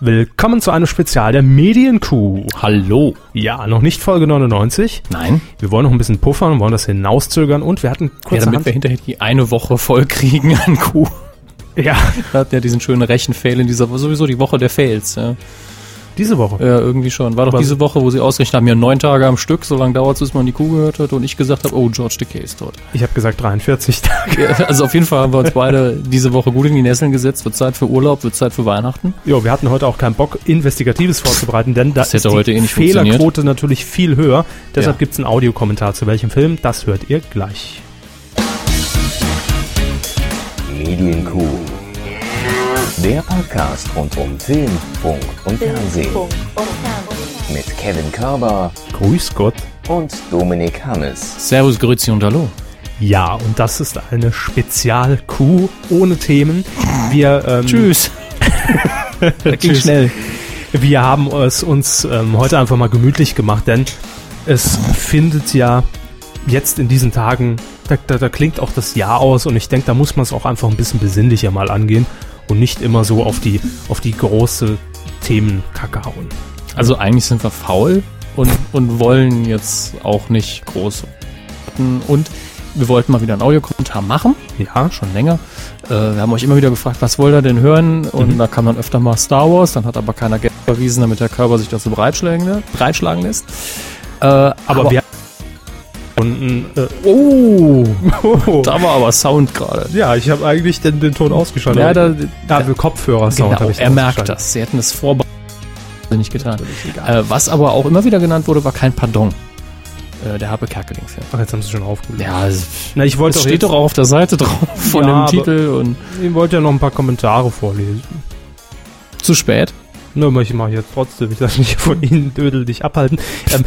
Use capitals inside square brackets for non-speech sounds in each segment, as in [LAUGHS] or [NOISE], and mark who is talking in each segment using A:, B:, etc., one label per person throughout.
A: Willkommen zu einem Spezial der Medienkuh.
B: Hallo.
A: Ja, noch nicht Folge 99.
B: Nein.
A: Wir wollen noch ein bisschen puffern, wollen das hinauszögern und wir hatten
B: Ja,
A: kurz
B: damit wir hinterher die eine Woche voll kriegen an [LAUGHS] Kuh.
A: ja, [LAUGHS]
B: Wir hatten ja diesen schönen Rechenfail in dieser sowieso die Woche der Fails. Ja,
A: diese Woche.
B: ja irgendwie schon. War doch
A: Aber-
B: diese Woche, wo sie ausgerechnet haben, ja neun Tage am Stück, so lange dauert es, bis man die Kuh gehört hat und ich gesagt habe, oh, George Decay ist [LAUGHS] tot.
A: Ich habe gesagt 43 [LAUGHS] Tage.
B: Ja, also auf jeden Fall haben wir uns beide diese Woche gut in die Nesseln gesetzt. Wird Zeit für Urlaub, wird Zeit für Weihnachten.
A: Jo, wir hatten heute auch keinen Bock, Investigatives vorzubereiten, denn da
B: Das hätte heute eh nicht
A: Fehlerquote natürlich viel höher. Deshalb
B: Ja.
A: gibt's einen Audiokommentar zu welchem Film. Das hört ihr gleich.
C: Medienkuh. Der Podcast rund um Film, Funk und Fernsehen. Mit Kevin Körber
A: Grüß Gott.
C: und Dominik Hammes.
B: Servus, Grüezi und Hallo.
A: Ja, und das ist eine Spezial-Kuh ohne Themen. Wir, ähm,
B: Tschüss. das ging
A: Tschüss.
B: schnell.
A: Wir haben es uns ähm, heute einfach mal gemütlich gemacht, denn es findet ja jetzt in diesen Tagen, da, da, da klingt auch das Jahr aus und ich denke, da muss man es auch einfach ein bisschen besinnlicher mal angehen und nicht immer so auf die, auf die große Themenkacke hauen.
B: [LAUGHS] Also eigentlich sind wir faul und, und wollen jetzt auch nicht groß. Und wir wollten mal wieder einen Audiokommentar machen,
A: Ja,
B: schon länger. Äh, wir haben euch immer wieder gefragt, was wollt ihr denn hören?
A: Mhm.
B: Und da kam dann öfter mal Star Wars, dann hat aber keiner Geld verwiesen, damit der Körper sich dazu breitschlagen, breitschlagen lässt. Äh, aber,
A: aber wir haben gefunden, äh, oh, [LAUGHS]
B: [LAUGHS] da war aber Sound gerade.
A: ja, ich habe eigentlich den, den Ton ausgeschaltet.
B: Ja, da,
A: da, Kopfhörer-Sound
B: genau,
A: hab ich
B: er merkt
A: ausgeschaltet.
B: das. Sie hätten es vorbereitet nicht getan. Äh, was aber auch immer wieder genannt wurde, war kein Pardon. Äh, der Habe Kerkeling-Film.
A: Ach, jetzt haben sie schon aufgelöst.
B: Ja,
A: Na, ich wollte
B: Das
A: auch jetzt-
B: steht doch auch auf der Seite drauf von
A: Ja, aber-
B: dem Titel und
A: Ich wollte ja noch ein paar Kommentare vorlesen.
B: zu spät.
A: Ne, mach ich mache jetzt trotzdem. Ich lasse mich
B: Mhm.
A: von Ihnen Dödel dich abhalten. Ähm,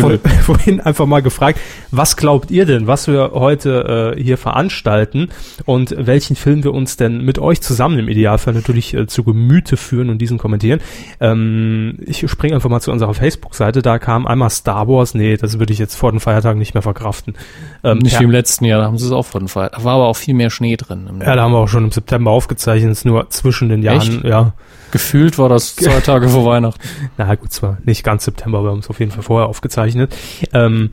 A: vor, [LAUGHS] vorhin einfach mal gefragt, was glaubt ihr denn, was wir heute äh, hier veranstalten und welchen Film wir uns denn mit euch zusammen im Idealfall natürlich äh, zu Gemüte führen und diesen kommentieren? Ähm, ich springe einfach mal zu unserer Facebook-Seite. Da kam einmal Star Wars. Nee, das würde ich jetzt vor den Feiertagen nicht mehr verkraften. Ähm,
B: Nicht
A: ja,
B: wie im letzten Jahr, da haben sie es auch von Feiert. Da war aber auch viel mehr Schnee drin. Im-
A: ja, da haben wir auch schon im September aufgezeichnet. Ist nur zwischen den Jahren.
B: Echt?
A: Ja.
B: Gefühlt war
A: [LAUGHS]
B: das zwei Tage vor Weihnachten.
A: Na gut, zwar nicht ganz September, aber wir haben es auf jeden Fall vorher aufgezeichnet. Ähm,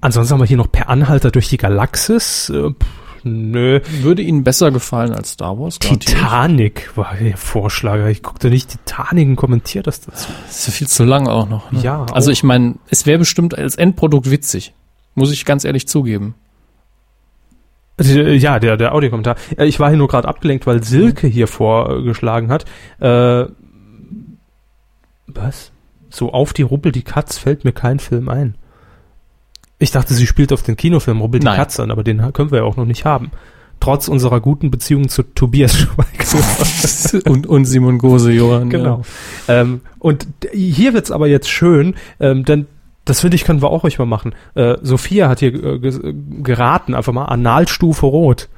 A: ansonsten haben wir hier noch Per Anhalter durch die Galaxis. Äh, pff, nö.
B: Würde ihnen besser gefallen als Star Wars? garantiert.
A: Titanic war der Vorschlag. Ich guckte nicht Titanic und kommentiere das dazu.
B: Das ist ja viel zu lang auch noch. Ne?
A: Ja, oh.
B: Also
A: auch.
B: ich meine, es wäre bestimmt als Endprodukt witzig. Muss ich ganz
A: [LAUGHS]
B: ehrlich zugeben.
A: Also, äh, Ja, der, der Audiokommentar. Äh, Ich war hier nur gerade abgelenkt, weil Silke hier vorgeschlagen hat. Äh, was? So auf die Ruppel die Katz fällt mir kein Film ein. Ich dachte, sie spielt auf den Kinofilm Ruppel die
B: Nein.
A: Katz an, aber den ha- können wir ja auch noch nicht haben. Trotz unserer guten Beziehung zu Tobias [LAUGHS] Schweighöfer.
B: und, und Simon Gose, Johann.
A: Genau.
B: Ja.
A: Ähm, und d- hier wird's aber jetzt schön, ähm, denn das finde ich, können wir auch ruhig mal machen. Äh, Sophia hat hier äh, ges- äh, geraten, einfach mal Analstufe Rot.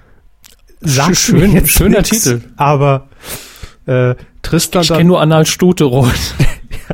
A: Sagt
B: Schön-
A: mir jetzt
B: schöner
A: nix,
B: Titel.
A: Aber äh, Tristan
B: Ich kenne nur Anal Stute [LAUGHS] Rot.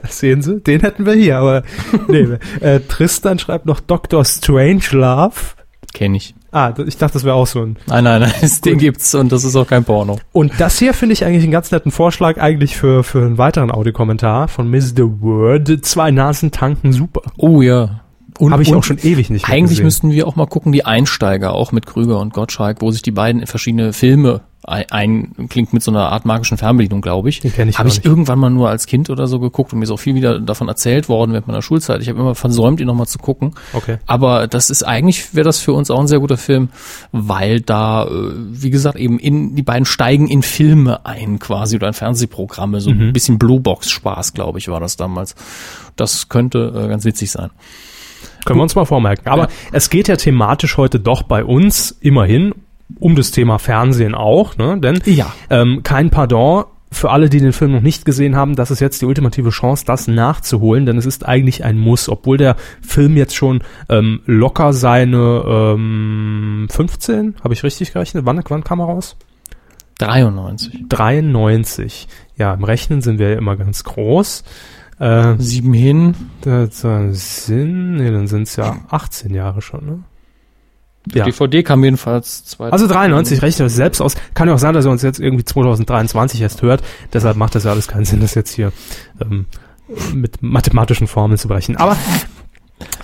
A: [LAUGHS] sehen Sie, den hätten wir hier, [LAUGHS] aber nee, äh, Tristan schreibt noch Dr. Strangelove.
B: Kenne ich.
A: Ah, d- ich dachte, das wäre auch so ein
B: Nein, nein, nein, [LAUGHS] das Ding
A: Gut.
B: gibt's und das ist auch kein Porno.
A: Und das hier finde ich eigentlich einen ganz netten Vorschlag eigentlich für, für einen weiteren Audiokommentar von Miss The Word. Zwei Nasen tanken super.
B: Oh ja. Und-
A: Habe ich
B: und-
A: auch schon ewig nicht mehr
B: Eigentlich
A: gesehen.
B: müssten wir auch mal gucken, die Einsteiger, auch mit Krüger und Gottschalk, wo sich die beiden in verschiedene Filme ein, ein klingt mit so einer Art magischen Fernbedienung, glaube ich.
A: Den kenn ich
B: Habe
A: gar
B: ich
A: nicht.
B: irgendwann mal nur als Kind oder so geguckt und mir ist auch viel wieder davon erzählt worden während meiner Schulzeit. Ich habe immer versäumt, ihn nochmal zu gucken.
A: Okay.
B: Aber das ist eigentlich, wäre das für uns auch ein sehr guter Film, weil da, äh, wie gesagt, eben in, die beiden steigen in Filme ein quasi oder in Fernsehprogramme. So
A: Mhm.
B: ein bisschen Bluebox-Spaß, glaube ich, war das damals. Das könnte äh, ganz witzig sein.
A: Können wir uns mal vormerken. Aber
B: Ja.
A: es geht ja thematisch heute doch bei uns immerhin um das Thema Fernsehen auch, ne? Denn
B: Ja.
A: ähm, kein Pardon für alle, die den Film noch nicht gesehen haben, das ist jetzt die ultimative Chance, das nachzuholen, denn es ist eigentlich ein Muss, obwohl der Film jetzt schon ähm, locker seine ähm, 15, habe ich richtig gerechnet? Wann, wann kam er raus?
B: 93.
A: 93. Ja, im Rechnen sind wir ja immer ganz groß. Äh,
B: Sieben hin. Hm.
A: Das äh, sind, nee, dann sind es ja 18 Jahre schon, ne?
B: Die DVD kam jedenfalls zwei.
A: Also 93 rechnet das selbst aus. Kann ja auch sein, dass er uns jetzt irgendwie 2023 erst hört. Deshalb macht das ja alles keinen Sinn, das jetzt hier ähm, mit mathematischen Formeln zu berechnen. Aber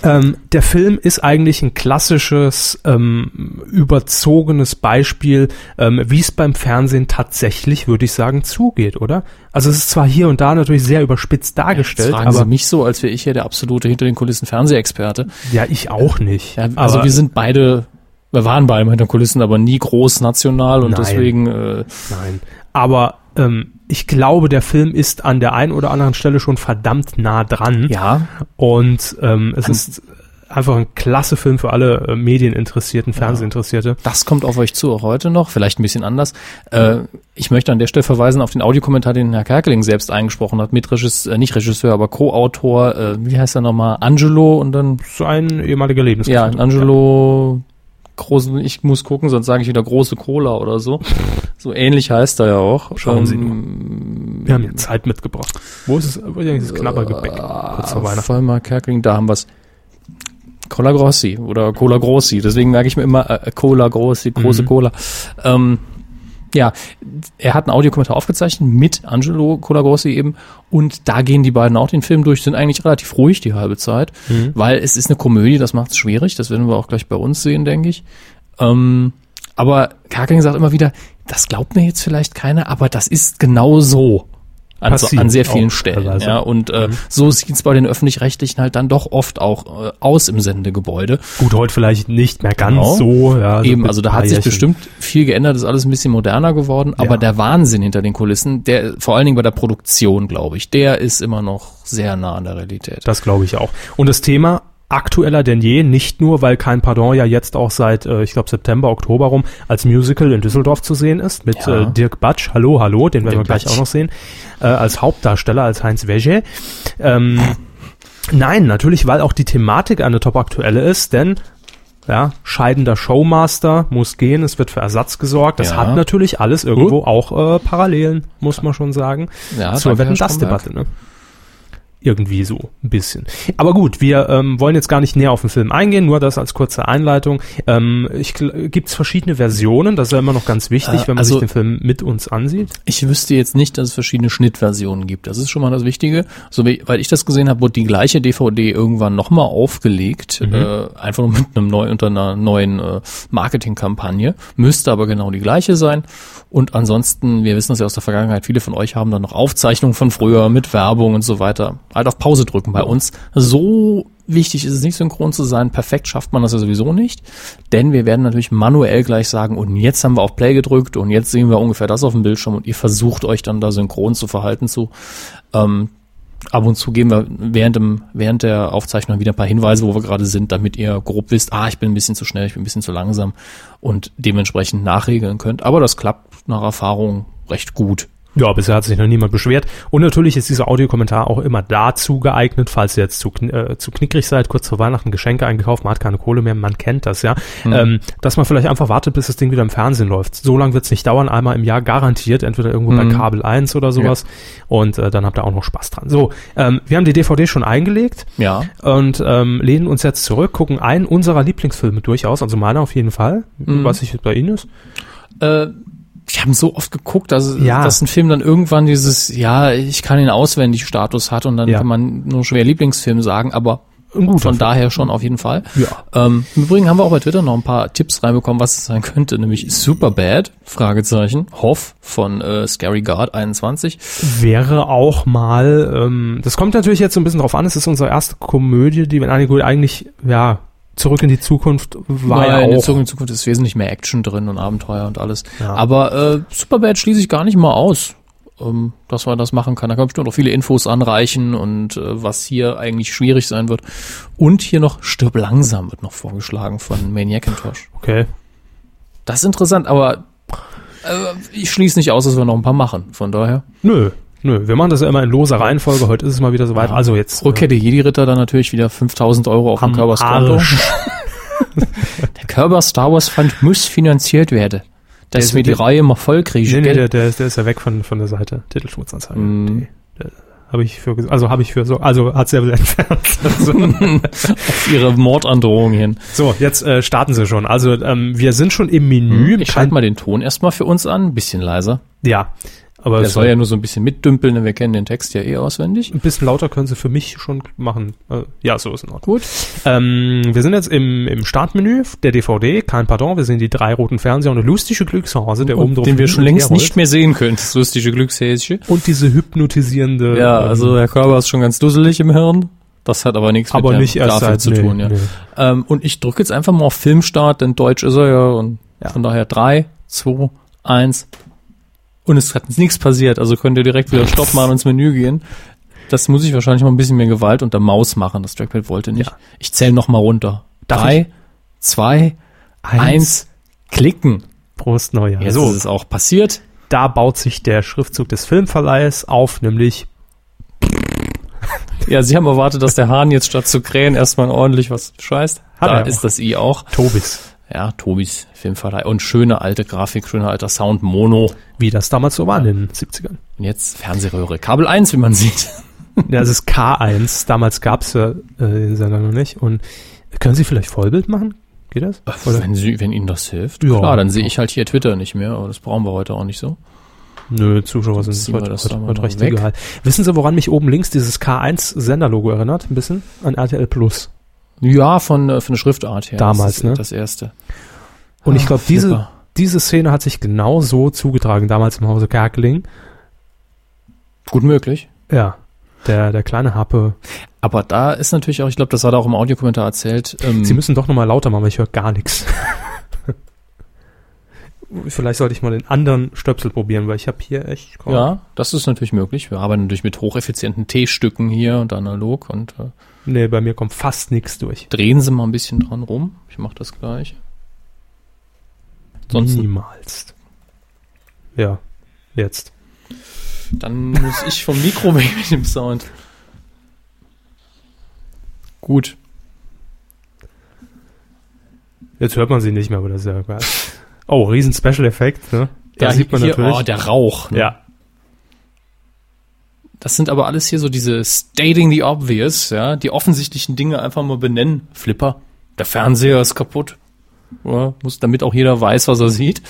A: ähm, der Film ist eigentlich ein klassisches, ähm, überzogenes Beispiel, ähm, wie es beim Fernsehen tatsächlich, würde ich sagen, zugeht, oder? Also es ist zwar hier und da natürlich sehr überspitzt dargestellt,
B: Fragen Sie
A: aber
B: mich so, als wäre ich hier der absolute hinter den Kulissen Fernsehexperte.
A: ja, ich auch nicht.
B: Ja, also
A: aber,
B: wir sind beide, wir waren beide hinter den Kulissen, aber nie groß national und
A: Nein.
B: deswegen äh,
A: nein. Aber ähm, ich glaube, der Film ist an der einen oder anderen Stelle schon verdammt nah dran.
B: ja,
A: Und ähm, es ist einfach ein klasse Film für alle äh, Medieninteressierten, Fernsehinteressierte.
B: Das kommt auf euch zu, auch heute noch, vielleicht ein bisschen anders. Äh, ich möchte an der Stelle verweisen auf den Audiokommentar, den Herr Kerkeling selbst eingesprochen hat, mit Regisseur, äh, nicht Regisseur, aber Co-Autor, äh, wie heißt er nochmal, Angelo und dann,
A: Sein ehemaliger
B: ja,
A: Lebensgefährte.
B: Angelo, großen, ich muss gucken, sonst sage ich wieder große Cola
A: [LAUGHS]
B: oder so. So ähnlich heißt er ja auch. Ähm,
A: Schauen Sie
B: nur.
A: Wir haben ja Zeit mitgebracht. Wo ist es? Wo ist
B: Äh,
A: dieses knapper Gebäck? Kurz vor Weihnachten.
B: Vollmar Kerkeling, da haben wir es. Cola Grossi oder Cola Grossi. Deswegen merke ich mir immer äh, Cola Grossi, große
A: Mhm.
B: Cola. Ähm, ja, er hat einen Audiokommentar aufgezeichnet mit Angelo Cola Grossi eben. Und da gehen die beiden auch den Film durch, sind eigentlich relativ ruhig die halbe Zeit, weil es ist eine Komödie, das macht es schwierig. Das werden wir auch gleich bei uns sehen, denke ich. Ähm, aber Kerkeling sagt immer wieder, das glaubt mir jetzt vielleicht keiner, aber das ist genau so. An, so,
A: Passiert
B: an sehr vielen
A: auch
B: Stellen.
A: teilweise. Mhm.
B: Ja, und äh, so sieht's bei den öffentlich-rechtlichen halt dann doch oft auch äh, aus im Sendegebäude.
A: Gut, heute vielleicht nicht mehr ganz
B: Genau.
A: so. Ja, so
B: Eben,
A: mit
B: also da hat sich
A: Eierchen.
B: bestimmt viel geändert, ist alles ein bisschen moderner geworden, aber
A: Ja.
B: der Wahnsinn hinter den Kulissen, der vor allen Dingen bei der Produktion, glaube ich, der ist immer noch sehr nah an der Realität.
A: Das glaube ich auch. Und das Thema aktueller denn je, nicht nur, weil kein Pardon ja jetzt auch seit, äh, ich glaube, September, Oktober rum als Musical in Düsseldorf zu sehen ist mit
B: Ja.
A: äh, Dirk Batsch, Hallo, Hallo, den werden wir
B: Dirk
A: gleich
B: Batsch.
A: auch noch sehen, äh, als Hauptdarsteller, als Heinz Wege. Ähm, nein, natürlich, weil auch die Thematik eine top aktuelle ist, denn ja, scheidender Showmaster muss gehen, es wird für Ersatz gesorgt. Das
B: Ja.
A: hat natürlich alles irgendwo auch äh, Parallelen, muss man schon sagen
B: Ja,
A: zur
B: danke, Herr
A: Wetten-Das-Debatte, ne? Irgendwie so, ein bisschen. Aber gut, wir ähm, wollen jetzt gar nicht näher auf den Film eingehen, nur das als kurze Einleitung. Ähm, Gibt es verschiedene Versionen, das ist ja immer noch ganz wichtig,
B: Äh,
A: wenn man
B: also-
A: sich den Film mit uns ansieht.
B: Ich wüsste jetzt nicht, dass es verschiedene Schnittversionen gibt. Das ist schon mal das Wichtige. So wie, weil ich das gesehen habe, wurde die gleiche DVD irgendwann nochmal aufgelegt, äh, einfach nur mit einem neu, unter einer neuen äh, Marketingkampagne. Müsste aber genau die gleiche sein. Und ansonsten, wir wissen das ja aus der Vergangenheit, viele von euch haben dann noch Aufzeichnungen von früher mit Werbung und so weiter. Halt auf Pause drücken bei uns. So wichtig ist es nicht, synchron zu sein. Perfekt schafft man das ja sowieso nicht. Denn wir werden natürlich manuell gleich sagen, und jetzt haben wir auf Play gedrückt und jetzt sehen wir ungefähr das auf dem Bildschirm und ihr versucht euch dann da synchron zu verhalten zu. Ähm, ab und zu geben wir während, dem, während der Aufzeichnung wieder ein paar Hinweise, wo wir gerade sind, damit ihr grob wisst, ah, ich bin ein bisschen zu schnell, ich bin ein bisschen zu langsam und dementsprechend nachregeln könnt. Aber das klappt nach Erfahrung recht gut.
A: Ja, bisher hat sich noch niemand beschwert. Und natürlich ist dieser Audiokommentar auch immer dazu geeignet, falls ihr jetzt zu, kn äh, zu knickrig seid, kurz vor Weihnachten Geschenke eingekauft, man hat keine Kohle mehr, man kennt das, ja. Ähm, dass man vielleicht einfach wartet, bis das Ding wieder im Fernsehen läuft. So lange wird's nicht dauern, einmal im Jahr garantiert, entweder irgendwo bei Kabel 1 oder sowas. Und äh, dann habt ihr auch noch Spaß dran. So, ähm, wir haben die DVD schon eingelegt
B: Ja.
A: und ähm, lehnen uns jetzt zurück, gucken einen unserer Lieblingsfilme durchaus, also meiner auf jeden Fall, was ich bei Ihnen ist.
B: äh, ich habe so oft geguckt, dass,
A: Ja.
B: dass ein Film dann irgendwann dieses, ja, ich kann ihn auswendig Status hat und dann
A: Ja.
B: kann man nur schwer Lieblingsfilm sagen, aber
A: Ein guter
B: von
A: Film.
B: daher schon auf jeden Fall.
A: Ja.
B: Ähm, Im Übrigen haben wir auch bei Twitter noch ein paar Tipps reinbekommen, was es sein könnte, nämlich Superbad, Fragezeichen, Hoff von äh, Scary Guard 21.
A: wäre auch mal, ähm, das kommt natürlich jetzt so ein bisschen drauf an, es ist unsere erste Komödie, die wir nein, gut, eigentlich, ja, zurück in die Zukunft war
B: Weil
A: ja
B: in
A: auch.
B: Zukunft, in Zukunft ist wesentlich mehr Action drin und Abenteuer und alles.
A: Ja.
B: Aber äh, Superbad schließe ich gar nicht mal aus, ähm, dass man das machen kann. Da kann man bestimmt auch viele Infos anreichen und äh, was hier eigentlich schwierig sein wird. Und hier noch Stirb langsam wird noch vorgeschlagen von Maniacintosh.
A: Okay.
B: Das ist interessant, aber äh, ich schließe nicht aus, dass wir noch ein paar machen. Von daher.
A: Nö, nö, wir machen das ja immer in loser Reihenfolge, heute ist es mal wieder soweit. Also jetzt äh,
B: Rückkehr der Jedi-Ritter dann natürlich wieder 5000 Euro auf
A: am
B: dem Körperskonto.
A: Arsch.
B: Der Körper Star Wars Fund muss finanziert werden. Dass
A: Der-
B: wir die
A: der-
B: Reihe mal voll kriegen.
A: Nee, nee,
B: gell?
A: der, der, ist- der ist ja weg von, von der Seite. Titelschmutzanzeige.
B: Mhm.
A: Die- der- habe ich für, also habe ich für so, also hat Seville [LAUGHS] entfernt. Also.
B: Auf ihre Mordandrohung hin.
A: So, jetzt äh, starten sie schon. Also ähm, wir sind schon im Menü.
B: Mhm. Ich schalte mal den Ton erstmal für uns an, ein bisschen leiser.
A: Ja, aber
B: Der
A: so-
B: soll ja nur so ein bisschen mitdümpeln, denn wir kennen den Text ja eh auswendig.
A: ein bisschen lauter können sie für mich schon machen. Äh, ja, so ist in Ordnung.
B: Gut.
A: Ähm, wir sind jetzt im, im Startmenü der DVD, kein Pardon, wir sehen die drei roten Fernseher und eine lustige Glückshase, der oben drauf
B: den wir
A: hin
B: schon
A: und
B: längst
A: her rollt.
B: nicht mehr sehen können, das lustige Glückshäschen.
A: Und diese hypnotisierende.
B: Ja,
A: ähm,
B: also der Körper ist schon ganz dusselig im Hirn. Das hat aber nichts
A: aber
B: der
A: nicht erst
B: Grafik
A: seit,
B: zu
A: nee,
B: tun. Ja.
A: nee.
B: Ähm, und ich drücke jetzt einfach mal auf Filmstart, denn Deutsch ist er ja. Und
A: Ja.
B: von daher drei, zwei, eins Und es hat nichts passiert. Also könnt ihr direkt wieder Stopp machen und ins Menü gehen. Das muss ich wahrscheinlich mal ein bisschen mehr Gewalt unter Maus machen. Das Trackpad wollte nicht.
A: Ja.
B: Ich zähle noch mal runter.
A: Darf
B: drei, zwei, eins, klicken.
A: Prost Neujahr.
B: Jetzt
A: so,
B: ist es auch passiert.
A: da baut sich der Schriftzug des Filmverleihs auf, nämlich
B: Ja, sie haben erwartet, dass der Hahn jetzt statt zu krähen erstmal ordentlich was scheißt.
A: Hat
B: da
A: er auch.
B: ist das I auch.
A: Tobis,
B: Ja, Tobis Filmverleih. Und schöne alte Grafik, schöner alter Sound, Mono.
A: wie das damals so war in den [LAUGHS] 70ern.
B: Und jetzt Fernsehröhre. Kabel 1, wie man sieht.
A: Ja, das ist K1, damals gab's ja äh, den Sender noch nicht. Und können Sie vielleicht Vollbild machen? Geht das? Oder?
B: Wenn, sie, wenn Ihnen das hilft.
A: Ja.
B: Klar, dann sehe ich halt hier Twitter nicht mehr, aber das brauchen wir heute auch nicht so.
A: Nö, Zuschauer
B: Ziehen
A: sind
B: wir
A: heute,
B: das
A: heute,
B: da mal
A: heute recht
B: weg.
A: egal. Wissen Sie, woran mich oben links dieses K1-Senderlogo erinnert? Ein bisschen an RTL Plus.
B: Ja, von, äh, von der Schriftart her.
A: Damals,
B: das ist
A: ne?
B: Das erste.
A: Und ich
B: Ah,
A: glaube, diese,
B: Flipper.
A: diese Szene hat sich genau so zugetragen, damals im Hause Kerkeling.
B: Gut möglich.
A: Ja, der, der kleine Happe.
B: Aber da ist natürlich auch, ich glaube, das hat er auch im Audiokommentar erzählt. Ähm,
A: Sie müssen doch nochmal lauter machen, weil ich höre gar nichts. [LAUGHS] Vielleicht sollte ich mal den anderen Stöpsel probieren, weil ich habe hier echt...
B: ja, das ist natürlich möglich. Wir arbeiten natürlich mit hocheffizienten T-Stücken hier und analog und äh,
A: Nee, bei mir kommt fast nichts durch.
B: drehen Sie mal ein bisschen dran rum. Ich mache das gleich. Sonst
A: Mhm. Niemals. Ja, jetzt.
B: Dann muss ich vom Mikro weg mit dem Sound. Gut.
A: Jetzt hört man sie nicht mehr, aber das ist ja geil. Oh, riesen Special Effekt, ne? Da
B: Ja,
A: sieht man
B: hier,
A: natürlich.
B: Oh, der Rauch. ne?
A: ja,
B: Das sind aber alles hier so diese stating the obvious, ja, die offensichtlichen Dinge einfach mal benennen. Flipper, der Fernseher ist kaputt. Ja, muss, damit auch jeder weiß, was er sieht.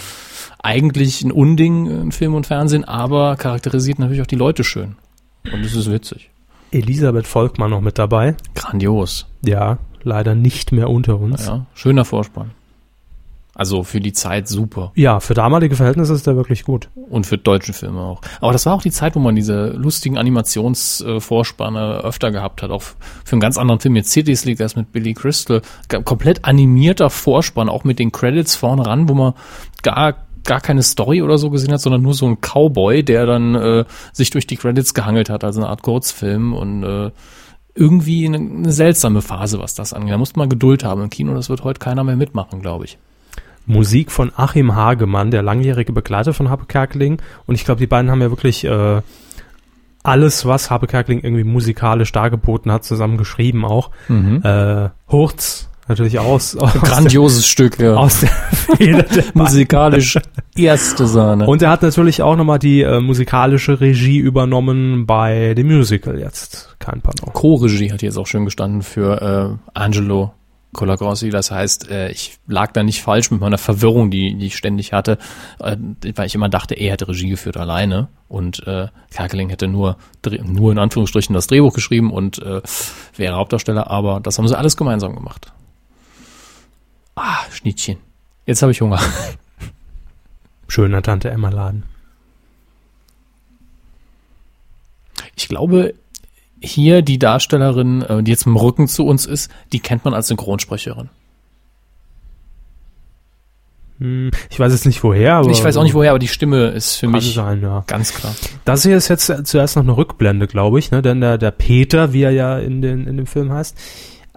B: Eigentlich ein Unding im Film und Fernsehen, aber charakterisiert natürlich auch die Leute schön. Und es ist witzig.
A: Elisabeth Volkmann noch mit dabei.
B: Grandios.
A: Ja, leider nicht mehr unter uns. Ja,
B: Ja, schöner Vorspann. Also für die Zeit super.
A: für damalige Verhältnisse ist der wirklich gut.
B: Und für deutsche Filme auch. Aber das war auch die Zeit, wo man diese lustigen Animationsvorspanne öfter gehabt hat. Auch f- für einen ganz anderen Film. Jetzt Cities League, das mit Billy Crystal. G- Komplett animierter Vorspann, auch mit den Credits vorne ran, wo man gar gar keine Story oder so gesehen hat, sondern nur so ein Cowboy, der dann äh, sich durch die Credits gehangelt hat, also eine Art Kurzfilm und äh, irgendwie eine, eine seltsame Phase, was das angeht. Da musste man Geduld haben im Kino, das wird heute keiner mehr mitmachen, glaube ich.
A: Musik von Achim Hagemann, der langjährige Begleiter von Habe Kerkeling. Und ich glaube, die beiden haben ja wirklich äh, alles, was Habe Kerkeling irgendwie musikalisch dargeboten hat, zusammen geschrieben auch. Äh, Hurz natürlich
B: [LAUGHS]
A: aus, aus, der,
B: Grandioses Stück, ja.
A: aus
B: [LAUGHS]
A: der Feder der
B: musikalisch [LAUGHS] erste Sahne.
A: [LAUGHS] Und er hat natürlich auch nochmal die äh, musikalische Regie übernommen bei dem Musical jetzt. Kein Pardon.
B: Co-Regie hat jetzt auch schön gestanden für äh, Angelo Colagrossi. Das heißt, äh, ich lag da nicht falsch mit meiner Verwirrung, die, die ich ständig hatte, äh, weil ich immer dachte, er hätte Regie geführt alleine und äh, Kerkeling hätte nur, Dreh- nur in Anführungsstrichen das Drehbuch geschrieben und äh, wäre Hauptdarsteller, aber das haben sie alles gemeinsam gemacht. Ah, Schnittchen. Jetzt habe ich Hunger.
A: Schöner Tante Emma Laden.
B: Ich glaube, hier die Darstellerin, äh, die jetzt mit dem Rücken zu uns ist, die kennt man als Synchronsprecherin.
A: Hm, ich weiß jetzt nicht woher, aber.
B: Ich weiß auch nicht woher, aber die Stimme ist für
A: Kann
B: mich
A: sein, ja.
B: ganz klar.
A: Das hier ist jetzt zuerst noch eine Rückblende, glaube ich, ne? Denn der, der Peter, wie er ja in, den, in dem Film heißt,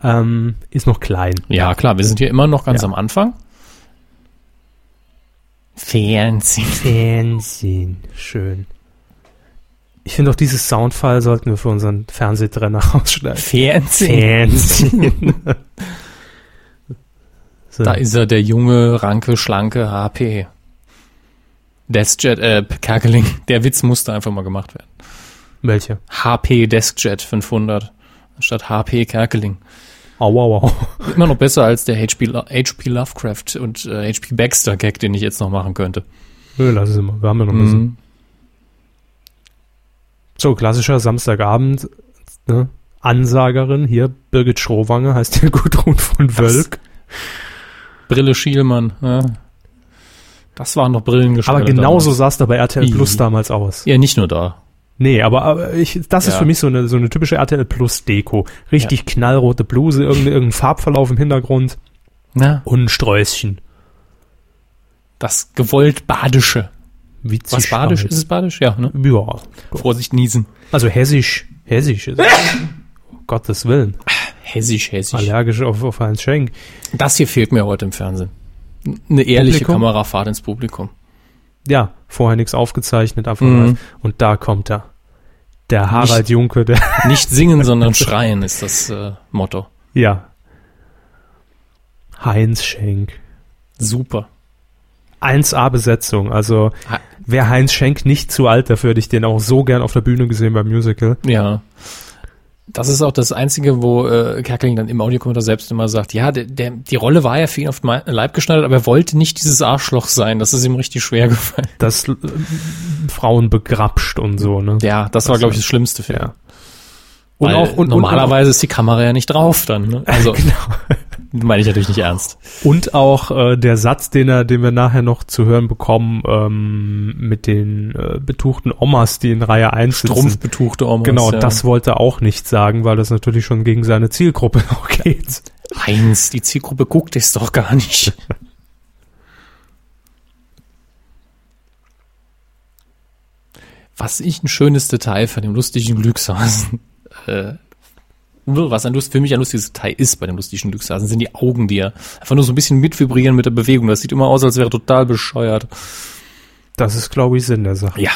A: ähm, ist noch klein.
B: Ja, klar, wir sind hier immer noch ganz
A: Ja.
B: am Anfang. Fernsehen.
A: Fernsehen. Schön. Ich finde auch dieses Soundfile sollten wir für unseren Fernsehtrenner [LAUGHS] ausschneiden.
B: [LAUGHS] Fernsehen. [LAUGHS]
A: Fernsehen. so.
B: Da ist er, der junge, ranke, schlanke HP. Deathjet, äh, Kerkeling. Der Witz musste einfach mal gemacht werden.
A: Welche?
B: HP Deskjet 500 anstatt HP Kerkeling.
A: Au, Ah, wow, wow. [LAUGHS]
B: Immer noch besser als der HP, Lo- HP Lovecraft und äh, HP Baxter Gag, den ich jetzt noch machen könnte.
A: Nö, lass es immer. Wir haben ja noch ein bisschen.
B: Mhm.
A: So, klassischer Samstagabend. Ne? Ansagerin hier, Birgit Schrowange, heißt ja [LAUGHS] Gudrun von Wölk.
B: Brille Schielmann. Ja. Das waren noch Brillengespräche.
A: Aber genauso sah es da bei RTL Plus
B: Ii.
A: damals aus.
B: Ja, nicht nur da.
A: Nee, aber, aber ich, das ist
B: Ja.
A: für mich so eine, so eine typische RTL Plus Deko. Richtig knallrote Bluse, irgendein, irgendein Farbverlauf im Hintergrund
B: Na,
A: und ein Sträußchen.
B: das gewollt Badische.
A: Witzig.
B: Was Badisch?
A: halt.
B: Ist es Badisch? Ja, ne?
A: Ja.
B: Vorsicht, Niesen.
A: Also hessisch. Hessisch
B: [LAUGHS]
A: ist um Gottes Willen.
B: Hessisch, hessisch.
A: Allergisch auf, auf Heinz Schenk.
B: Das hier fehlt mir heute im Fernsehen. N- Eine ehrliche
A: Publikum?
B: Kamerafahrt ins Publikum.
A: Ja, vorher nichts aufgezeichnet, einfach
B: Mhm.
A: live. Und da kommt er. Der Harald Junke, der. [LAUGHS]
B: Nicht singen, sondern schreien ist das äh, Motto.
A: Ja. Heinz Schenk.
B: Super.
A: 1A-Besetzung. Also,
B: Ha-
A: wäre Heinz Schenk nicht zu alt dafür, hätte ich den auch so gern auf der Bühne gesehen beim Musical.
B: Ja. Das ist auch das Einzige, wo äh, Kerkeling dann im Audiokommentar selbst immer sagt, ja, der, der, die Rolle war ja für ihn auf den Leib geschneidert, aber er wollte nicht dieses Arschloch sein. Das ist ihm richtig schwer gefallen.
A: Das äh, Frauen begrapscht und so, ne?
B: Ja, das war, glaube ich, das Schlimmste für ihn.
A: Ja.
B: Und auch, und, normalerweise ist die Kamera ja nicht drauf dann. [LAUGHS] Ne?
A: [LAUGHS]
B: Also, meine ich natürlich nicht ernst.
A: Genau. Und auch äh, der Satz, den er, den wir nachher noch zu hören bekommen, ähm, mit den äh, betuchten Omas, die in Reihe 1 sitzen.
B: Trumpfbetuchte Omas.
A: Genau,
B: ja.
A: das wollte er auch nicht sagen, weil das natürlich schon gegen seine Zielgruppe [LAUGHS] auch geht.
B: Heinz, die Zielgruppe guckt es doch gar nicht. Was ich ein schönes Detail von dem lustigen Glückshasen, äh, was ein Lust, für mich ein lustiges Detail ist bei dem lustigen Glückshasen, sind die Augen, die ja einfach nur so ein bisschen mitvibrieren mit der Bewegung. Das sieht immer aus, als wäre er total bescheuert.
A: Das ist, glaube ich, Sinn der Sache.
B: Ja.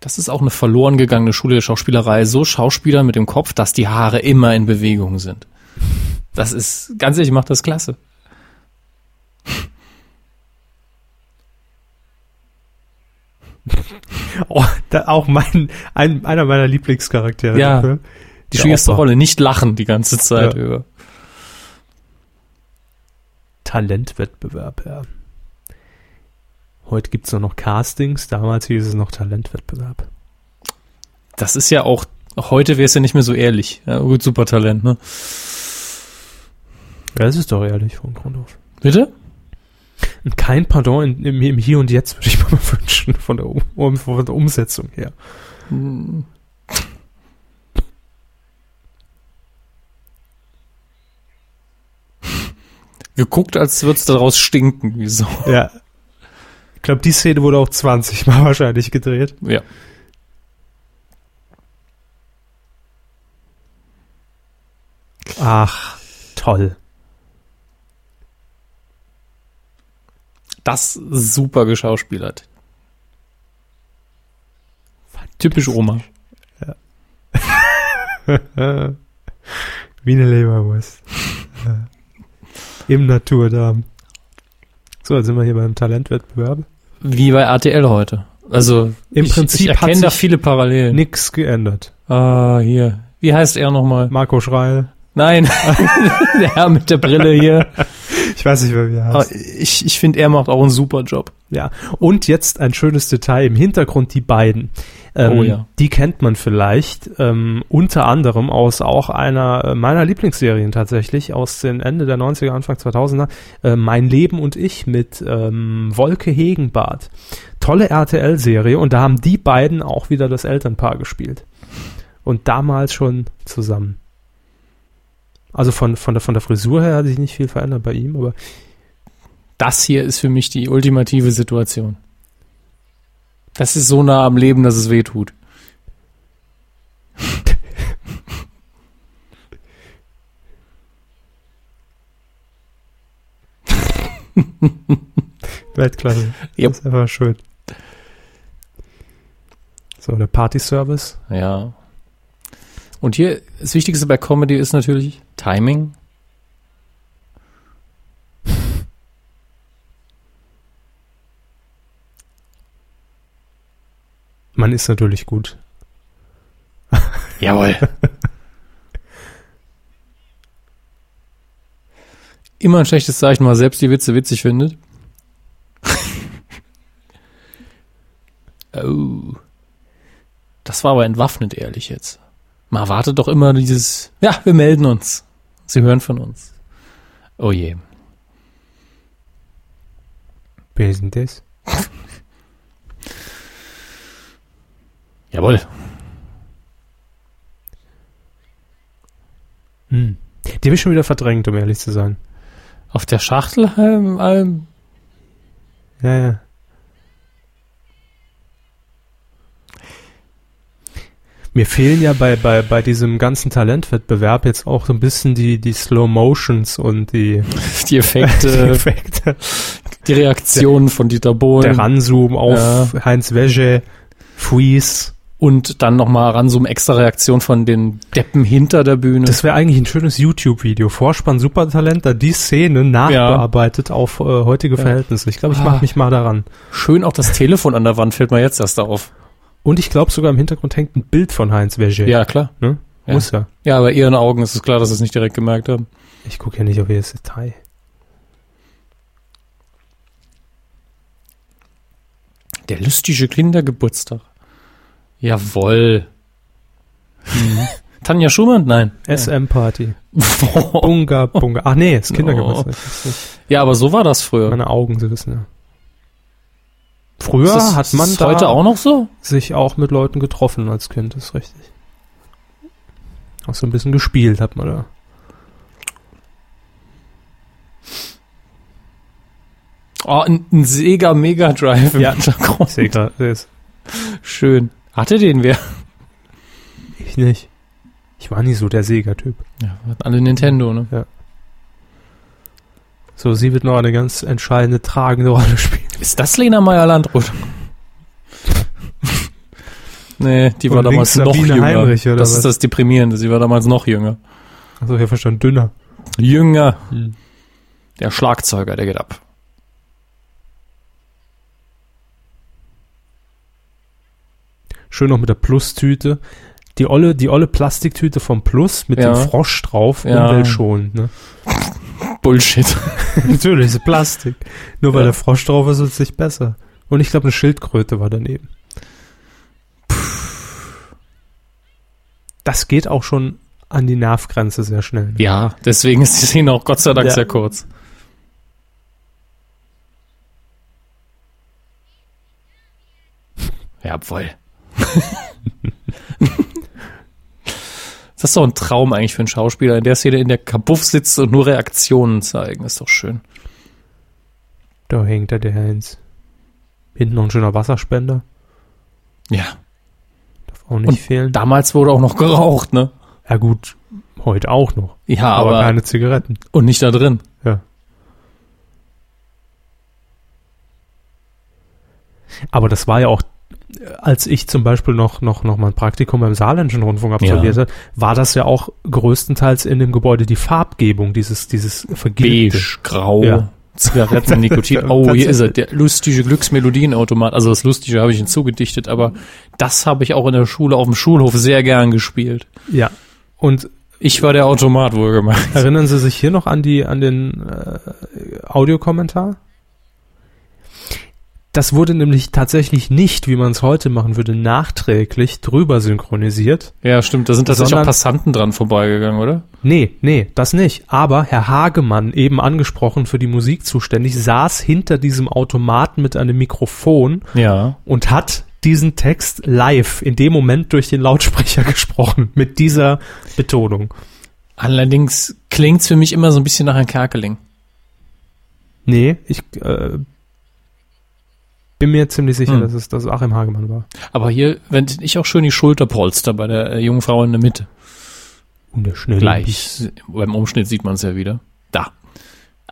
B: Das ist auch eine verloren gegangene Schule der Schauspielerei. So Schauspieler mit dem Kopf, dass die Haare immer in Bewegung sind. Das ist, ganz ehrlich, macht das klasse.
A: Oh, da, auch mein, ein, einer meiner Lieblingscharaktere.
B: Ja.
A: dafür.
B: Die
A: Der
B: schwierigste
A: Opa.
B: Rolle, nicht lachen die ganze Zeit
A: Ja.
B: über.
A: Talentwettbewerb, ja. Heute gibt's nur noch Castings, damals hieß es noch Talentwettbewerb.
B: Das ist ja auch, heute wäre es ja nicht mehr so ehrlich. Ja, gut, super Talent, ne?
A: Ja, das ist doch ehrlich von Grund auf.
B: Bitte?
A: Und kein Pardon in, im, im Hier und Jetzt würde ich [LAUGHS] mir mal wünschen, von der, um, von der Umsetzung her.
B: Geguckt, als würde es daraus stinken. Wieso?
A: Ja. Ich glaube, die Szene wurde auch 20 Mal [LAUGHS] wahrscheinlich gedreht.
B: Ja.
A: Ach, toll.
B: Das ist super geschauspielert. Typisch Oma.
A: Wie eine Leberwurst. Äh, Im Naturdarm. So, jetzt sind wir hier beim Talentwettbewerb.
B: Wie bei RTL heute. Also
A: Im
B: ich,
A: Prinzip
B: ich
A: hat
B: erkenne da
A: sich-
B: viele Parallelen.
A: Nix geändert.
B: Ah, hier. Wie heißt er nochmal?
A: Marco Schreil.
B: Nein, [LAUGHS] der Herr mit der Brille hier.
A: Ich weiß nicht, wer wir
B: Aber
A: heißt.
B: ich ich finde, er macht auch einen super Job.
A: Ja. Und jetzt ein schönes Detail im Hintergrund, die beiden. Ähm,
B: Oh ja.
A: Die kennt man vielleicht ähm, unter anderem aus auch einer äh, meiner Lieblingsserien tatsächlich, aus den Ende der 90er, Anfang 2000er, äh, Mein Leben und ich mit ähm, Wolke Hegenbart. Tolle RTL-Serie und da haben die beiden auch wieder das Elternpaar gespielt. Und damals schon zusammen. Also von, von, der, von der Frisur her hat sich nicht viel verändert bei ihm, aber
B: Das hier ist für mich die ultimative Situation. Das ist so nah am Leben, dass es weh tut.
A: Weltklasse.
B: Yep.
A: Das ist einfach schön. So, der Party-Service.
B: Ja. Und hier, das Wichtigste bei Comedy ist natürlich Timing.
A: Man ist natürlich gut.
B: Jawohl. Immer ein schlechtes Zeichen, weil selbst die Witze witzig findet. [LAUGHS] oh. Das war aber entwaffnet, ehrlich jetzt. Man erwartet doch immer dieses, ja, wir melden uns. Sie hören von uns. Oh je.
A: Wer ist denn das?
B: Jawohl.
A: Hm. Die habe ich schon wieder verdrängt, um ehrlich zu sein.
B: Auf der Schachtel? Ähm, ähm, [LAUGHS]
A: Ja, ja. Mir fehlen ja bei, bei, bei diesem ganzen Talentwettbewerb jetzt auch so ein bisschen die, die Slow Motions und die,
B: [LAUGHS] die
A: [LAUGHS] die
B: Effekte,
A: Effekte.
B: die Reaktionen von Dieter
A: Der
B: Bohlen
A: Ranzoom auf Heinz Wäsche, Freeze.
B: und dann nochmal ran so eine extra Reaktion von den Deppen hinter der Bühne.
A: Das wäre eigentlich ein schönes YouTube-Video. Vorspann Supertalent, da die Szene nachbearbeitet auf äh, heutige
B: Ja.
A: Verhältnisse. Ich glaube, ich
B: Ah.
A: mache mich mal daran.
B: Schön auch das Telefon an der Wand fällt mir jetzt erst auf.
A: Und ich glaube sogar im Hintergrund hängt ein Bild von Heinz Wäsche.
B: Ja, klar.
A: Ne?
B: Ja.
A: Muss ja.
B: Ja, bei ihren Augen ist es klar, dass sie es nicht direkt gemerkt haben.
A: Ich gucke ja nicht auf jedes Detail.
B: Der lustige Kindergeburtstag. Jawoll.
A: Mhm.
B: [LAUGHS] Tanja Schumann?
A: [LAUGHS]
B: Nein.
A: SM-Party.
B: Ja.
A: Bunga, bunga. Ach nee, ist
B: Oh.
A: Kindergeburtstag. Ich weiß nicht.
B: ja, aber so war das früher.
A: Meine Augen, Sie wissen ja. Früher
B: Ist das-
A: hat man
B: ist
A: da
B: heute auch noch so?
A: sich auch mit Leuten getroffen als Kind, ist richtig. Auch so ein bisschen gespielt hat man da.
B: Oh, ein, ein Sega Mega Drive im
A: Ja.
B: Hintergrund.
A: Ist egal, ist-
B: Schön. Hatte den wer?
A: Ich nicht. Ich war nie so der Sega-Typ.
B: Ja, hatten alle Nintendo, ne?
A: So, sie wird noch eine ganz entscheidende, tragende [LAUGHS] Rolle spielen.
B: Ist das
A: [LAUGHS]
B: Lena Meyer-Landrut? nee, die war
A: Und
B: damals
A: links
B: noch
A: Sabine
B: jünger.
A: Heinrich, oder
B: das
A: was?
B: ist das Deprimierende. Sie war damals noch jünger.
A: Also hier verstanden, dünner.
B: Jünger.
A: Hm.
B: Der Schlagzeuger, der geht ab.
A: Schön noch mit der Plus-Tüte. Die olle, die olle Plastiktüte vom Plus mit
B: Ja.
A: dem Frosch drauf,
B: Ja.
A: umweltschonend.
B: [LAUGHS]
A: Ne?
B: Bullshit.
A: Natürlich, ist Plastik. Nur weil
B: Ja.
A: der Frosch drauf ist, ist es nicht besser. Und ich glaube, eine Schildkröte war daneben. Das geht auch schon an die Nervgrenze sehr schnell. ne?
B: Ja, deswegen ist die Szene auch Gott sei Dank
A: Ja.
B: sehr kurz. Jawohl. [LAUGHS] das ist doch ein Traum eigentlich für einen Schauspieler, in der Szene in der Kabuff sitzt und nur Reaktionen zeigen. Ist doch schön.
A: Da hängt er, der Heinz. Hinten noch ein schöner Wasserspender.
B: Ja.
A: Darf auch nicht
B: Und
A: fehlen.
B: Damals wurde auch noch geraucht, ne?
A: ja gut, heute auch noch.
B: Ja,
A: Aber,
B: aber,
A: keine Zigaretten.
B: und nicht da drin.
A: Ja. Aber das war ja auch, äh, als ich zum Beispiel noch, noch, noch mal ein Praktikum beim Saarländischen Rundfunk absolvierte, war das ja auch größtenteils in dem Gebäude die Farbgebung, dieses, dieses Vergilbte.
B: Beige, grau,
A: Ja. [LAUGHS]
B: Zigaretten, Nikotin. Oh,
A: Tatsächlich.
B: hier ist er, der lustige Glücksmelodienautomat. Also das Lustige habe ich hinzugedichtet, aber das habe ich auch in der Schule auf dem Schulhof sehr gern gespielt.
A: Ja. Und
B: Ich war der Automat wohlgemerkt.
A: Erinnern Sie sich hier noch an die an den äh, Audiokommentar? Das wurde nämlich tatsächlich nicht, wie man es heute machen würde, nachträglich drüber synchronisiert.
B: Ja, stimmt. Da sind tatsächlich auch
A: Sondern-
B: Passanten dran vorbeigegangen, oder?
A: Nee, nee, das nicht. Aber Herr Hagemann, eben angesprochen für die Musik zuständig, saß hinter diesem Automaten mit einem Mikrofon
B: Ja.
A: und hat diesen Text live in dem Moment durch den Lautsprecher [LAUGHS] gesprochen mit dieser Betonung.
B: Allerdings klingt's für mich immer so ein bisschen nach einem Kerkeling.
A: Nee, ich äh, bin mir ziemlich sicher,
B: Hm.
A: dass es dass es Achim Hagemann war.
B: Aber hier wende ich auch schön die Schulterpolster bei der äh, jungen Frau in der Mitte.
A: Und der schnelle Beat.
B: Gleich. Beim Umschnitt sieht man es ja wieder. Da.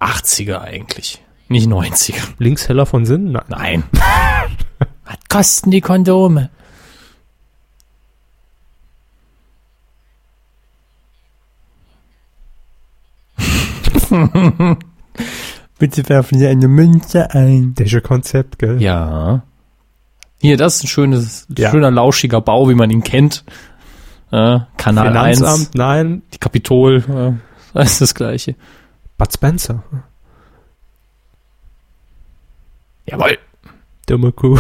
B: 80er eigentlich. Nicht 90er.
A: Links heller von Sinn? Nein.
B: Nein. [LAUGHS] Was kosten die [LAUGHS] Kondome? Bitte werfen Sie eine Münze ein.
A: Das ist ein Konzept, gell?
B: Ja. Hier, das ist ein schönes,
A: Ja.
B: schöner, lauschiger Bau, wie man ihn kennt. Äh, Kanal
A: Finanzamt,
B: 1,
A: nein.
B: die Kapitol, äh, [LAUGHS] das ist das Gleiche.
A: Bud Spencer.
B: Jawohl.
A: Dumme Kuh.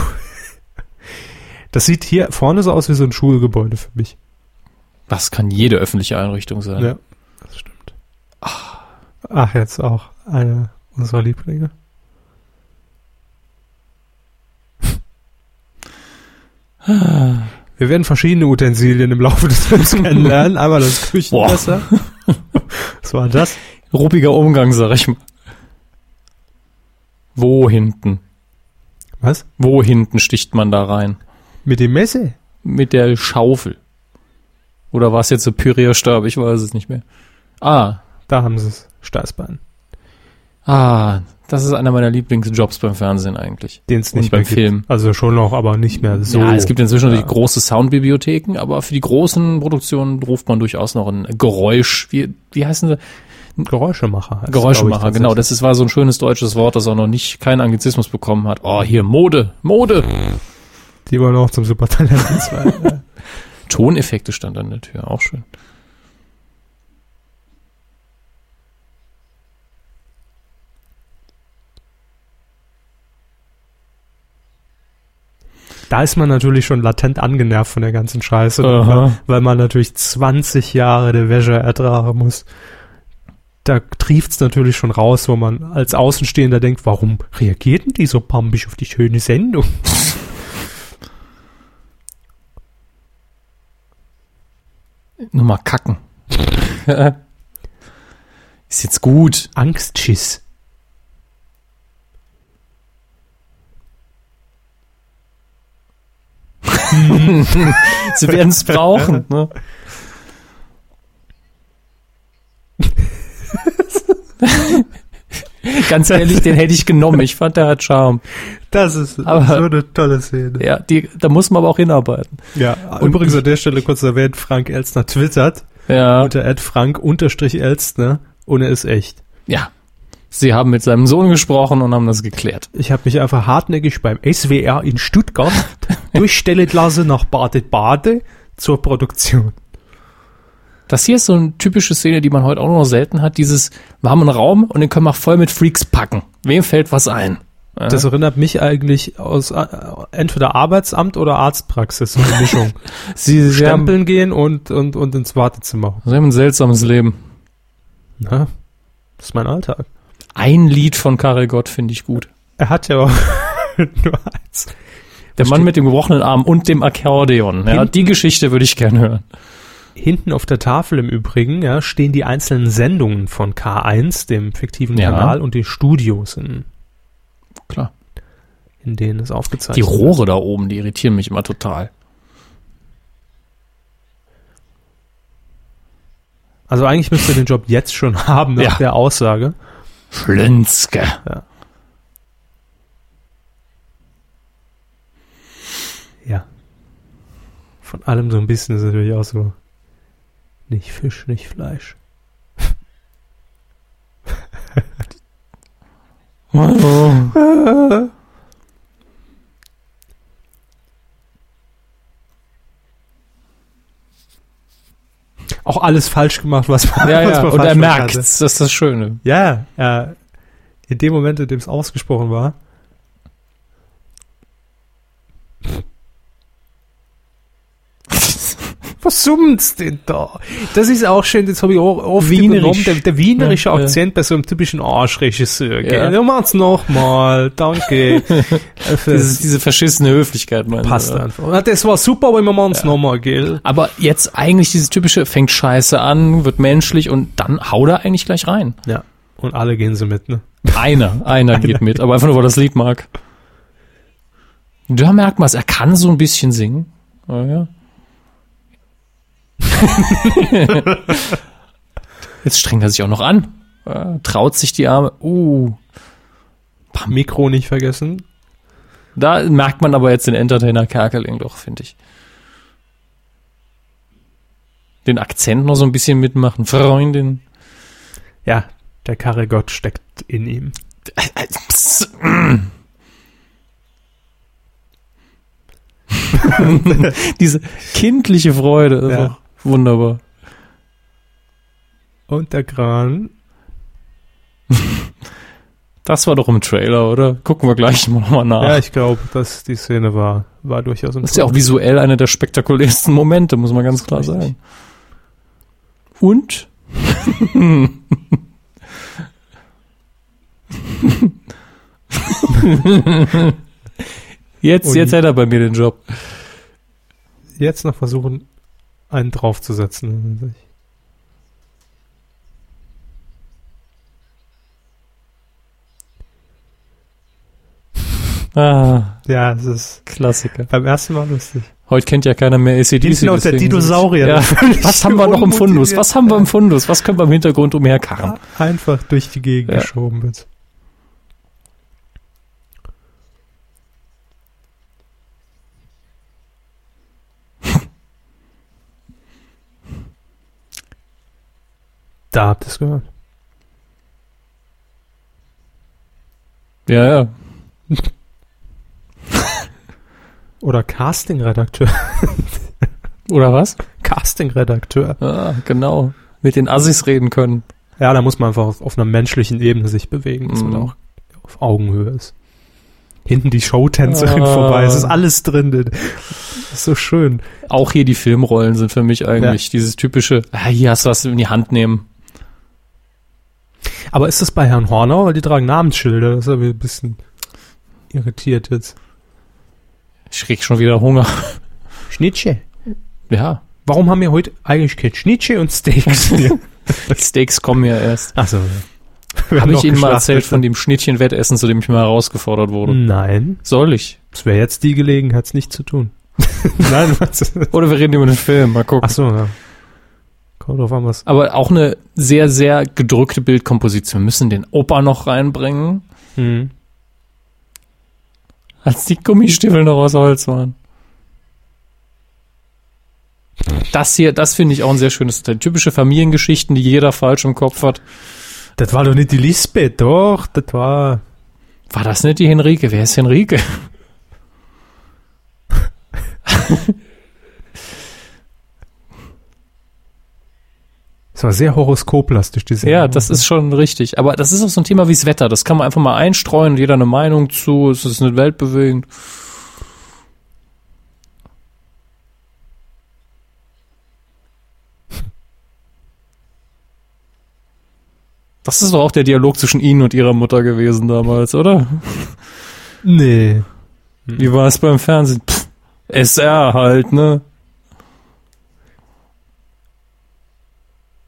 A: Das sieht hier vorne so aus wie so ein Schulgebäude für mich.
B: Das kann jede öffentliche Einrichtung sein.
A: Ja. Das stimmt. Ach, jetzt auch eine unserer Lieblinge. Wir werden verschiedene Utensilien im Laufe des
B: [LAUGHS]
A: Films kennenlernen. Einmal das Küchenmesser. Was war das?
B: Ruppiger Umgang, sag ich mal. Wo hinten?
A: Was?
B: Wo hinten sticht man da rein?
A: Mit dem Messer?
B: Mit der Schaufel. Oder war es jetzt der Pürierstab? Ich weiß es nicht mehr. Ah,
A: Da haben sie es. Steißbein.
B: ah, das ist einer meiner Lieblingsjobs beim Fernsehen eigentlich.
A: Den es
B: Und
A: nicht
B: beim
A: mehr gibt.
B: Film.
A: Also schon noch, aber nicht mehr so.
B: Ja, es gibt inzwischen
A: Ja.
B: natürlich große Soundbibliotheken, aber für die großen Produktionen ruft man durchaus noch ein Geräusch. Wie, wie heißen sie?
A: Geräuschemacher. heißt es,
B: Geräuschemacher,
A: glaub ich,
B: genau. Das ist, war so ein schönes deutsches Wort, das auch noch nicht keinen Anglizismus bekommen hat. Oh, hier, Mode, Mode.
A: Die wollen auch zum Supertalent
B: [LAUGHS]
A: 2. ja.
B: Toneffekte stand an der Tür, auch schön.
A: Da ist man natürlich schon latent angenervt von der ganzen Scheiße,
B: Aha.
A: weil, weil man natürlich 20 Jahre der Wäsche ertragen muss. Da trieft's natürlich schon raus, wo man als Außenstehender denkt, warum reagiert denn die so pampig auf die schöne Sendung?
B: Nur mal kacken. [LAUGHS] ist jetzt gut.
A: Angstschiss.
B: Sie werden es brauchen. Ne? [LAUGHS] Ganz ehrlich, den hätte ich genommen. Ich fand, der hat Charme.
A: Das ist
B: Aber- so
A: eine tolle Szene.
B: Ja, die, da muss man aber auch hinarbeiten.
A: Ja, übrigens an der Stelle kurz erwähnt, Frank Elstner twittert
B: Ja,
A: unter frank-elstner und er ist echt.
B: ja. Sie haben mit seinem Sohn gesprochen und haben das geklärt.
A: Ich habe mich einfach hartnäckig beim SWR in
B: [LAUGHS]
A: Stuttgart durchstellen lassen nach Bade-Bade zur Produktion.
B: Das hier ist so eine typische Szene, die man heute auch noch selten hat. Dieses, wir haben einen Raum und den können wir voll mit Freaks packen. Wem fällt was ein?
A: Das erinnert mich eigentlich aus äh, entweder Arbeitsamt oder Arztpraxis, so eine
B: [LAUGHS]
A: Mischung.
B: Sie, sie, haben,
A: Stempeln gehen und, und, und ins Wartezimmer.
B: sie haben ein seltsames Leben.
A: Na, das ist mein Alltag.
B: Ein Lied von Karel Gott finde ich gut.
A: Er hat ja auch [LAUGHS] nur eins.
B: Der Mann mit dem gebrochenen Arm und dem Akkordeon. Ja,
A: Hinten-
B: die Geschichte würde ich gerne hören.
A: Hinten auf der Tafel im Übrigen ja, stehen die einzelnen Sendungen von K1, dem fiktiven
B: Ja.
A: Kanal, und den Studios, in,
B: Klar.
A: in denen es aufgezeichnet
B: Die Rohre da oben, die irritieren mich immer total.
A: Also eigentlich müsst ihr den Job jetzt schon [LAUGHS] haben, nach
B: Ja.
A: der Aussage.
B: Schlinske.
A: Ja. Von allem so ein bisschen ist es natürlich auch so. Nicht Fisch, nicht Fleisch. [LAUGHS] Auch alles falsch gemacht, was man,
B: Ja,
A: was
B: ja.
A: man
B: Und
A: falsch
B: er
A: gemacht
B: merkt's.
A: hatte.
B: Das ist das Schöne.
A: Ja, äh, in dem Moment, in dem es ausgesprochen war. [LAUGHS] Was summen's denn da? Das ist auch schön, das habe ich auch oft
B: Wienerisch.
A: übernommen, der, der wienerische
B: Ja, ja.
A: Akzent bei so einem typischen Arschregisseur.
B: Ja.
A: Ja. Du machst nochmal, [LAUGHS] danke.
B: Dieses,
A: das
B: diese verschissene Höflichkeit, meinst du,
A: passt
B: oder?
A: einfach. Na, Das war super, aber wir machen's nochmal, gell?
B: Aber jetzt eigentlich dieses typische, fängt scheiße an, wird menschlich und dann hau da eigentlich gleich rein.
A: Ja. Und alle gehen so mit, ne?
B: Einer, einer geht mit, aber einfach nur, weil das Lied mag. Da merkt man es, er kann so ein bisschen singen. Ja, [LAUGHS] ja. Jetzt strengt er sich auch noch an. Ja, Traut sich die Arme. Uh,
A: Mikro nicht vergessen.
B: da merkt man aber jetzt den Entertainer Kerkeling doch, finde ich. Den Akzent noch so ein bisschen mitmachen. Freundin.
A: Ja, der Karre Gott steckt in ihm.
B: Psst. [LAUGHS] Diese kindliche Freude. Das
A: Ja.
B: war Wunderbar.
A: Und der Kran.
B: Das war doch im Trailer, oder? Gucken wir gleich mal nochmal nach.
A: Ja, ich glaube, dass die Szene war, war durchaus
B: Das ist ja auch visuell einer der spektakulärsten Momente, muss man ganz klar
A: Richtig.
B: sagen. Und? [LAUGHS] jetzt,
A: Ui.
B: jetzt hat er bei mir den Job.
A: Jetzt noch versuchen, einen draufzusetzen.
B: Ah,
A: Ja, es ist
B: Klassiker.
A: beim ersten Mal lustig.
B: Heute kennt ja keiner mehr ACDC.
A: Hinten noch der
B: deswegen-
A: Dinosaurier.
B: Ja.
A: Völlig
B: Was haben wir noch im
A: unmotiviert.
B: Fundus? Was haben wir im Fundus? Was können wir im Hintergrund umherkarren?
A: Einfach durch die Gegend
B: Ja.
A: geschoben wird. Da habt ihr es gehört.
B: Ja, ja.
A: Oder Casting-Redakteur. [LAUGHS]
B: Oder was?
A: Casting-Redakteur.
B: Ah, genau. Mit den Assis reden können.
A: Ja, da muss man einfach auf, auf einer menschlichen Ebene sich bewegen, dass man
B: Mhm.
A: auch auf Augenhöhe ist. Hinten die Showtänzerin
B: Ah.
A: vorbei, es ist alles drin. Das ist so schön.
B: auch hier die Filmrollen sind für mich eigentlich dieses typische, ah, hier hast du was in die Hand nehmen.
A: Aber ist das bei Herrn Hornau? Weil die tragen Namensschilder. Das ist aber ein bisschen irritiert jetzt.
B: Ich krieg schon wieder Hunger.
A: Schnittsche.
B: Ja,
A: Warum haben wir heute eigentlich kein Schnittsche und Steaks?
B: [LAUGHS] die Steaks kommen ja erst.
A: Achso.
B: Habe ich Ihnen mal
A: ne?
B: erzählt von dem Schnittchen-Wettessen, zu dem ich mal herausgefordert wurde?
A: Mhm. Nein,
B: Soll ich?
A: das wäre jetzt die Gelegenheit, es nicht zu
B: [LAUGHS]
A: tun. Nein, [LAUGHS] was?
B: Oder wir reden über den Film, mal gucken.
A: Achso, ja. Kommt drauf an, was.
B: Aber auch eine sehr, sehr gedrückte Bildkomposition. Wir müssen den Opa noch reinbringen,
A: Hm.
B: als die Gummistiefel noch aus Holz waren. Das hier, das finde ich auch ein sehr schönes Teil. Typische Familiengeschichten, die jeder falsch im Kopf hat.
A: Das war doch nicht die Lisbeth, doch, das war.
B: War das nicht die Henrike? Wer ist Henrike?
A: Das war sehr horoskoplastisch, diese
B: Ja, das ist schon richtig. Aber das ist auch so ein Thema wie das Wetter. Das kann man einfach mal einstreuen und jeder eine Meinung zu. Es ist nicht weltbewegend. Das ist doch auch der Dialog zwischen Ihnen und Ihrer Mutter gewesen damals, oder?
A: Nee.
B: Wie war es beim Fernsehen? Pff, SR halt, ne?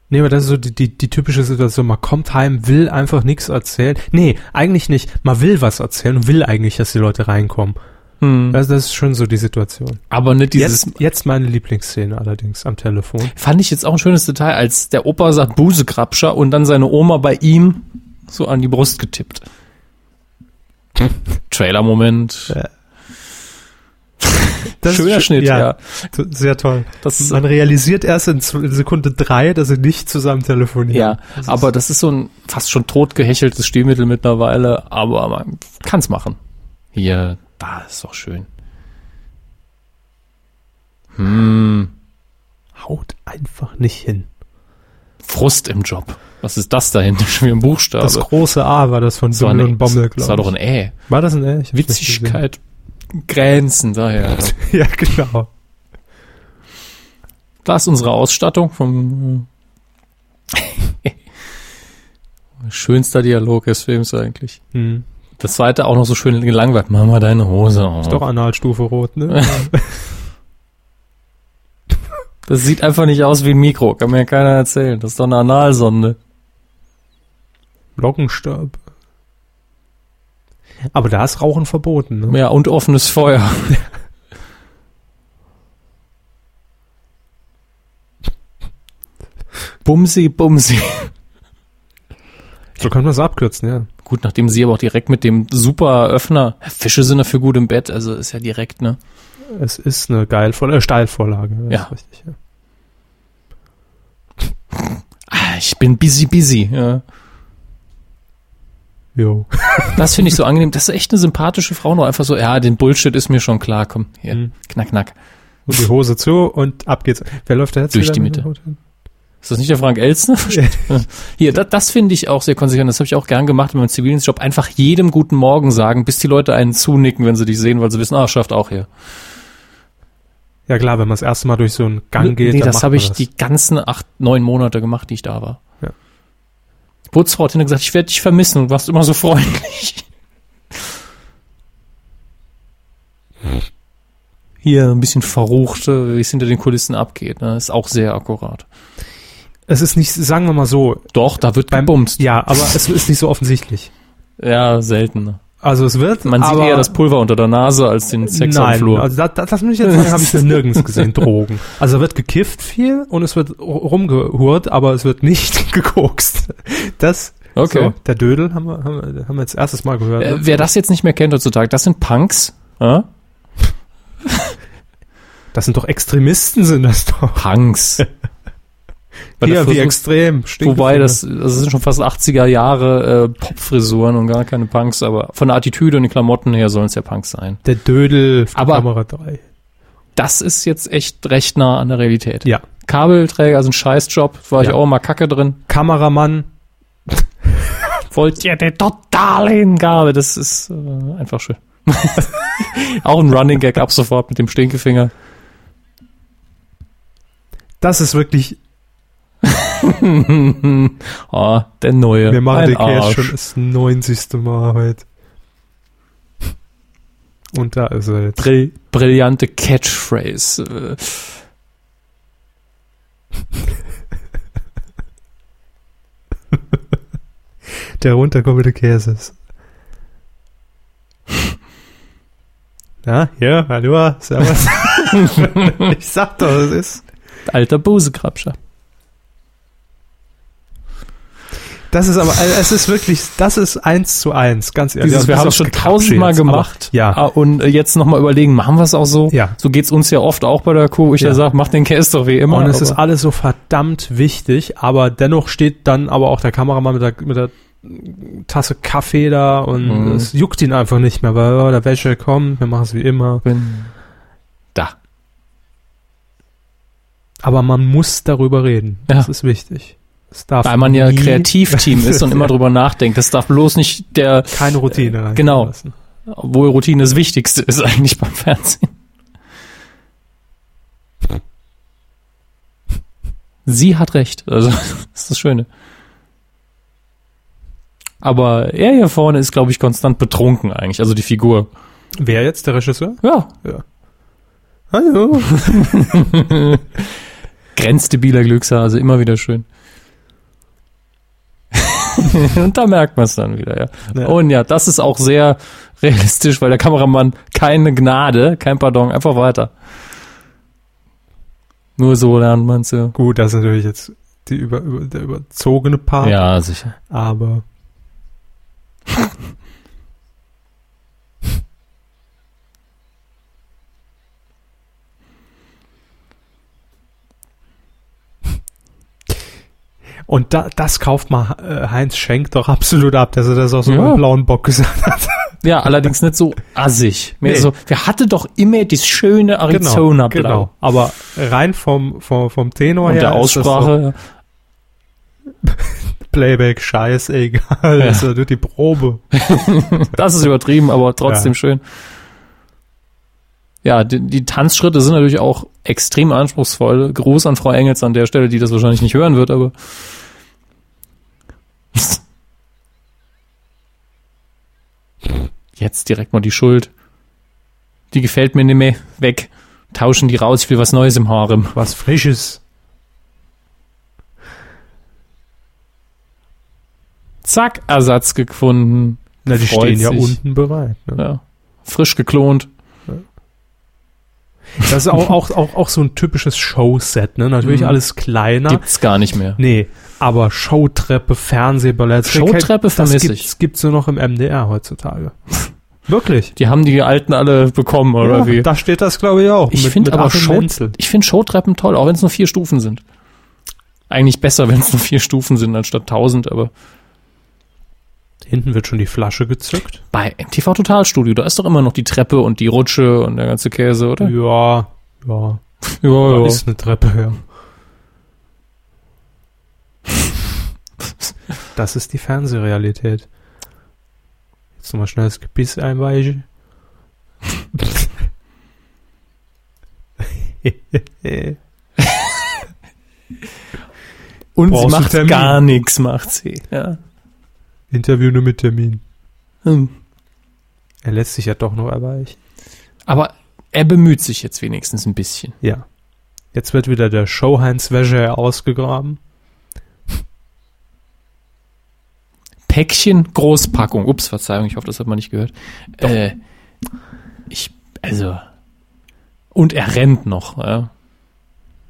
A: Nee, aber das ist so die, die, die typische Situation. Man kommt heim, will einfach nichts erzählen. Nee, eigentlich nicht. Man will was erzählen und will eigentlich, dass die Leute reinkommen.
B: Hm.
A: Also das ist schon so die Situation.
B: Aber nicht dieses
A: jetzt, jetzt meine Lieblingsszene allerdings am Telefon.
B: Fand ich jetzt auch ein schönes Detail, als der Opa sagt Busekrapscher und dann seine Oma bei ihm so an die Brust
A: [LAUGHS]
B: getippt. Trailer-Moment.
A: Ja.
B: Schöner Schnitt, ja.
A: t- Sehr toll.
B: Das ist,
A: Man realisiert erst in Z- in Sekunde drei, dass sie nicht zusammen telefonieren.
B: ja, aber das ist so ein fast schon totgehecheltes Stilmittel mittlerweile, aber man kann's machen. Hier, da ist doch schön. Hm,
A: Haut einfach nicht hin.
B: Frust im Job. Was ist das da hinten? Schon wieder ein Buchstabe.
A: Das große A war das von
B: war,
A: Simmel und Bommel,
B: das war
A: glaub
B: doch ein Ä.
A: ich. War das ein L? Ich hab's nicht gesehen.
B: Witzigkeit, Grenzen daher.
A: [LAUGHS] Ja, genau.
B: Da ist unsere Ausstattung vom äh, [LAUGHS] schönster Dialog des Films eigentlich.
A: Hm.
B: Das zweite auch noch so schön gelangweilt. Mach mal deine Hose auf.
A: Ist doch Analstufe rot, ne?
B: [LAUGHS] Das sieht einfach nicht aus wie ein Mikro. Kann mir keiner erzählen. Das ist doch eine Analsonde.
A: Lockenstab. Aber da ist Rauchen verboten, ne?
B: Ja, und offenes Feuer. [LAUGHS] Bumsi, Bumsi.
A: So kann man es abkürzen, ja.
B: Gut, nachdem sie aber auch direkt mit dem super Öffner, Fische sind dafür gut im Bett, also ist ja direkt, ne?
A: Es ist eine geilvolle, äh, Steilvorlage. das
B: Ja.
A: ist Richtig, ja.
B: Ah, ich bin busy, busy, ja.
A: Jo.
B: Das finde ich so angenehm. Das ist echt eine sympathische Frau, nur einfach so, ja, den Bullshit ist mir schon klar, komm, hier,
A: Mhm.
B: knack, knack.
A: Und die Hose zu und ab geht's. Wer läuft da jetzt?
B: Durch
A: wieder
B: die
A: mit dem Auto?
B: Ist das nicht der Frank Elzner? Hier, das, das finde ich auch sehr konsequent. Das habe ich auch gern gemacht in meinem Zivildienstjob. Einfach jedem guten Morgen sagen, bis die Leute einen zunicken, wenn sie dich sehen, weil sie wissen, ah, schafft auch hier.
A: Ja klar, wenn man das erste Mal durch so einen Gang geht,
B: nee,
A: dann
B: das
A: macht
B: habe
A: man
B: ich die ganzen acht, neun Monate gemacht, die ich da war.
A: Ja.
B: Putzfrau hat hinterher gesagt, ich werde dich vermissen und warst immer so freundlich. Hier ein bisschen verrucht, äh, wie es hinter den Kulissen abgeht. Ne? Ist auch sehr akkurat.
A: Es ist nicht, sagen wir mal so,
B: Doch, da wird
A: Beim-
B: gebumst.
A: ja, aber es ist nicht so offensichtlich.
B: Ja, selten. Ne?
A: Also es wird,
B: Man
A: aber
B: sieht eher das Pulver unter der Nase als den Sex am
A: Nein,
B: Flur.
A: also das, das, das muss ich jetzt sagen, habe ich das nirgends gesehen, Drogen. Also da wird gekifft viel und es wird ru- rumgehurt, aber es wird nicht [LAUGHS] gekokst. Das,
B: okay.
A: so, der Dödel haben wir, haben, wir- haben wir jetzt erstes Mal gehört.
B: Äh,
A: ne?
B: wer das jetzt nicht mehr kennt heutzutage, das sind Punks. Ja?
A: Das sind doch Extremisten, sind das doch. [LAUGHS]
B: Punks. Bei der
A: Hier, wie
B: Frisur-
A: extrem.
B: Wobei, das, das sind schon fast 80er Jahre äh, Popfrisuren und gar keine Punks, aber von der Attitüde und den Klamotten her sollen es ja Punks sein.
A: Der Dödel, von
B: Aber-
A: Kamera 3.
B: Das ist jetzt echt recht nah an der Realität.
A: Ja.
B: Kabelträger sind ein Scheißjob, war ich
A: Ja.
B: auch mal kacke drin.
A: Kameramann,
B: Wollt ihr die totale Hingabe, das ist äh, einfach schön. [LAUGHS] auch ein Running Gag ab sofort mit dem Stinkefinger. [LAUGHS]
A: das ist wirklich,
B: Ah, der neue.
A: wir machen
B: Ein
A: den Cash
B: Arsch.
A: schon das 90. Mal heute. Und da ist er jetzt.
B: Brill brillante Catchphrase. Äh,
A: Der runterkommende Käse
B: [LAUGHS]
A: ist. Ja, ja, hallo, servus. [LAUGHS] ich sag doch, es ist.
B: Alter Busekrabscher.
A: Das ist aber, also es ist wirklich, das ist eins zu eins, ganz ehrlich. Also Ja,
B: Dieses, wir
A: bis
B: haben
A: auf
B: es schon
A: Gekrapsche
B: tausendmal
A: jetzt, aber-
B: gemacht.
A: ja.
B: Ah, Und äh, jetzt nochmal überlegen, machen wir es auch so?
A: Ja.
B: So geht's uns ja oft auch bei der Kuh. Ich
A: Ja.
B: ja. sage, mach den Case doch wie immer.
A: Und es ist
B: aber-
A: alles so verdammt wichtig, aber dennoch steht dann aber auch der Kameramann mit der, mit der Tasse Kaffee da und
B: Mhm.
A: es juckt ihn einfach nicht mehr, weil oh, der Wäsche kommt, wir machen es wie immer.
B: Bin- da.
A: Aber man muss darüber reden.
B: Ja.
A: Das ist wichtig. Es darf
B: Weil man ja
A: nie
B: Kreativteam ist
A: [LAUGHS]
B: und immer drüber nachdenkt. Das darf bloß nicht der,
A: keine Routine rein.
B: genau.
A: lassen.
B: obwohl Routine das Wichtigste ist [LAUGHS] eigentlich beim Fernsehen. Sie hat recht. Also, [LAUGHS] das ist das Schöne. Aber er hier vorne ist, glaube ich, konstant betrunken eigentlich. Also die Figur.
A: Wer jetzt? Der Regisseur?
B: Ja,
A: Hallo.
B: grenzdebiler Glückshase, immer
A: [LAUGHS]
B: wieder schön. und da merkt man es dann wieder, ja.
A: Ja.
B: Und ja, das ist auch sehr realistisch, weil der Kameramann keine Gnade, kein Pardon, einfach weiter. Nur so lernt man es ja.
A: Gut, das ist natürlich jetzt die über, über, der überzogene Part,
B: Ja, sicher.
A: aber Und da, das kauft mal äh, Heinz Schenk doch absolut ab, dass er das aus so
B: Ja.
A: einem blauen Bock gesagt hat.
B: Ja, allerdings nicht so assig. Mehr
A: Nee.
B: so, wir hatten doch immer das schöne
A: genau,
B: Arizona-Blau.
A: genau. Aber rein vom, vom, vom Tenor
B: Und
A: her
B: der
A: ist das so-
B: Aussprache,
A: Playback, scheißegal,
B: Ja.
A: das ist ja nur die Probe.
B: Das ist übertrieben, aber trotzdem schön. Ja, die, die Tanzschritte sind natürlich auch extrem anspruchsvoll. Gruß an Frau Engels an der Stelle, die das wahrscheinlich nicht hören wird, aber. [LAUGHS] Jetzt direkt mal die Schuld. Die gefällt mir nicht mehr. Weg. Tauschen die raus. Ich will was Neues im Harem.
A: Was Frisches.
B: Zack, Ersatz gefunden.
A: Na, die
B: Freut
A: stehen ja
B: sich.
A: unten bereit. Ne?
B: Ja. Frisch geklont.
A: Das ist auch, auch, auch, auch so ein typisches Showset, ne? Natürlich
B: Mhm.
A: alles kleiner.
B: Gibt's gar nicht mehr.
A: nee, aber Showtreppe, Fernsehballett.
B: Showtreppe
A: das
B: vermiss
A: gibt's, gibt's nur noch im MDR [LAUGHS] heutzutage. Wirklich.
B: Die haben die alten alle bekommen, oder
A: Ja,
B: wie?
A: Da steht das, glaube ich, auch.
B: Ich
A: Mit-
B: finde
A: mit
B: aber
A: Achim
B: Show,
A: Menzel.
B: ich finde Showtreppen toll, auch wenn es nur vier Stufen sind. [LAUGHS] Eigentlich besser, wenn es nur vier Stufen sind anstatt tausend, aber
A: Hinten wird schon die Flasche gezückt.
B: Bei TV Totalstudio, da ist doch immer noch die Treppe und die Rutsche und der ganze Käse, oder?
A: Ja, Oh, ja.
B: Ja,
A: Da ist eine Treppe, ja. [LAUGHS] Das ist die Fernsehrealität. Jetzt nochmal schnell das Gebiss einweichen.
B: Und
A: Brauchst
B: sie
A: einen
B: macht
A: Termin?
B: gar nichts, macht sie. Ja.
A: [LAUGHS] Interview nur mit Termin.
B: Hm.
A: Er lässt sich ja doch noch erweichen.
B: Aber er bemüht sich jetzt wenigstens ein bisschen.
A: Ja. Jetzt wird wieder der Showheinz Wäscher ausgegraben.
B: Päckchen, Großpackung. Ups, Verzeihung, ich hoffe, das hat man nicht gehört. Äh, ich, also. Und er rennt noch. Ja.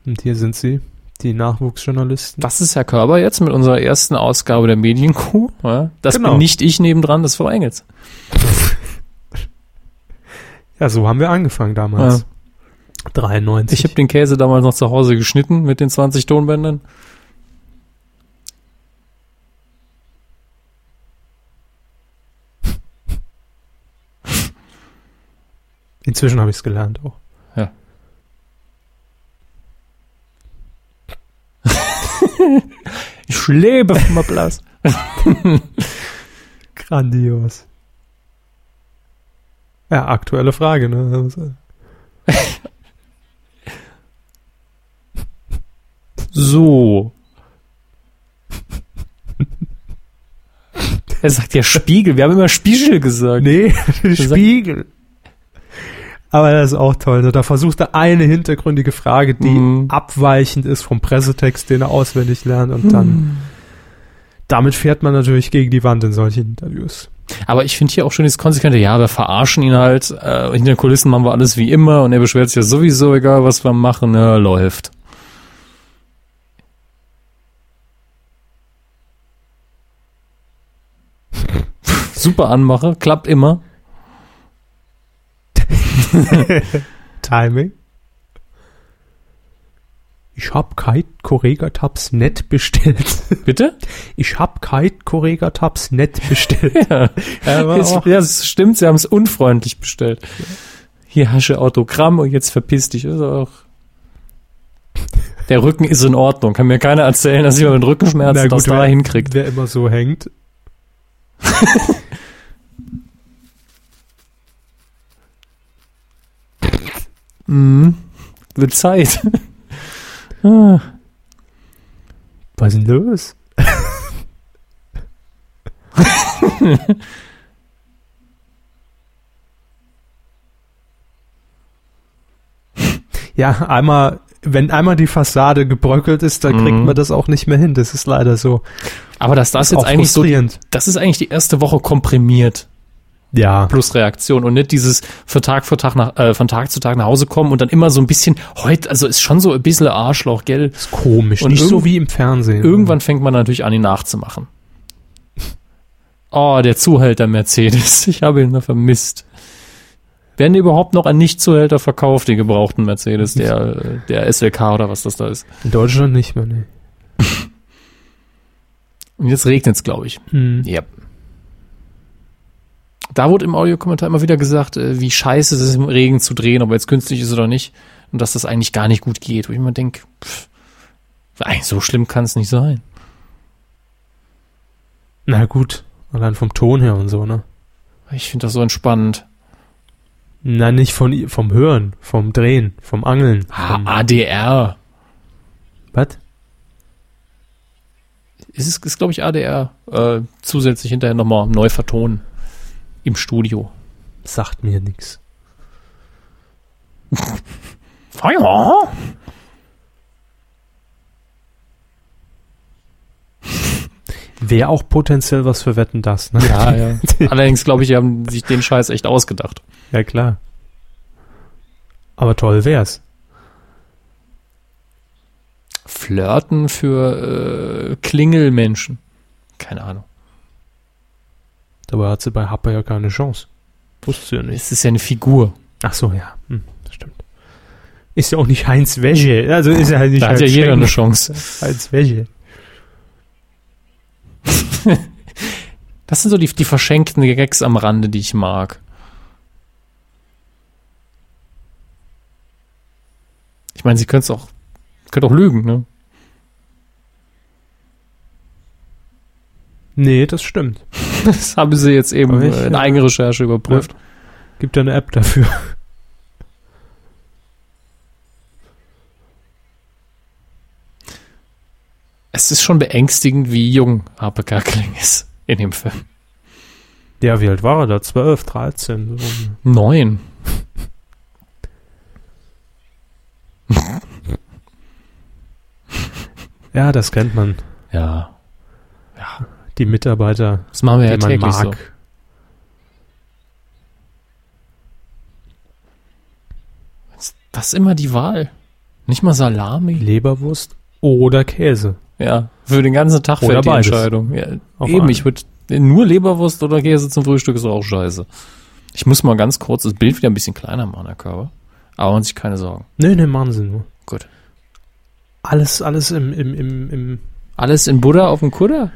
A: Und hier sind sie, die Nachwuchsjournalisten.
B: Das ist Herr Körber jetzt mit unserer ersten Ausgabe der Medienkuh. Ja. Das
A: Genau.
B: bin nicht ich nebendran, das ist Frau Engels.
A: Ja, so haben wir angefangen damals. 93.
B: Ich habe den Käse damals noch zu Hause geschnitten mit den 20 Tonbändern.
A: Inzwischen habe ich es gelernt auch.
B: Ja. Ich lebe
A: [LAUGHS]
B: vom Applaus.
A: Grandios. Ja, aktuelle Frage, ne?
B: So. Er sagt ja Spiegel. Wir haben immer Spiegel gesagt.
A: Nee, [LAUGHS] Spiegel. Aber das ist auch toll. Ne? Da versucht er eine hintergründige Frage, die
B: Mhm.
A: abweichend ist vom Pressetext, den er auswendig lernt und dann. Damit fährt man natürlich gegen die Wand in solchen Interviews.
B: Aber ich finde hier auch schön dieses konsequente, ja, wir verarschen ihn halt. Äh, hinter den Kulissen machen wir alles wie immer und er beschwert sich ja sowieso, egal was wir machen, ja, läuft. [LAUGHS] Super Anmache, klappt immer.
A: Timing. Ich hab kein Korrega-Tabs nett bestellt. [LAUGHS]
B: Bitte? [LAUGHS]
A: Ich hab kein Korrega-Tabs nett
B: [LAUGHS]
A: bestellt.
B: Ja,
A: aber
B: es,
A: auch-
B: ja es stimmt, sie haben es unfreundlich bestellt. Hier hast du Autogramm und jetzt verpiss dich. Ist auch der Rücken ist in Ordnung. Kann mir keiner erzählen, dass jemand mit
A: Na
B: Rückenschmerzen
A: gut,
B: das da
A: wer-
B: hinkriegt.
A: Wer immer so hängt.
B: Mhm. Wird Zeit.
A: Was ist denn los?
B: [LAUGHS]
A: ja, einmal, wenn einmal die Fassade gebröckelt ist, dann kriegt man das auch nicht mehr hin. Das ist leider so.
B: Aber dass das Mhm. jetzt
A: auch
B: eigentlich so,
A: frustrierend.
B: das ist eigentlich die erste Woche komprimiert
A: ja.
B: plus Reaktion und nicht dieses von Tag für Tag nach, äh, von Tag zu Tag nach Hause kommen und dann immer so ein bisschen heute, also ist schon so ein bisschen Arschloch, gell?
A: Ist komisch.
B: Und
A: nicht
B: irgend-
A: so wie im Fernsehen.
B: Irgendwann fängt man natürlich an, ihn nachzumachen. Oh, der Zuhälter Mercedes. [LAUGHS] Ich habe ihn noch vermisst. Werden die überhaupt noch an Nicht-Zuhälter verkauft, die gebrauchten Mercedes, der, [LAUGHS] äh, der SLK oder was das da ist?
A: In Deutschland nicht mehr, ne.
B: Und jetzt regnet's, glaube ich.
A: Hm.
B: Ja. Da wurde im Audiokommentar immer wieder gesagt, äh, wie scheiße es ist, im Regen zu drehen, ob er jetzt künstlich ist oder nicht. Und dass das eigentlich gar nicht gut geht. Wo ich immer denke, eigentlich so schlimm kann es nicht sein.
A: Na gut. Allein vom Ton her und so, ne.
B: Ich finde das so entspannend.
A: Na, nicht von, i- vom Hören, vom Drehen, vom Angeln.
B: Ah,
A: vom-
B: ADR.
A: Was?
B: Es ist, ist glaube ich, ADR. Äh, zusätzlich hinterher nochmal neu vertonen. Im Studio.
A: Sagt mir nix.
B: Feuer!
A: Wäre auch potenziell was für Wetten das, ne?
B: Ja, ja. Allerdings, glaube ich, die haben sich den Scheiß echt ausgedacht.
A: Ja, klar. Aber toll wär's.
B: Flirten für äh, Klingelmenschen. Keine Ahnung.
A: Dabei hat sie bei Happe ja keine Chance. Wusste sie ja nicht.
B: Es ist ja eine Figur.
A: Ach so, ja. Hm, das stimmt. Ist ja auch nicht Heinz Wäsche. Also ist ja halt nicht
B: Da hat
A: Heinz
B: ja jeder
A: Schenk.
B: eine Chance.
A: Heinz Wäsche.
B: Das sind so die, die verschenkten Gags am Rande, die ich mag. Ich meine, sie können es auch, können auch lügen, ne? [LAUGHS]
A: Nee, das stimmt.
B: Das haben sie jetzt eben
A: Aber ich,
B: äh, in
A: ja.
B: Eigenrecherche überprüft.
A: Gibt ja eine App dafür. [LAUGHS]
B: Es ist schon beängstigend, wie jung Harpe Kerkeling ist in dem Film.
A: Ja, wie alt war er da? 12, 13? So.
B: Neun.
A: Ja, das kennt man.
B: Ja,
A: Die Mitarbeiter,
B: das machen wir
A: die
B: ja
A: man
B: täglich
A: mag.
B: so. Ist Das ist immer die Wahl. Nicht mal Salami.
A: Leberwurst oder Käse.
B: Ja, für den ganzen Tag
A: Oder
B: fällt die
A: beides.
B: Entscheidung. Ja,
A: Auf
B: eben,
A: einen.
B: ich würde nur Leberwurst oder Käse zum Frühstück ist auch scheiße. Ich muss mal ganz kurz das Bild wieder ein bisschen kleiner machen, Herr Körper. Aber man sich keine Sorgen.
A: Nee, nee, machen sie nur.
B: Gut.
A: Alles, alles im, im, im, im
B: Alles in Buddha auf dem Kudder?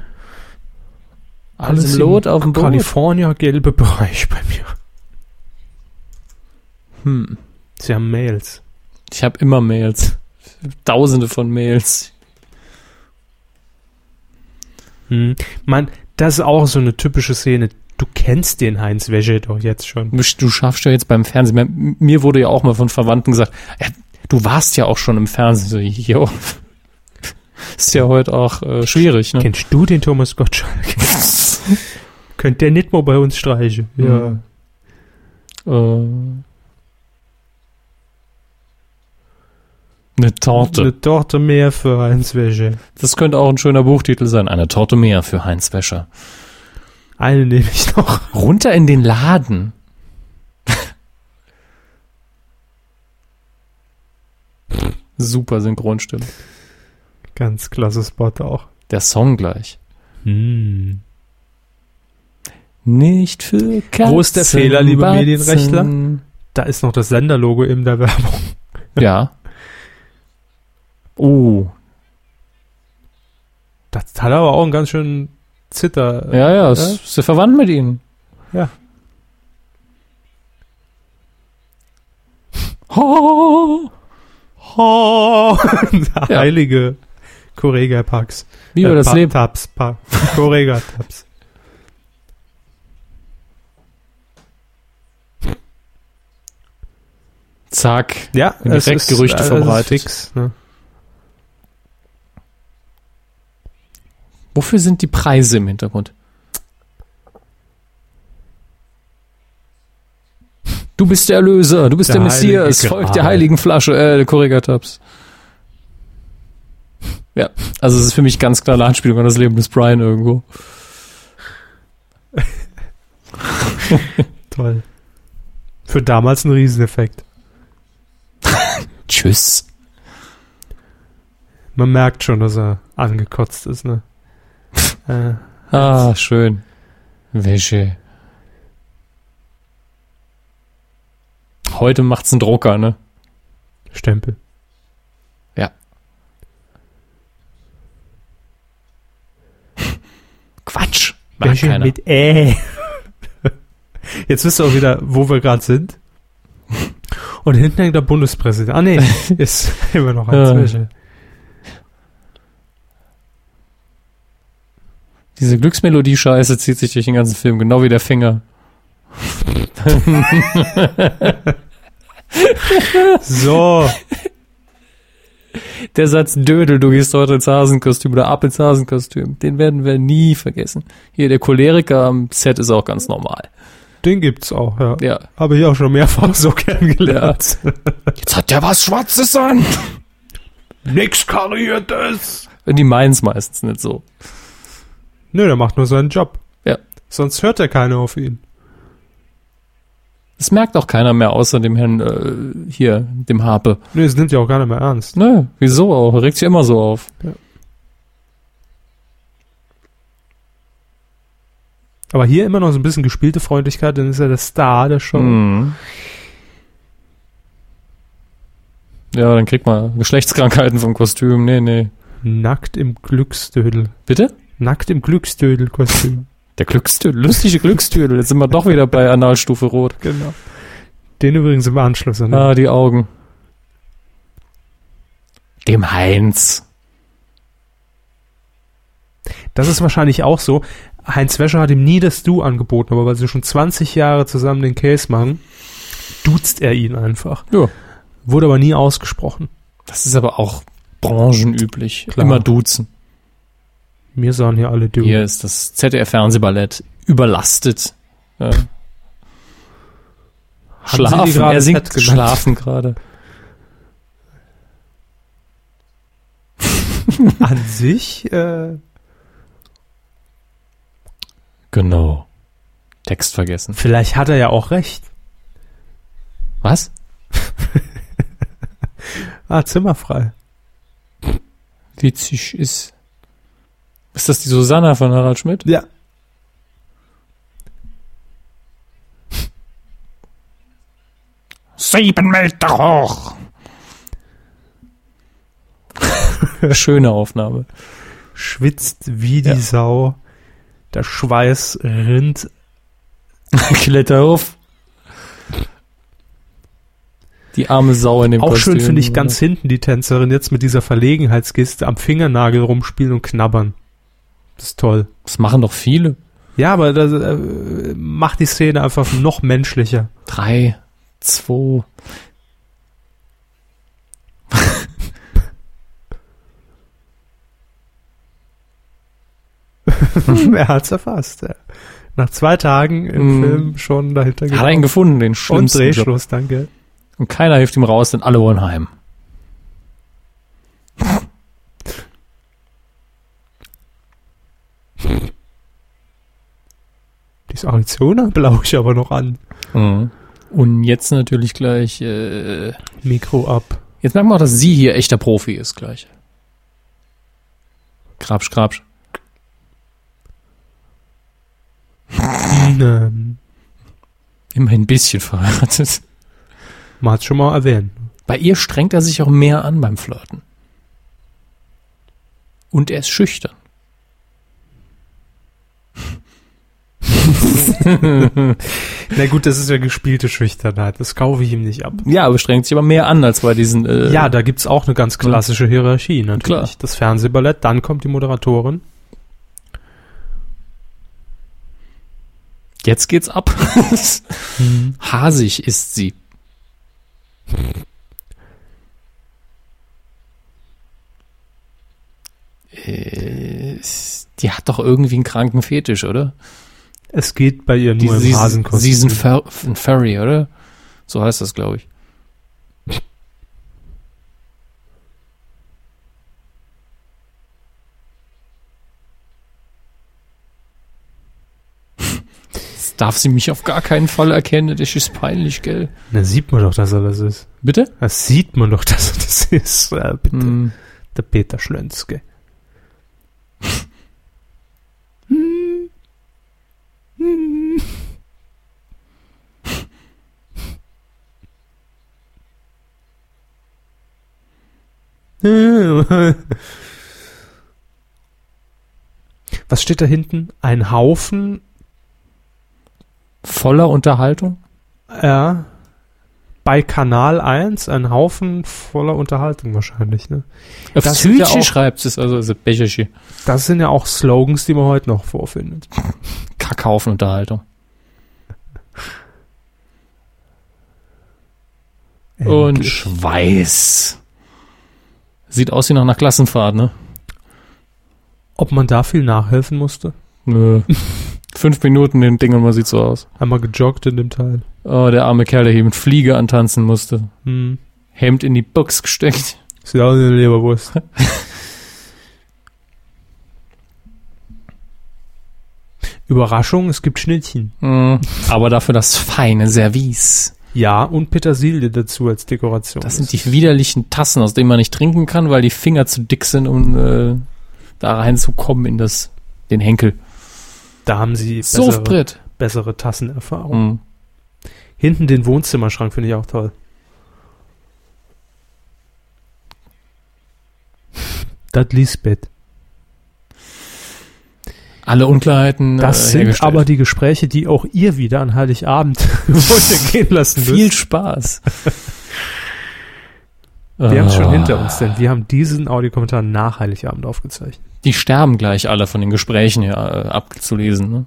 B: Alles, im Lot auf dem Boot?
A: California gelbe Bereich [LAUGHS] bei mir.
B: Hm.
A: Sie haben Mails.
B: Ich habe immer Mails. Tausende von Mails.
A: Hm. Mann, das ist auch so eine typische Szene. Du kennst den Heinz Wäsche doch jetzt schon.
B: Misch, Du schaffst ja jetzt beim Fernsehen. Mir- Mir wurde ja auch mal von Verwandten gesagt, ja, du warst ja auch schon im Fernsehen. So, jo. [LAUGHS] Ist ja heute auch äh, schwierig,
A: [LAUGHS]
B: ne?
A: Kennst du den Thomas Gottschalk? [LAUGHS] Könnt der nicht mal bei uns streichen?
B: Ja. Äh, eine Torte.
A: Eine Torte mehr für Heinz Wäsche.
B: Das könnte auch ein schöner Buchtitel sein. Eine Torte mehr für Heinz Wäscher.
A: Eine nehme ich noch. [LAUGHS]
B: Runter in den Laden. [LAUGHS] Super Synchronstimme.
A: Ganz klasse Spot auch.
B: Der Song gleich.
A: Hm.
B: Nicht für Katzen,
A: Wo ist der Fehler, liebe
B: Batzen.
A: Medienrechtler? Da ist noch das Senderlogo in der Werbung.
B: Ja. Oh,
A: Das hat aber auch einen ganz schönen Zitter. äh,
B: ja, ja, ist, ist er verwandt mit ihnen.
A: Ja.
B: Oh,
A: Oh, [LAUGHS] der
B: Ja.
A: heilige Korega Pax.
B: wie wir
A: Äh,
B: das
A: pa
B: Leben.
A: Taps, pa Korega Taps.
B: Zack.
A: Ja,
B: es Direkt ist- Gerüchte äh, es ist verbreitet.
A: Fix, ne?
B: Wofür sind die Preise im Hintergrund? Du bist der Erlöser, du bist der,
A: Der
B: Messias,
A: heilige
B: folgt
A: Gral.
B: der heiligen Flasche, äh, Korrigatabs. Ja, also es ist für mich ganz klar eine Anspielung an das Leben des Brian irgendwo.
A: Toll. Für damals ein Rieseneffekt.
B: Tschüss.
A: Man merkt schon, dass er angekotzt ist,
B: [LAUGHS]
A: ne? äh,
B: Ah, schön. Wäsche. Heute macht's ein Drucker, ne?
A: Stempel.
B: Quatsch. Mag
A: Welche
B: keiner.
A: mit äh. Jetzt wisst ihr auch wieder, wo wir gerade sind. Und hinten hängt der Bundespräsident.
B: [LAUGHS]
A: Ah nee, ist immer noch ein
B: Ja.
A: Zwischen.
B: Diese Glücksmelodie-Scheiße zieht sich durch den ganzen Film, genau wie der Finger. [LAUGHS]
A: So,
B: Der Satz Dödel, du gehst heute ins Hasenkostüm oder ab ins Hasenkostüm, den werden wir nie vergessen. Hier, der Choleriker am Set ist auch ganz normal.
A: den gibt's auch, ja.
B: Ja.
A: Habe ich auch schon mehrfach so [LAUGHS]
B: [LAUGHS]
A: kennengelernt.
B: Jetzt hat der was Schwarzes an.
A: Nix Kariertes.
B: Und die meinen's meistens nicht so.
A: Nö, der macht nur seinen Job.
B: Ja.
A: Sonst hört ja keiner auf ihn.
B: Das merkt auch keiner mehr außer dem Herrn, äh, hier, dem Harpe.
A: Nö, es nimmt ja auch keiner mehr ernst.
B: Nö, wieso auch? Er regt sich immer so auf.
A: Aber hier immer noch so ein bisschen gespielte Freundlichkeit, dann ist er der Star der Show.
B: Mhm. Ja, dann kriegt man Geschlechtskrankheiten vom Kostüm. Nee, nee.
A: Nackt im Glücksdödel.
B: Bitte?
A: Nackt im Glücksdödelkostüm.
B: Der Glückstüdel, lustige Glückstüdel. Jetzt sind wir doch wieder bei Analstufe Rot.
A: [LAUGHS] Genau. Den übrigens im Anschluss. Ne?
B: Ah, die Augen. Dem Heinz.
A: Das ist wahrscheinlich auch so. Heinz Wäscher hat ihm nie das Du angeboten, aber weil sie schon 20 Jahre zusammen den Case machen, duzt er ihn einfach.
B: Ja.
A: Wurde aber nie ausgesprochen.
B: Das ist aber auch branchenüblich.
A: Klar.
B: Immer duzen.
A: Mir sahen hier alle Du.
B: Hier ist das ZDF-Fernsehballett überlastet. Äh,
A: Haben Sie die
B: schlafen,
A: gerade
B: er singt
A: fett genannt?
B: schlafen gerade.
A: [LAUGHS] An sich, äh,
B: Genau. Text vergessen.
A: vielleicht hat er ja auch recht.
B: Was?
A: Ah, zimmerfrei.
B: Witzig ist. Ist das die Susanna von Harald Schmidt?
A: Ja.
B: Sieben Meter hoch! Schöne
A: [LAUGHS]
B: Aufnahme.
A: Schwitzt wie die
B: Ja.
A: Sau. Der Schweiß rinnt.
B: Kletter auf. Die arme Sau in dem
A: Auch schön
B: Kostüm.
A: finde ich ganz hinten die Tänzerin jetzt mit dieser Verlegenheitsgeste am Fingernagel rumspielen und knabbern. Das ist toll.
B: Das machen doch viele.
A: Ja, aber das äh, macht die Szene einfach noch [LAUGHS] menschlicher.
B: Drei, zwei.
A: er hat's erfasst. Ja. Nach zwei Tagen im
B: Mm.
A: Film schon dahinter
B: Hat er ihn gefunden, den
A: Und
B: schlimmsten Job.
A: Drehschluss, danke.
B: Und keiner hilft ihm raus, denn alle wollen heim.
A: Die Arizona blaue ich aber noch an.
B: Mhm. Und jetzt natürlich gleich, äh,
A: Mikro ab.
B: jetzt merkt man auch, dass sie hier echter Profi ist gleich. Grabsch, grabsch.
A: Ähm,
B: Immerhin ein bisschen verheiratet.
A: man hat's schon mal erwähnt.
B: Bei ihr strengt er sich auch mehr an beim Flirten. Und er ist schüchtern.
A: Na gut, das ist ja gespielte Schüchternheit. Das kaufe ich ihm nicht ab.
B: Ja, aber strengt sich aber mehr an als bei diesen. Äh,
A: Ja, da gibt's auch eine ganz klassische Hierarchie natürlich.
B: Klar.
A: Das Fernsehballett, dann kommt die Moderatorin.
B: jetzt geht's ab. Hasig ist sie. Äh, Die hat doch irgendwie einen kranken Fetisch, oder?
A: Es geht bei ihr
B: Die,
A: nur
B: sie,
A: im Hasenkostüm.
B: sie ist ein Fur- ein Furry, oder? So heißt das, glaube ich. Das darf sie mich auf gar keinen Fall erkennen, das ist peinlich, gell?
A: Na, sieht man doch, dass er das ist.
B: Bitte?
A: Das sieht man doch, [LAUGHS] dass er das ist. Ja, bitte.
B: Hm.
A: Der Peter Schlönzke. Was steht da hinten? Ein Haufen,
B: Voller Unterhaltung?
A: ja, äh, bei Kanal 1, ein Haufen voller Unterhaltung wahrscheinlich, ne?
B: Auf
A: Das sind ja
B: Südschi
A: auch-
B: schreibt es, also, also Becherschi.
A: Das sind ja auch Slogans, die man heute noch vorfindet.
B: Kackhaufen Unterhaltung. Und Schweiß. Sieht aus wie nach einer Klassenfahrt, ne?
A: Ob man da viel nachhelfen musste? [LAUGHS]
B: Nö. Fünf Minuten den Ding und man sieht so aus.
A: Einmal gejoggt in dem Teil.
B: Oh, der arme Kerl, der hier mit Fliege antanzen musste.
A: Hm.
B: Hemd in die Box gesteckt.
A: Ist ja auch eine
B: [LAUGHS]
A: Leberwurst. Überraschung, es gibt Schnittchen.
B: Mm, Aber dafür das feine Service.
A: Ja, und Petersilie dazu als Dekoration.
B: Das sind die widerlichen Tassen, aus denen man nicht trinken kann, weil die Finger zu dick sind, um äh, da reinzukommen in das, den Henkel.
A: da haben sie bessere,
B: Softbrett.
A: bessere Tassenerfahrung.
B: Mm.
A: Hinten den Wohnzimmerschrank finde ich auch toll. Das Lisbeth.
B: alle Unklarheiten.
A: Das
B: äh,
A: sind aber die Gespräche, die auch ihr wieder an Heiligabend [LAUGHS] wollt gehen lassen müsst. [LAUGHS]
B: viel Spaß. [LAUGHS]
A: Wir haben es schon
B: Ah.
A: hinter uns, denn wir haben diesen Audiokommentar nach Heiligabend aufgezeichnet.
B: Die sterben gleich alle von den Gesprächen hier äh, abzulesen. Ne?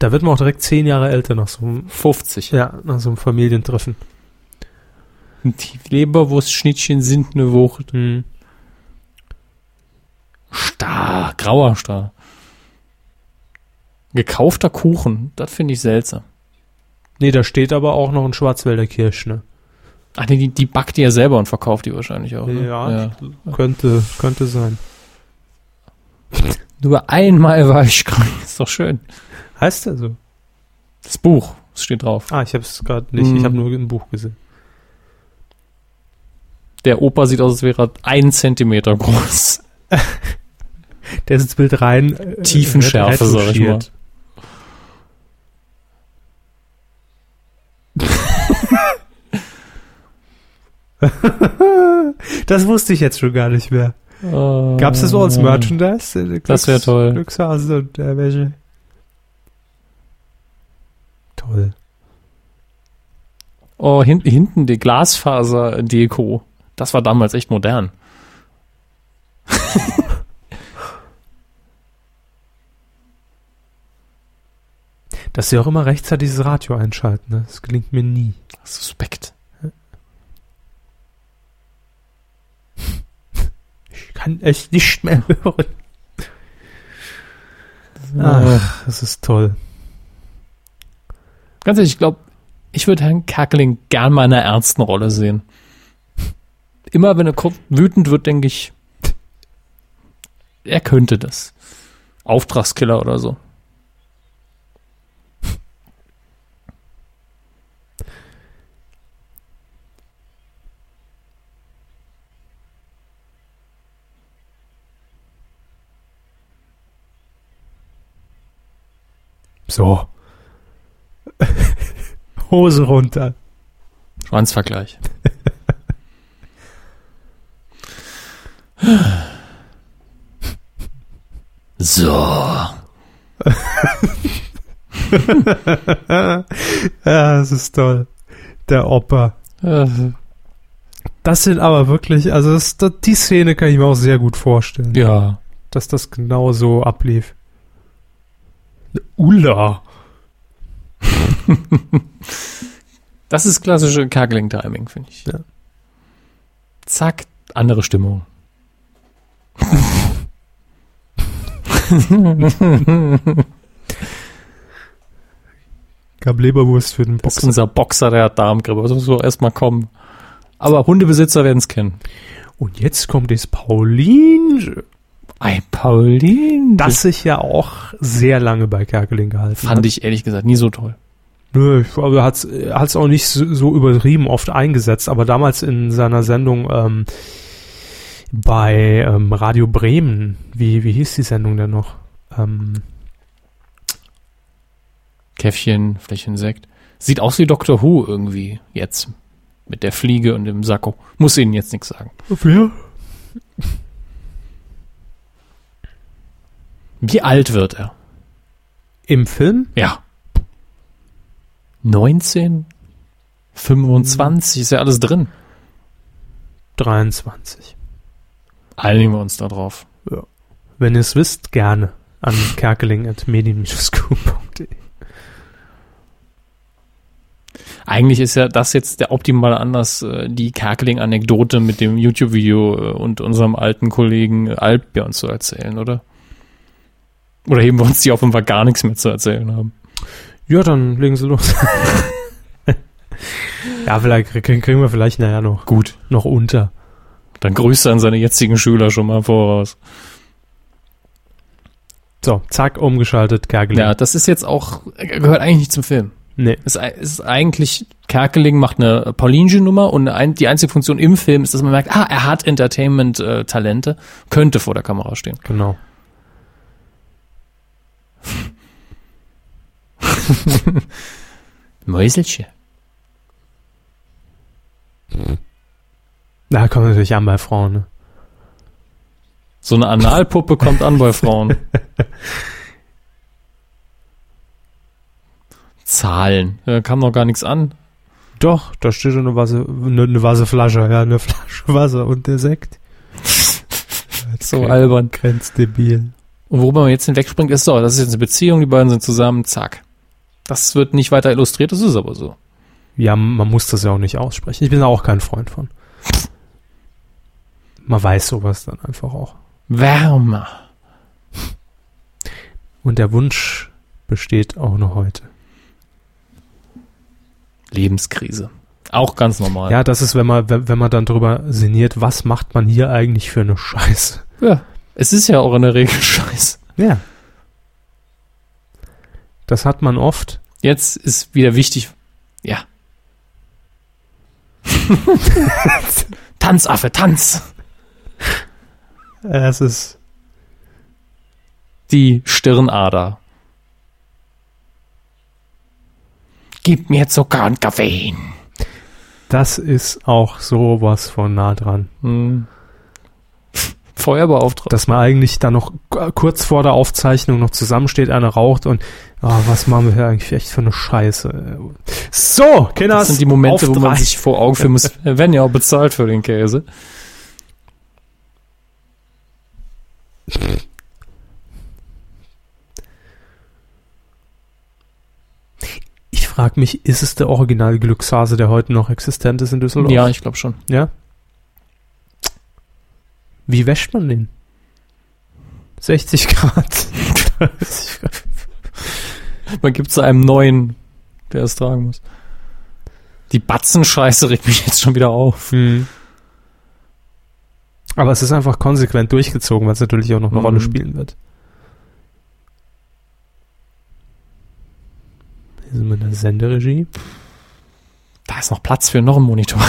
A: Da wird man auch direkt zehn Jahre älter nach so einem,
B: 50.
A: ja, nach so einem Familientreffen.
B: Die Leberwurstschnittchen sind eine Wucht.
A: Hm.
B: Star, grauer Star. Gekaufter Kuchen, das finde ich seltsam.
A: Nee, da steht aber auch noch ein Schwarzwälder Kirsch, ne?
B: Ach nee, die, die backt die ja selber und verkauft die wahrscheinlich auch. Ne?
A: Könnte, könnte sein.
B: Nur einmal war ich krank. [LAUGHS] Ist doch schön.
A: Heißt er so?
B: Das Buch, es steht drauf.
A: Ah, ich habe es gerade nicht. Ich
B: Hm.
A: habe nur ein Buch gesehen.
B: Der Opa sieht aus, als wäre er ein Zentimeter groß.
A: Der ist ins Bild rein. Äh,
B: Tiefenschärfe, sag ich
A: retuschiert. [LAUGHS] Das wusste ich jetzt schon gar nicht mehr. Gab's das auch als Merchandise? Äh,
B: Äh, Das wär
A: Glücks-
B: toll.
A: Glückshase und äh, welche. Toll.
B: Oh, hin, hinten die Glasfaser-Deko. Das war damals echt modern.
A: Dass sie auch immer rechtzeitig das Radio einschalten, ne? Das gelingt mir nie.
B: Suspekt.
A: Ich kann es nicht mehr [LAUGHS] hören. das ist toll.
B: Ganz ehrlich, ich glaube, ich würde Herrn Kerkeling gern mal in einer ernsten Rolle sehen. Immer wenn er kurz wütend wird, denke ich, er könnte das. Auftragskiller oder so.
A: So. [LAUGHS] Hose runter. [LAUGHS]
B: Schwanzvergleich. so.
A: Ja, das ist toll. Der Opa.
B: Äh,
A: Das sind aber wirklich, also das, das, die Szene kann ich mir auch sehr gut vorstellen,
B: Ja.
A: dass das genau so ablief. Ulla.
B: Das ist klassische Kerkeling-Timing, finde ich.
A: Ja.
B: Zack, andere Stimmung.
A: Gab Leberwurst für den
B: Das ist
A: Boxen.
B: unser Boxer, der hat Darmgrippe. Das muss so erstmal kommen. Aber Hundebesitzer werden es kennen.
A: Und jetzt kommt das Pauline,
B: Ei, Pauline.
A: das sich ja auch sehr lange bei Kerkeling gehalten
B: fand ich ehrlich gesagt nie so toll.
A: Nö, ich glaube, er hat's, er hat's auch nicht so, so übertrieben oft eingesetzt, aber damals in seiner Sendung ähm, bei ähm, Radio Bremen, wie, wie hieß die Sendung denn noch? Ähm,
B: Käffchen, Flächen Sekt. Sieht aus wie Doctor Who irgendwie jetzt. Mit der Fliege und dem Sakko. Muss Ihnen jetzt nichts sagen.
A: wer?
B: Wie alt wird er?
A: Im Film?
B: Ja. 19? 25? Ist ja alles drin.
A: 23.
B: Einigen wir uns da drauf.
A: Wenn ihr es wisst, gerne an kerkeling.medien-q.de.
B: Eigentlich ist ja das jetzt der optimale Anlass, äh, die Kerkeling-Anekdote mit dem YouTube-Video äh, und unserem alten Kollegen äh, Altbjörn zu erzählen, oder? Oder heben wir uns die auf, wenn wir gar nichts mehr zu erzählen haben.
A: Ja, dann legen sie los. [LAUGHS] ja, vielleicht krie- kriegen wir vielleicht nachher noch,
B: Gut.
A: noch unter.
B: Dann Grüße an seine jetzigen Schüler schon mal voraus.
A: So, zack, umgeschaltet, Kerkeling.
B: Ja, das ist jetzt auch, gehört eigentlich nicht zum Film.
A: Nee.
B: Es ist eigentlich, Kerkeling macht eine Paulinchen-Nummer und ein- die einzige Funktion im Film ist, dass man merkt, ah, er hat Entertainment-Talente, könnte vor der Kamera stehen.
A: Genau.
B: Mäuselchen.
A: Na, kommt natürlich an bei Frauen. Ne?
B: So eine Analpuppe kommt an bei Frauen. Zahlen. Da kam noch gar nichts an.
A: Doch, da steht schon eine Vase, eine, eine Vaseflasche, ja, eine [LAUGHS] Flasche Wasser und der Sekt.
B: So albern.
A: Grenzdebil.
B: Und worüber man jetzt hinwegspringt, ist so, das ist jetzt eine Beziehung, die beiden sind zusammen, zack. Das wird nicht weiter illustriert, das ist aber so.
A: Ja, man muss das ja auch nicht aussprechen. Ich bin da auch kein Freund von. Man weiß sowas dann einfach auch.
B: Wärmer.
A: Und der Wunsch besteht auch noch heute.
B: Lebenskrise. Auch ganz normal.
A: Ja, das ist, wenn man, wenn wenn man dann drüber sinniert, was macht man hier eigentlich für eine Scheiße.
B: Ja. Es ist ja auch in der Regel [LAUGHS] Scheiß.
A: Ja. Das hat man oft.
B: Jetzt ist wieder wichtig. Ja. [LAUGHS] Tanzaffe, tanz!
A: Es ist,
B: Die Stirnader. Gib mir Zucker und Kaffee.
A: das ist auch sowas von nah dran.
B: Hm. Feuerbeauftragter.
A: dass man eigentlich dann noch k- kurz vor der Aufzeichnung noch zusammensteht, einer raucht und ah, was machen wir hier eigentlich echt für eine Scheiße. So, Kinder,
B: Das sind die Momente,
A: auf
B: wo man
A: drei.
B: sich vor Augen führen [LAUGHS] muss, wir werden ja auch bezahlt für den Käse.
A: Ich frage mich, ist es der originale Glückshase, der heute noch existent ist in Düsseldorf?
B: Ja, ich glaube schon.
A: ja? Wie wäscht man den? 60 Grad. [LAUGHS]
B: Man gibt zu einem neuen, der es tragen muss. Die Batzenscheiße regt mich jetzt schon wieder auf.
A: hm. Aber es ist einfach konsequent durchgezogen, weil es natürlich auch noch eine
B: Mhm.
A: Rolle spielen wird. Hier sind wir in der Senderegie.
B: Da ist noch Platz für noch einen Monitor.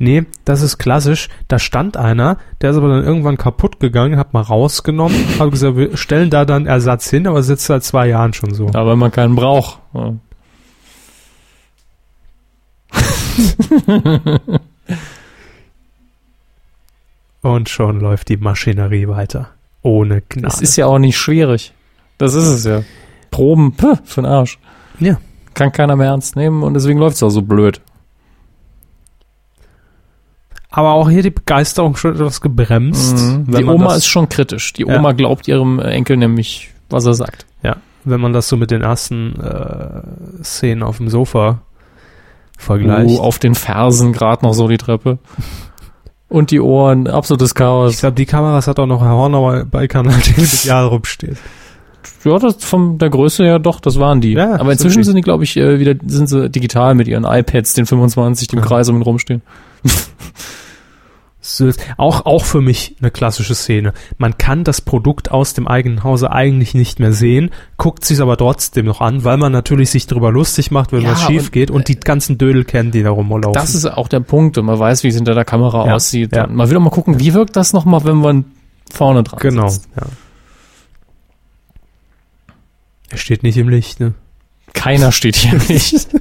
A: Nee, das ist klassisch. Da stand einer, der ist aber dann irgendwann kaputt gegangen, hat mal [LAUGHS] rausgenommen, hat gesagt, wir stellen da dann Ersatz hin, aber sitzt seit zwei Jahren schon so.
B: Aber man keinen braucht. Ja.
A: Und schon läuft die Maschinerie weiter. Ohne Gnade.
B: Es ist ja auch nicht schwierig. Das ist es ja. Proben, puh, für den Arsch.
A: Ja.
B: Kann keiner mehr ernst nehmen und deswegen läuft's auch so blöd.
A: aber auch hier die Begeisterung schon etwas gebremst.
B: Die
A: Mhm, wenn man
B: Oma
A: das-
B: ist schon kritisch. Die
A: Ja.
B: Oma glaubt ihrem Enkel nämlich, was er sagt.
A: wenn man das so mit den ersten äh, Szenen auf dem Sofa vergleicht.
B: Uh, auf den Fersen gerade noch so die Treppe. Und die Ohren, absolutes
A: ich
B: Chaos.
A: glaube, die Kameras hat auch noch Herr Hornauer bei Kanal, die
B: [LAUGHS]
A: mit Jahren rumsteht.
B: Ja, das von der Größe her doch, das waren die.
A: Ja,
B: Aber
A: sind
B: inzwischen
A: die.
B: sind die, glaube ich, äh, wieder, sind sie digital mit ihren iPads, den 25, die im
A: Ja.
B: Kreis um ihn rumstehen.
A: So ist- Auch, auch für mich eine klassische Szene. Man kann das Produkt aus dem eigenen Hause eigentlich nicht mehr sehen, guckt sich aber trotzdem noch an, weil man natürlich sich drüber lustig macht, wenn
B: Ja,
A: was schief
B: und- äh,
A: geht und die ganzen Dödel kennen, die da rumlaufen.
B: Das ist auch der Punkt und man weiß, wie es hinter der Kamera
A: Ja,
B: aussieht.
A: ja.
B: Und Man will auch mal gucken, wie wirkt das nochmal, wenn man vorne dran
A: genau.
B: sitzt.
A: Ja. Er steht nicht im Licht, ne?
B: Keiner
A: [LAUGHS]
B: steht hier nicht.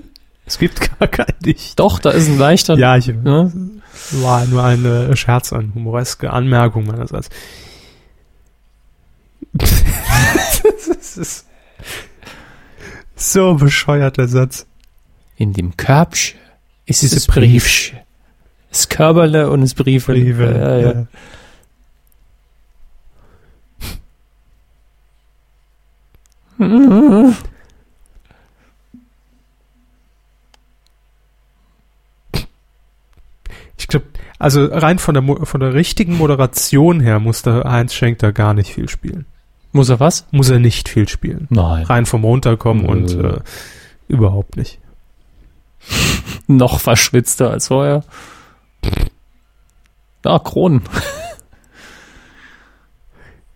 A: Es gibt [LAUGHS] gar kein Licht.
B: Doch, da ist ein leichter...
A: Ja, ich,
B: Ne?
A: War nur eine Scherz, eine humoreske Anmerkung meinerseits. das ist so bescheuert, der Satz.
B: In dem Körbchen ist
A: Diese
B: dieses Briefchen. Das Körberle und das Briefchen.
A: Briefe.
B: Ja, ja.
A: Ich glaube, also rein von der, Mo- von der richtigen Moderation her muss der Heinz Schenk da gar nicht viel spielen.
B: Muss er was?
A: Muss er nicht viel spielen.
B: Nein.
A: Rein vom Runterkommen
B: Nö.
A: und äh, überhaupt nicht.
B: Noch verschwitzter als vorher. Ah, Kronen.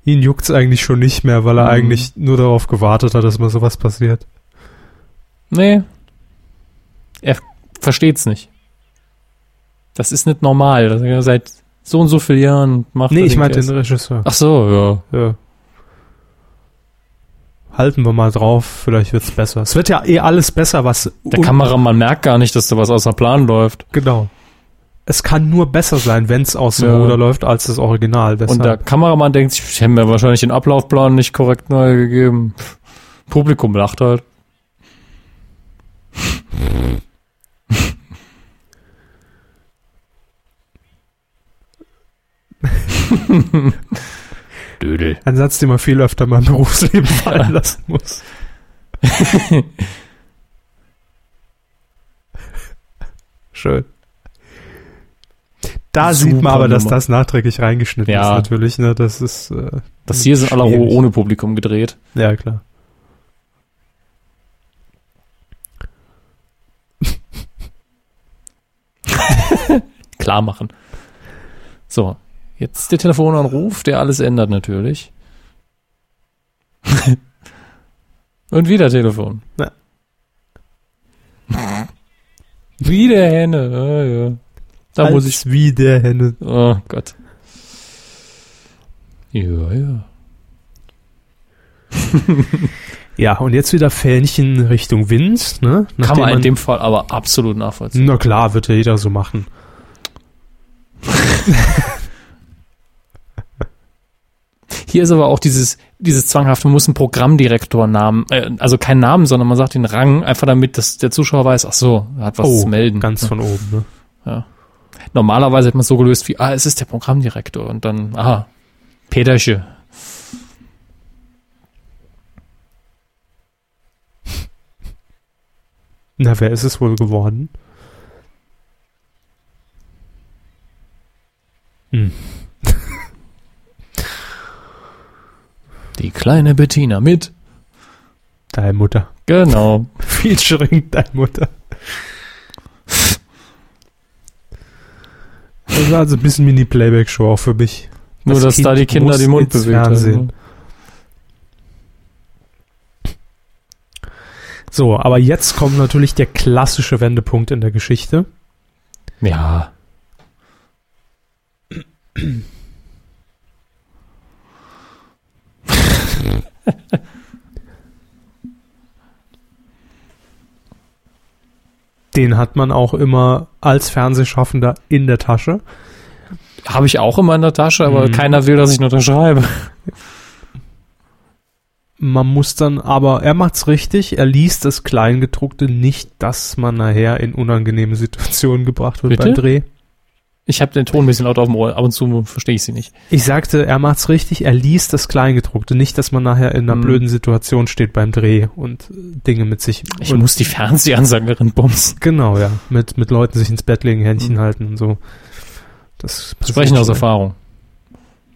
A: Ihn juckt's eigentlich schon nicht mehr, weil er
B: Mhm.
A: eigentlich nur darauf gewartet hat, dass mal sowas passiert.
B: Nee. Er versteht's nicht. Das ist nicht normal. Das er seit so und so vielen Jahren macht
A: nee,
B: er
A: ich meinte
B: Käse.
A: den Regisseur.
B: Ach so,
A: Ja. Halten wir mal drauf, vielleicht wird's besser. Es wird ja eh alles besser, was
B: ja. Der
A: un-
B: Kameramann merkt gar nicht, dass da was außer Plan läuft.
A: genau. Es kann nur besser sein, wenn's aus dem
B: Ja.
A: Ruder läuft, als das Original.
B: Und der
A: Deshalb,
B: Kameramann denkt sich, ich hätte mir
A: [LAUGHS]
B: wahrscheinlich den Ablaufplan nicht korrekt neu gegeben. Pff, Publikum lacht halt. Dödel.
A: Ein Satz, den man viel öfter mal im
B: [LAUGHS]
A: Berufsleben fallen lassen muss. Schön. Da
B: Super
A: sieht man aber, dass
B: Nummer.
A: das nachträglich reingeschnitten
B: Ja.
A: ist, natürlich. Ne? Das ist, äh,
B: Das hier ist in aller Ruhe
A: Schwierig.
B: ohne Publikum gedreht.
A: ja klar.
B: Klar machen. So, jetzt der Telefonanruf, der alles ändert natürlich. [LAUGHS] Und wieder Telefon. [LAUGHS]
A: Ja.
B: Wieder Henne. Ah, ja. Da muss ich.
A: wieder hin.
B: Oh Gott. Ja, ja.
A: Ja, und jetzt wieder Fähnchen Richtung Wind. Ne?
B: Kann
A: Nachdem
B: man in dem Fall aber absolut nachvollziehen.
A: Na klar, wird ja jeder so machen.
B: Hier ist aber auch dieses, dieses zwanghafte, man muss einen Programmdirektornamen, äh, also keinen Namen, sondern man sagt den Rang, einfach damit dass der Zuschauer weiß, ach so, er hat was
A: Oh,
B: zu melden.
A: ganz von oben. Ne?
B: Normalerweise hätte man es so gelöst wie, ah, es ist der Programmdirektor und dann, ah, Petersche.
A: Na, wer ist es wohl geworden? Hm.
B: Die kleine Bettina mit.
A: Deine Mutter. [LAUGHS]
B: Genau.
A: Featuring deine Mutter. Das war also ein bisschen Mini-Playback-Show auch für mich.
B: Nur,
A: Das
B: dass da
A: Kind
B: die Kinder
A: muss
B: den Mund
A: ins
B: bewegt haben.
A: Fernsehen. So, aber jetzt kommt natürlich der klassische Wendepunkt in der Geschichte.
B: Ja.
A: Den hat man auch immer als Fernsehschaffender in der Tasche.
B: Habe ich auch immer in der Tasche, aber
A: Mhm.
B: keiner will, dass ich ihn unterschreibe.
A: Man muss dann aber, er macht's richtig, er liest das Kleingedruckte nicht, dass man nachher in unangenehme Situationen gebracht wird
B: Bitte?
A: beim Dreh.
B: Ich habe den Ton ein bisschen laut auf dem Ohr, ab und zu verstehe ich sie nicht.
A: Ich sagte, er macht's richtig, er liest das Kleingedruckte, nicht, dass man nachher in einer
B: Hm.
A: blöden Situation steht beim Dreh und äh, Dinge mit sich.
B: Ich
A: und,
B: muss die Fernsehansagerin bumsen.
A: Genau, ja. Mit, mit Leuten sich ins Bett legen, Händchen halten und so. Das passiert
B: Mhm. Sprechen aus
A: schnell.
B: Erfahrung.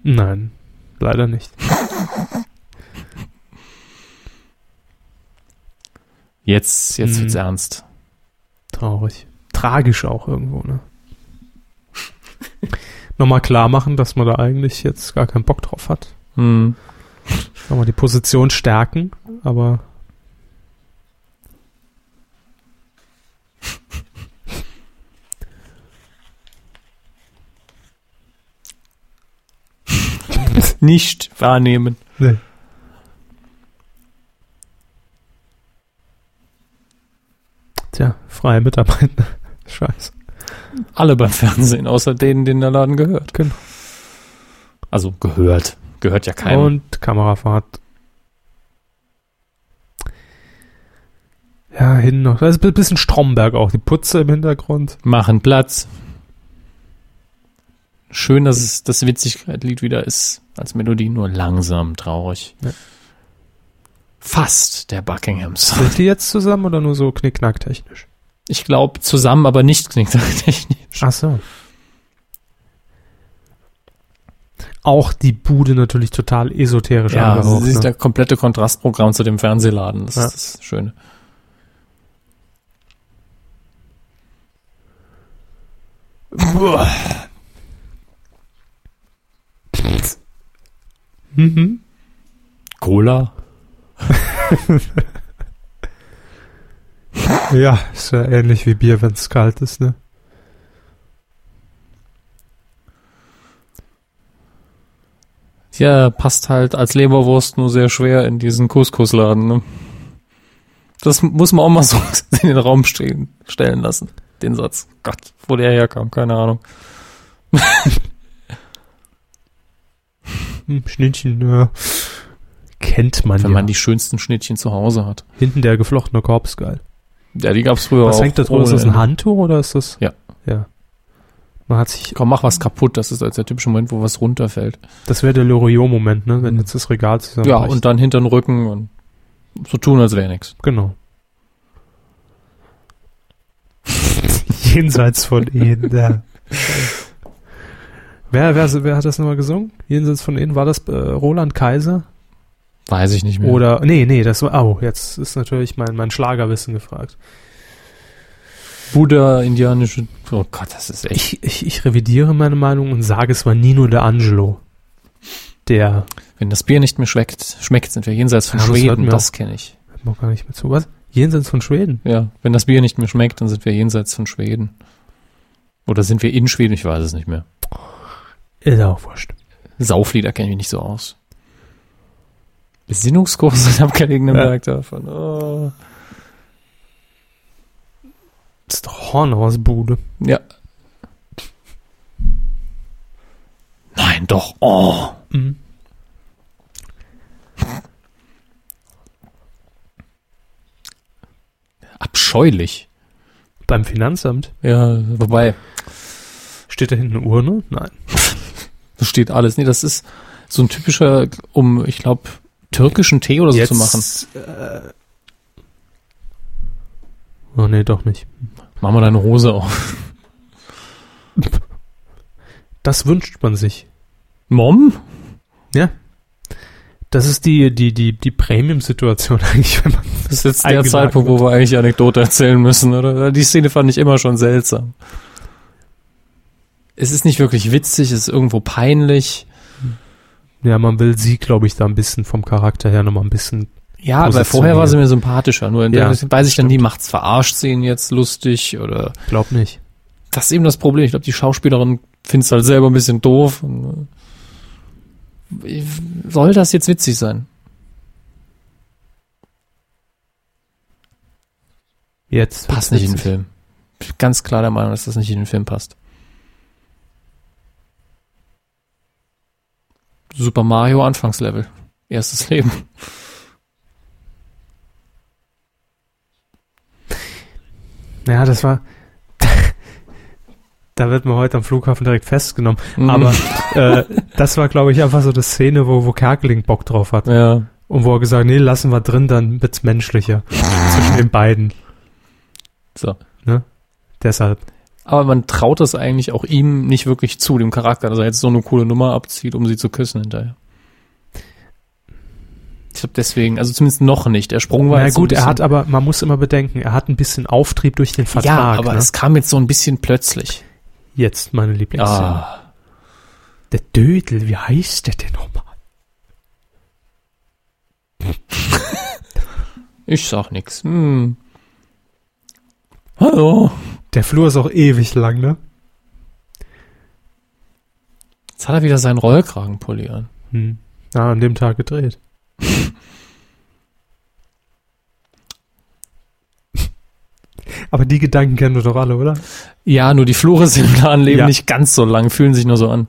A: Nein, leider nicht.
B: Jetzt, jetzt
A: Mhm.
B: wird's ernst.
A: Traurig. Tragisch auch irgendwo,
B: [LAUGHS]
A: ne? Nochmal klar machen, dass man da eigentlich jetzt gar keinen Bock drauf hat. Mhm.
B: Hm.
A: Nochmal die Position stärken, aber.
B: Nicht wahrnehmen.
A: Nee. Tja, freie Mitarbeiter. [LAUGHS] Scheiße.
B: Alle beim Fernsehen, außer denen, denen der Laden gehört.
A: Genau.
B: Also gehört. Gehört ja keiner.
A: Und Kamerafahrt. Ja, hinten noch. Das ist ein bisschen Stromberg auch. Die Putze im Hintergrund.
B: Machen Platz. Schön, dass es das Witzigkeit-Lied wieder ist. Als Melodie nur langsam traurig.
A: Ja.
B: Fast der Buckinghams.
A: Sind die jetzt zusammen oder nur so knickknack-technisch?
B: Ich glaube zusammen, aber nicht klingt technisch.
A: Ach so. Auch die Bude natürlich total esoterisch
B: Ja, das
A: angehaucht,
B: ist
A: ne?
B: der komplette Kontrastprogramm zu dem Fernsehladen. Das
A: Ja.
B: ist das Schöne.
A: Mhm.
B: Cola?
A: Ja, ist ja ähnlich wie Bier, wenn es kalt ist, ne?
B: Ja, passt halt als Leberwurst nur sehr schwer in diesen Couscousladen. Ne? Das muss man auch mal so [LAUGHS] in den Raum stehen, stellen lassen. Den Satz. Gott, wo der herkam, keine Ahnung.
A: Hm, Schnittchen, ja. Kennt man
B: Wenn
A: ja.
B: man die schönsten Schnittchen zu Hause hat.
A: Hinten der geflochtene Korb ist geil.
B: Ja, die gab es früher
A: Was
B: auch. Oh,
A: hängt da drüber? Ist
B: ohne
A: das ein
B: Ende.
A: Handtuch oder ist das?
B: Ja.
A: Ja. Man hat sich,
B: Komm, mach was kaputt. Das ist als der typische Moment, wo was runterfällt.
A: das wäre der Loriot-Moment, ne? Wenn jetzt das Regal
B: Mhm. ja,
A: zusammenbricht.
B: und dann hinter den Rücken und so tun, als wäre nichts. [LAUGHS]
A: Genau. Jenseits von Eden,
B: [LAUGHS]
A: ja. Wer, wer, wer hat das nochmal gesungen? Jenseits von Eden, war das äh, Roland Kaiser?
B: Weiß ich nicht mehr.
A: Oder, nee, nee, das war, oh, jetzt ist natürlich mein, mein Schlagerwissen gefragt.
B: Buddha, indianische. Oh Gott, das ist echt.
A: Ich, ich, ich revidiere meine Meinung und sage, es war Nino de Angelo. Der,
B: Wenn das Bier nicht mehr schmeckt, schmeckt sind wir jenseits von
A: Ja, das hört
B: Schweden.
A: mir
B: Das kenne ich.
A: hört man gar nicht mehr zu, was? Jenseits von Schweden?
B: Ja, wenn das Bier nicht mehr schmeckt, dann sind wir jenseits von Schweden. Oder sind wir in Schweden? Ich weiß es nicht mehr.
A: Ist auch wurscht.
B: Sauflieder kenne ich mich nicht so aus. [LAUGHS] Besinnungskurs in abgelegenem
A: Ja.
B: Berg davon. Oh.
A: Das ist doch Hornhausbude.
B: Ja. Nein, doch. Oh.
A: Mhm.
B: Abscheulich.
A: Beim Finanzamt?
B: Ja, wobei,
A: Steht da hinten eine Urne? Nein.
B: das steht alles. Nee, das ist so ein typischer, um, ich glaube, türkischen Tee oder so zu machen.
A: Äh, oh nee, doch nicht.
B: Mach mal deine Hose auf.
A: Das wünscht man sich.
B: Mom?
A: Das ist die, die, die, die Premium-Situation [LAUGHS] eigentlich, wenn man.
B: Das ist jetzt der
A: Eingenagelt.
B: Zeitpunkt, wo wir eigentlich die Anekdote erzählen müssen, oder? Die Szene fand ich immer schon seltsam. Es ist nicht wirklich witzig, es ist irgendwo peinlich.
A: Ja, man will sie, glaube ich, da ein bisschen vom Charakter her nochmal ein bisschen.
B: Ja, aber
A: Positioniert.
B: vorher war sie mir sympathischer. Nur in
A: Ja,
B: der weiß ich dann nie, macht's verarscht sie ihn jetzt lustig oder
A: Glaub nicht.
B: das ist eben das Problem. Ich glaube, die Schauspielerin findet es halt selber ein bisschen doof. Und, äh, Soll das jetzt witzig sein?
A: Jetzt.
B: Passt nicht in den Film. Ich bin ganz klar der Meinung, dass das nicht in den Film passt. Super Mario Anfangslevel. Erstes [LAUGHS] Leben.
A: Ja, das war. [LAUGHS] Da wird man heute am Flughafen direkt festgenommen.
B: Mhm.
A: Aber äh, das war, glaube ich, einfach so eine Szene, wo, wo Kerkeling Bock drauf hat.
B: ja.
A: Und wo er gesagt hat, nee, lassen wir drin, dann wird's menschlicher. Zwischen den beiden. Ne?
B: So.
A: Deshalb.
B: Aber man traut das eigentlich auch ihm nicht wirklich zu, dem Charakter, dass er jetzt so eine coole Nummer abzieht, um sie zu küssen hinterher. Ich glaube deswegen, also zumindest noch nicht. Der Sprung war
A: Na
B: jetzt so
A: gut,
B: ein
A: er hat
B: bisschen-
A: aber, man muss immer bedenken, er hat ein bisschen Auftrieb durch den Vertrag.
B: ja, aber
A: ne?
B: es kam jetzt so ein bisschen plötzlich.
A: Jetzt meine Lieblingsszene.
B: Ah,
A: Der Dödel, wie heißt der denn nochmal?
B: ich sag nix. Hm. Hallo.
A: Der Flur ist auch ewig lang, ne?
B: Jetzt hat er wieder seinen Rollkragenpulli an.
A: Hm. Ah, an dem Tag
B: [LAUGHS]
A: gedreht. aber die Gedanken kennen wir doch alle, oder?
B: Ja, nur die Flure sind im klaren Leben
A: Ja.
B: nicht ganz so lang, fühlen sich nur so an.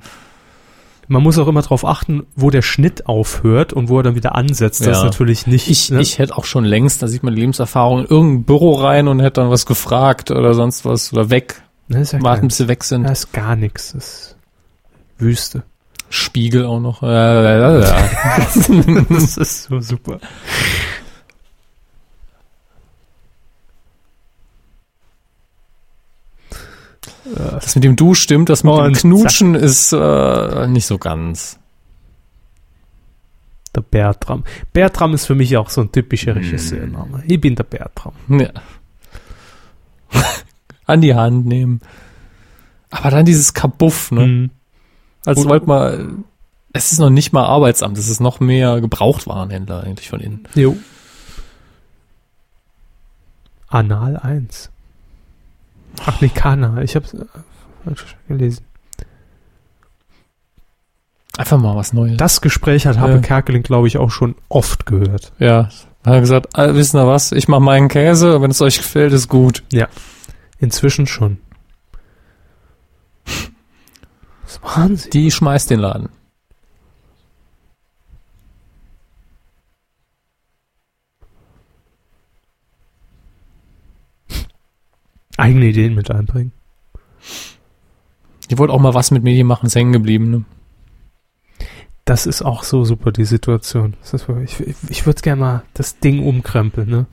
A: Man muss auch immer darauf achten, wo der Schnitt aufhört und wo er dann wieder ansetzt. Das
B: Ja.
A: ist natürlich nicht.
B: Ich,
A: ne?
B: ich hätte auch schon längst, da sieht man die Lebenserfahrung, in irgendein Büro rein und hätte dann was gefragt oder sonst was oder weg.
A: ne, ist ja
B: Warten,
A: kein,
B: bis sie weg sind.
A: da ist gar nichts. Ist Wüste. [LAUGHS]
B: Spiegel auch noch. Äh, äh, äh, [LAUGHS] äh.
A: das ist so super.
B: das mit dem Du stimmt, das mit dem
A: Und
B: Knutschen ist äh, nicht so ganz.
A: Der Bertram. Bertram ist für mich auch so ein typischer
B: Hm.
A: Regisseurname. Ich bin der Bertram.
B: Ja. [LAUGHS] An die Hand nehmen. Aber dann dieses Kabuff, ne?
A: Mhm.
B: Als
A: Und-
B: wollte mal. Es ist noch nicht mal Arbeitsamt, es ist noch mehr Gebrauchtwarenhändler eigentlich von innen.
A: Jo. Anal 1. Ach nee, Kana. Ich hab's äh, falsch gelesen.
B: Einfach mal was Neues.
A: Das Gespräch hat Habe
B: Ja.
A: Kerkeling, glaube ich, auch schon oft gehört.
B: ja. Dann hat er gesagt, ah, wisst ihr was, ich mache meinen Käse, wenn es euch gefällt, ist gut.
A: Inzwischen
B: [LAUGHS]
A: schon. Was machen sie?
B: Die schmeißt den Laden.
A: eigene Ideen mit einbringen.
B: Die wollte auch mal was mit Medien machen, ist hängen geblieben. Ne?
A: Das ist auch so super, die Situation. Das ist wirklich, ich ich würde gerne mal das Ding umkrempeln, ne?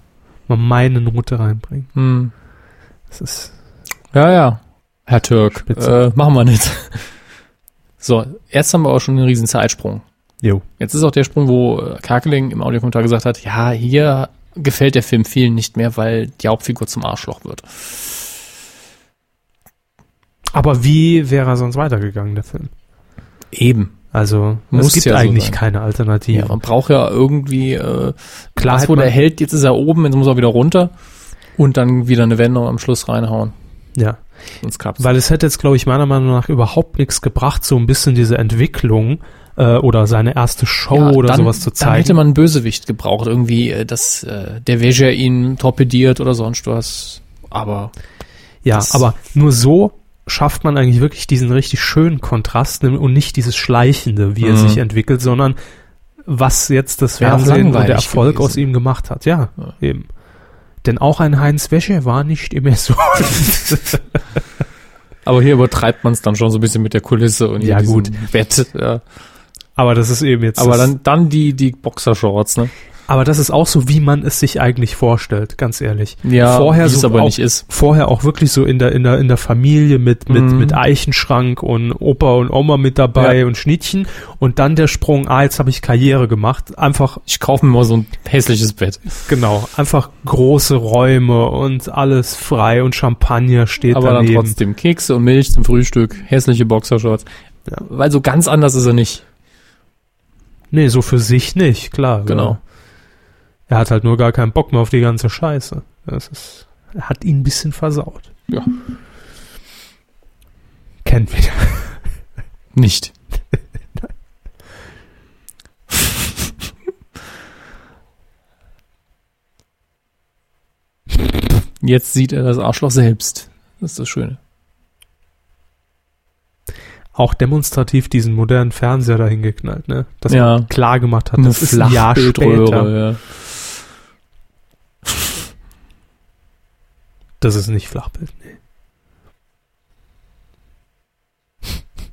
A: Mal meine Note reinbringen.
B: Hm.
A: Das ist.
B: Ja, ja. Herr Türk, äh,
A: Spitze.
B: machen wir nicht. [LAUGHS] So, jetzt haben wir auch schon einen riesen Zeitsprung.
A: Jo.
B: Jetzt ist auch der Sprung, wo äh, Kerkeling im Audiokommentar gesagt hat, ja, hier gefällt der Film vielen nicht mehr, weil die Hauptfigur zum Arschloch wird.
A: Aber wie wäre er sonst weitergegangen, der Film?
B: Eben.
A: Also,
B: Muss
A: es gibt
B: ja so
A: eigentlich
B: sein.
A: keine Alternative.
B: Ja, man braucht ja irgendwie äh,
A: Klar
B: was,
A: hätte
B: wo der
A: man-
B: Held, jetzt ist er oben, jetzt muss er wieder runter und dann wieder eine Wendung am Schluss reinhauen.
A: ja.
B: Sonst klappt's.
A: Weil es hätte jetzt, glaube ich, meiner Meinung nach überhaupt nichts gebracht, so ein bisschen diese Entwicklung äh, oder seine erste Show
B: Ja,
A: oh, oder
B: dann,
A: sowas zu
B: Dann hätte
A: zeigen.
B: man einen Bösewicht gebraucht, irgendwie, äh, dass äh, der Veger ihn torpediert oder sonst was. Aber
A: Ja,
B: das-
A: aber nur so schafft man eigentlich wirklich diesen richtig schönen Kontrast ne, und nicht dieses Schleichende, wie er
B: Mhm.
A: sich entwickelt, sondern was jetzt das
B: Wäre auch
A: Fernsehen und der
B: langweilig
A: Erfolg
B: gewesen.
A: aus ihm gemacht hat. Ja,
B: Ja.
A: eben. Denn auch ein Heinz Wäsche war nicht immer
B: [LAUGHS]
A: so.
B: Aber hier übertreibt man es dann schon so ein bisschen mit der Kulisse und
A: Ja,
B: diesem
A: gut.
B: Bett. Ja.
A: aber das ist eben jetzt.
B: Aber
A: das,
B: dann, dann die, die Boxershorts, ne?
A: aber das ist auch so, wie man es sich eigentlich vorstellt, ganz ehrlich.
B: Vorher
A: Vorher
B: so
A: so
B: aber
A: auch-
B: nicht ist.
A: vorher auch wirklich so in der, in der, in der Familie mit, mit,
B: Mhm.
A: mit Eichenschrank und Opa und Oma mit dabei
B: Ja.
A: und Schnittchen und dann der Sprung, ah, jetzt habe ich Karriere gemacht. Einfach,
B: Ich kaufe mir mal so ein hässliches Bett.
A: genau, einfach große Räume und alles frei und Champagner steht
B: aber dann
A: daneben.
B: trotzdem Kekse und Milch zum Frühstück, hässliche Boxershorts.
A: Ja.
B: Weil so ganz anders ist er nicht.
A: Nee, so für sich nicht, klar.
B: Genau.
A: Ja. Er hat halt nur gar keinen Bock mehr auf die ganze Scheiße. Das ist, hat ihn ein bisschen versaut.
B: Ja.
A: Kennt wieder. [LAUGHS]
B: Nicht. Jetzt sieht er das Arschloch selbst. Das ist das Schöne.
A: Auch demonstrativ diesen modernen Fernseher dahin geknallt, ne? Dass
B: Ja.
A: man klar gemacht hat,
B: Eine
A: das ist ein Jahr später.
B: Flachbildröhre, Ja.
A: Das ist nicht Flachbild.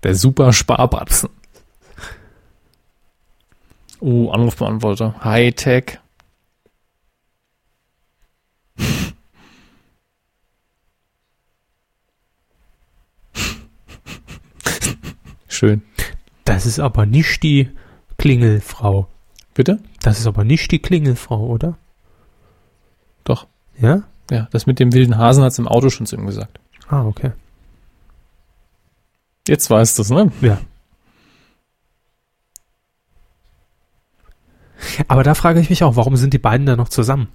B: Der super Sparbatzen. Oh, Anrufbeantworter. Hightech. Schön.
A: Das ist aber nicht die Klingelfrau.
B: Bitte?
A: Das ist aber nicht die Klingelfrau, oder?
B: Doch.
A: Ja?
B: Ja, das mit dem wilden Hasen hat's im Auto schon zu ihm gesagt.
A: Ah, okay.
B: Jetzt weiß das, ne?
A: Ja. Aber da frage ich mich auch, warum sind die beiden da noch zusammen?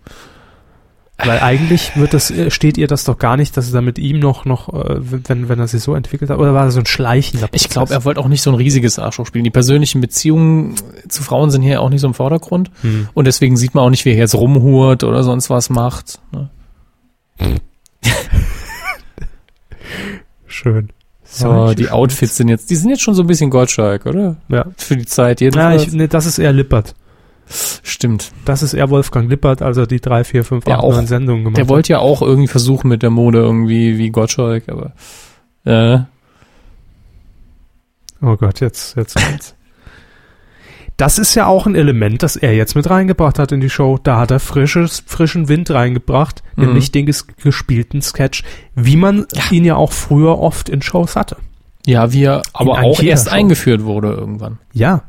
A: Weil eigentlich wird das, äh, steht ihr das doch gar nicht, dass er da mit ihm noch, noch, äh, wenn, wenn er sich so entwickelt hat, oder war das so ein schleichender
B: Ich glaube, er wollte auch nicht so ein riesiges Arschloch spielen. Die persönlichen Beziehungen zu Frauen sind hier auch nicht so im Vordergrund.
A: Hm.
B: Und deswegen sieht man auch nicht, wie er jetzt rumhurt oder sonst was macht. Ne?
A: Schön.
B: So, die Outfits sind jetzt, die sind jetzt schon so ein bisschen Gottschalk, oder?
A: Ja.
B: Für die Zeit
A: Na,
B: jedenfalls.
A: ich, nee, das ist eher Lippert.
B: Stimmt.
A: Das ist eher Wolfgang Lippert, als er die drei, vier, fünf,
B: Der
A: acht,
B: auch.
A: neun Sendungen gemacht
B: Der
A: hat.
B: wollte ja auch irgendwie versuchen mit der Mode irgendwie wie Gottschalk, aber äh,
A: Oh Gott, jetzt,
B: [LAUGHS]
A: jetzt kommt's. Das ist ja auch ein Element, das er jetzt mit reingebracht hat in die Show. Da hat er frisches, frischen Wind reingebracht,
B: Mhm.
A: nämlich den ges gespielten Sketch, wie man ihn ja auch früher oft in Shows hatte.
B: ja, wie er aber
A: eigentlich
B: auch
A: jeder
B: erst
A: Show.
B: eingeführt wurde irgendwann.
A: Ja,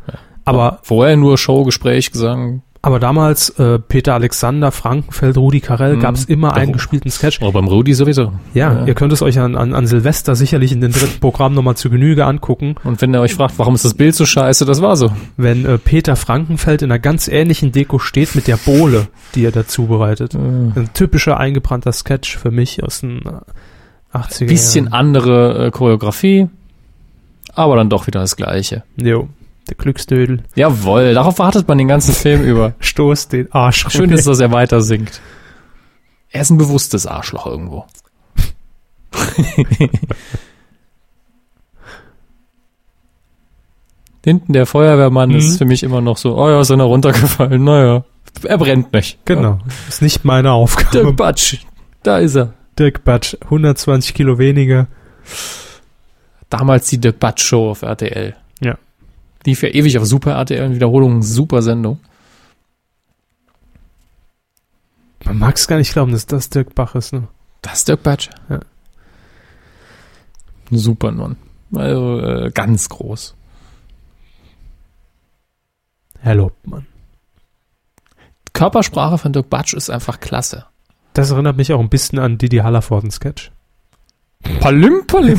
A: aber,
B: Vorher nur Show, Gespräch, Gesang,
A: aber damals äh, Peter Alexander, Frankenfeld, Rudi Carell
B: Mhm.
A: gab's immer einen
B: Doch.
A: gespielten Sketch.
B: aber beim Rudi sowieso.
A: Ja,
B: Ja.
A: ihr könnt es euch an, an, an Silvester sicherlich in den dritten Programm nochmal zu Genüge angucken.
B: Und wenn ihr euch fragt, warum ist das Bild so scheiße, das war so.
A: wenn äh, Peter Frankenfeld in einer ganz ähnlichen Deko steht mit der Bohle, die er dazu bereitet.
B: Äh,
A: Ein typischer eingebrannter Sketch für mich aus den äh, 80er
B: Bisschen
A: Jahren.
B: andere äh, Choreografie, aber dann doch wieder das Gleiche.
A: Jo, der Glücksdödel.
B: Jawohl, darauf wartet man den ganzen Film über.
A: Stoß den Arsch.
B: Schön ist, dass er weiter singt. Er ist ein bewusstes Arschloch irgendwo. [LAUGHS] Hinten der Feuerwehrmann
A: Mhm.
B: ist für mich immer noch so, oh ja, ist einer runtergefallen, naja, er brennt nicht.
A: Genau. Ist nicht meine Aufgabe.
B: Der Batsch, da ist er.
A: Dirk Batsch, 120 Kilo weniger.
B: Damals die Dirk Batsch Show auf RTL.
A: Ja.
B: Lief ja ewig auf Super RTL in Wiederholungen, super Sendung.
A: Man mag es gar nicht glauben, dass das Dirk Bach ist. Ne?
B: Das ist Dirk Batsch.
A: Ja.
B: Super Mann. Also äh, ganz groß.
A: Herr Lobmann.
B: Körpersprache von Dirk Batsch ist einfach klasse.
A: Das erinnert mich auch ein bisschen an Didi Hallervorden-Sketch.
B: Palim, palim.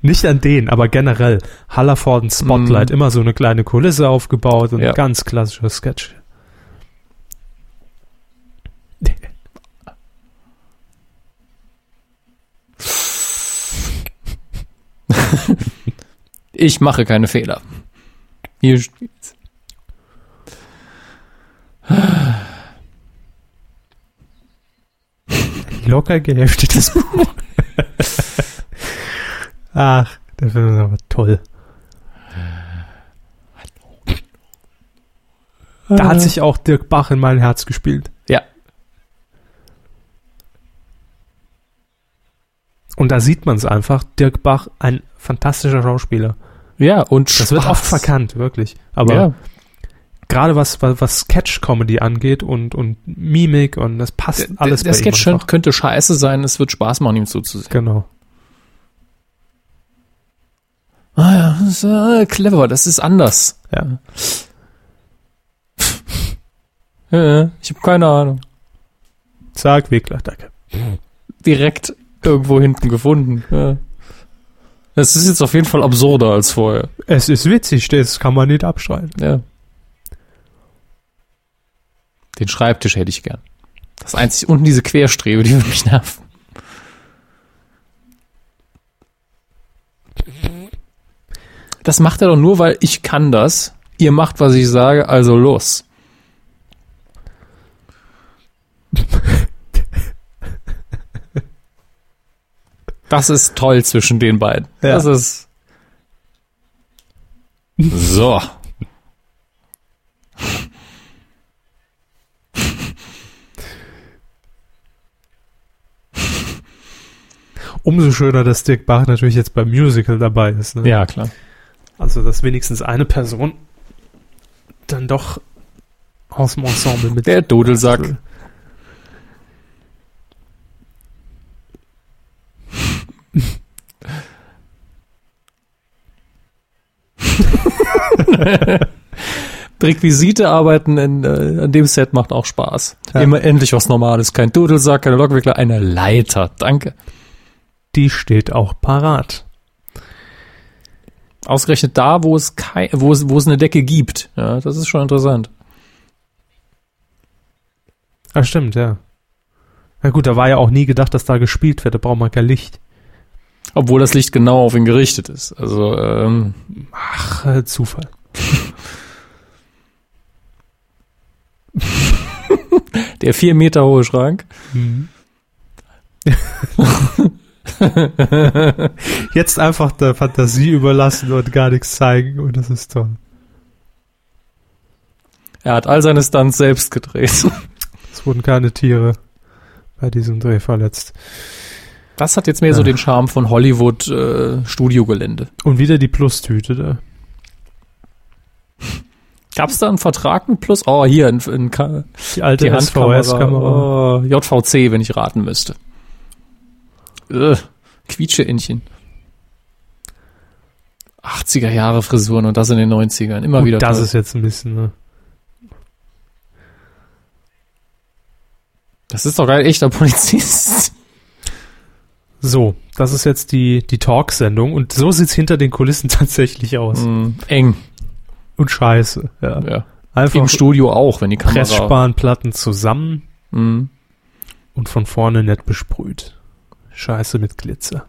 A: Nicht an den, aber generell. Hallervorden Spotlight,
B: Mhm.
A: immer so eine kleine Kulisse aufgebaut und
B: Ja.
A: ganz klassischer Sketch.
B: Ich mache keine Fehler. Hier steht's.
A: Locker geheftetes Buch.
B: [LAUGHS]
A: Ach, der Film ist aber toll.
B: Ah.
A: Da
B: Mhm.
A: hat sich auch Dirk Bach in mein Herz gespielt.
B: Ja.
A: Und da sieht man es einfach. Dirk Bach, ein fantastischer Schauspieler.
B: Ja, und
A: Das wird oft verkannt, wirklich. Aber
B: ja.
A: gerade was, was, was Sketch-Comedy angeht und, und Mimik und das passt
B: Der,
A: alles
B: der
A: bei ihm
B: Sketch
A: einfach.
B: könnte scheiße sein, es wird Spaß machen, ihm zuzusehen.
A: Genau.
B: Ah ja, das ist, äh, clever, das ist anders.
A: Ja.
B: Äh, ich habe keine Ahnung.
A: Zack, Wegler, danke.
B: Direkt irgendwo hinten gefunden. Ja. Das ist jetzt auf jeden Fall absurder als vorher.
A: Es ist witzig, das kann man nicht abstreiten.
B: Ja. Den Schreibtisch hätte ich gern. Das einzige, unten diese Querstrebe, die würde mich nerven. Das macht er doch nur, weil ich kann das. Ihr macht, was ich sage, also los. Das ist toll zwischen den beiden.
A: Ja.
B: Das ist. So.
A: Umso schöner, dass Dirk Bach natürlich jetzt beim Musical dabei ist. Ne?
B: Ja, klar.
A: Also, dass wenigstens eine Person dann doch aus dem Ensemble mit.
B: Der Dudelsack. Requisitearbeiten in, äh, an dem Set macht auch Spaß.
A: Ja.
B: Immer endlich was Normales. Kein Dudelsack, keine Lockwickler, eine Leiter. Danke.
A: Die steht auch parat.
B: Ausgerechnet da, wo es, kei wo es, wo es eine Decke gibt. Ja, das ist schon interessant.
A: Ah, stimmt, ja. Na gut, da war ja auch nie gedacht, dass da gespielt wird. Da braucht man kein Licht.
B: Obwohl das Licht genau auf ihn gerichtet ist. Also, ähm,
A: Ach, äh, Zufall.
B: der vier Meter hohe Schrank.
A: Mhm. [LAUGHS] Jetzt einfach der Fantasie überlassen und gar nichts zeigen. Und das ist toll.
B: Er hat all seine Stunts selbst gedreht. [LAUGHS]
A: Es wurden keine Tiere bei diesem Dreh verletzt.
B: Das hat jetzt mehr so den Charme von Hollywood äh, Studiogelände.
A: Und wieder die Plus-Tüte da.
B: Gab es da einen Vertrag mit Plus? Oh, hier ein, ein Ka
A: Die alte
B: die
A: SVS-Kamera.
B: Handkamera. Oh, JVC, wenn ich raten müsste. Äh, Quietscheinchen. 80er Jahre Frisuren und das in den 90ern. Immer wieder.
A: Gut, das
B: toll.
A: ist jetzt ein bisschen. Ne?
B: das ist doch kein echter [LAUGHS] Polizist.
A: So, das ist jetzt die, die Talksendung und so sieht's hinter den Kulissen [LAUGHS] tatsächlich aus.
B: Hm, eng.
A: Und scheiße. Ja.
B: Ja.
A: Einfach
B: Im Studio auch, wenn die Kamera.
A: Pressspanplatten zusammen
B: Hm.
A: und von vorne nett besprüht. Scheiße mit Glitzer.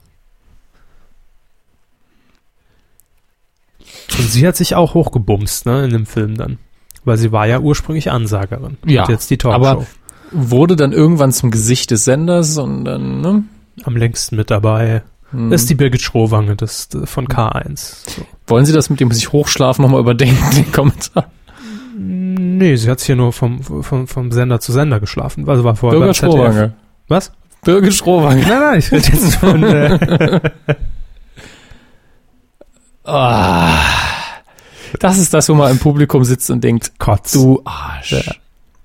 A: Und sie hat sich auch hochgebumst, ne, in dem Film dann. Weil sie war ja ursprünglich Ansagerin.
B: Ja,
A: Und jetzt die Talkshow.
B: aber- Wurde dann irgendwann zum Gesicht des Senders und dann, ne?
A: Am längsten mit dabei
B: Hm.
A: ist die Birgit Schrowange das, äh, von
B: Mhm.
A: K1. So.
B: Wollen Sie das mit dem sich hochschlafen nochmal überdenken, den Kommentar?
A: Nee, sie hat hier nur vom, vom, vom Sender zu Sender geschlafen. Also war vorher
B: Bürger
A: beim ZDF.
B: Schrowange.
A: Was?
B: Birgit Strohwagen.
A: Nein, nein, ich rede jetzt von.
B: [LAUGHS]
A: Äh,
B: Ah, das ist das, wo man im Publikum sitzt und denkt,
A: Kotz.
B: du Arsch.
A: Ja.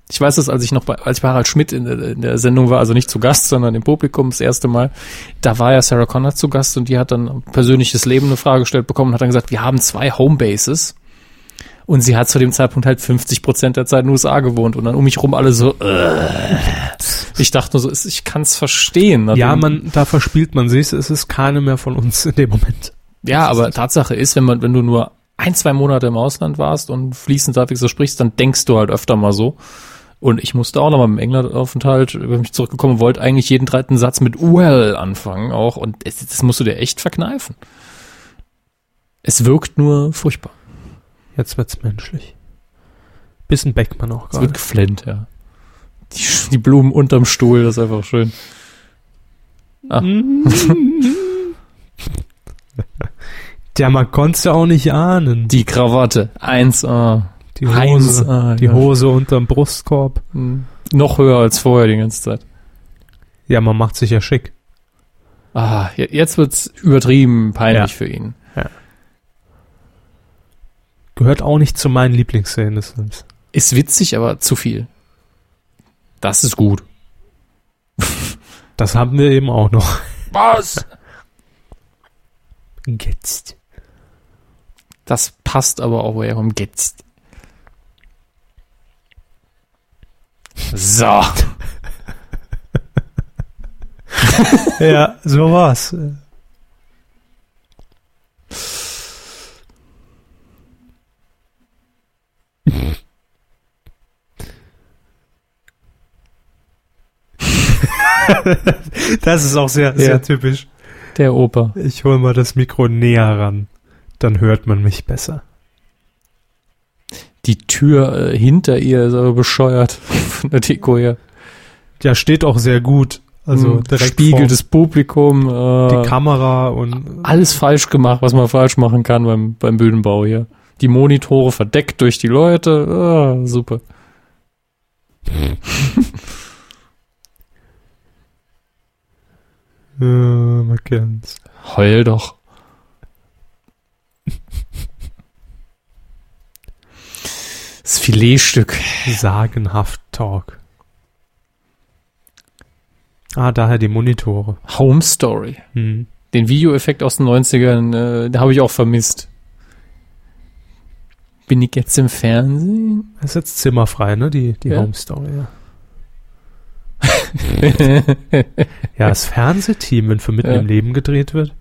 B: Ich weiß das, als ich noch bei, als ich bei Harald Schmidt in, der- in der Sendung war, also nicht zu Gast, sondern im Publikum das erste Mal, da war ja Sarah Connor zu Gast und die hat dann persönliches Leben eine Frage gestellt bekommen und hat dann gesagt, wir haben zwei Homebases. Und sie hat zu dem Zeitpunkt halt 50 Prozent der Zeit in den USA gewohnt und dann um mich rum alle so, äh. ich dachte nur so, es- ich kann es verstehen.
A: ja,
B: Nachdem-
A: man, da verspielt man sich, es ist keine mehr von uns in dem Moment.
B: Ja, aber Tatsache ist, wenn man, wenn du nur ein, zwei Monate im Ausland warst und fließend Safik so sprichst, dann denkst du halt öfter mal so. Und ich musste auch nochmal mit dem Englandaufenthalt, wenn ich zurückgekommen wollte, eigentlich jeden dritten Satz mit well anfangen auch. Und das, das musst du dir echt verkneifen. Es wirkt nur furchtbar.
A: Jetzt wird's menschlich. Bisschen Beckmann auch
B: Es
A: gerade.
B: wird geflennt, ja. Die, die Blumen unterm Stuhl, das ist einfach schön. Ah.
A: Ja, man konnte es ja auch nicht ahnen.
B: Die Krawatte, 1A.
A: Die
B: Heinz,
A: Hose,
B: ah,
A: die
B: ja.
A: Hose unterm Brustkorb.
B: Hm. Noch höher als vorher die ganze Zeit.
A: Ja, man macht sich ja schick.
B: Ah, je- jetzt wird's übertrieben peinlich
A: Ja.
B: für ihn.
A: Gehört auch nicht zu meinen Lieblingsszenen des Films.
B: Ist witzig, aber zu viel. Das ist gut.
A: Das haben wir eben auch noch.
B: Was?
A: Jetzt.
B: Das passt aber auch woher kommt jetzt. So.
A: Ja, so war's. [LAUGHS] Das ist auch sehr, sehr
B: Ja.
A: typisch.
B: Der Opa.
A: Ich hole mal das Mikro näher ran. Dann hört man mich besser.
B: Die Tür äh, hinter ihr ist aber bescheuert. [LAUGHS] Von der Deko her.
A: Ja, steht auch sehr gut. Also
B: Hm,
A: direkt vor
B: spiegeltes Publikum.
A: die
B: Äh,
A: Kamera und
B: alles falsch gemacht, was man falsch machen kann beim, beim Bühnenbau hier. Die Monitore verdeckt durch die Leute. Ah, super.
A: äh, man kennt's.
B: Heul doch. Das Filetstück.
A: Sagenhaft Talk. Ah, daher die Monitore.
B: Home Story.
A: Hm.
B: Den Videoeffekt aus den 90ern, äh, den habe ich auch vermisst. Bin ich jetzt im Fernsehen?
A: Das ist jetzt zimmerfrei, ne? Die, die
B: Ja.
A: Home Story, ja. [LAUGHS] Ja, das Fernsehteam, wenn für mitten
B: Ja.
A: im Leben gedreht wird.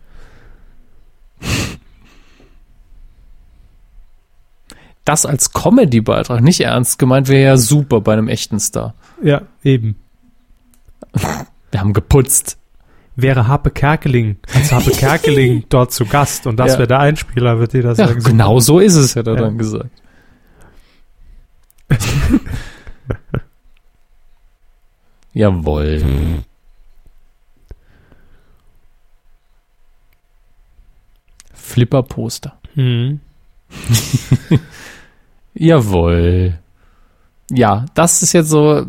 B: Das als Comedy-Beitrag, nicht ernst gemeint, wäre ja super bei einem echten Star.
A: Ja, eben.
B: Wir haben geputzt.
A: Wäre Happe Kerkeling, als
B: [LAUGHS]
A: Happe Kerkeling dort zu Gast und das
B: Ja.
A: wäre der Einspieler, wird dir das
B: Ja,
A: sagen. So,
B: genau so ist es, hat er
A: Ja.
B: dann gesagt. [LAUGHS] Jawohl. Flipper-Poster.
A: Hm.
B: Jawohl. Ja, das ist jetzt so,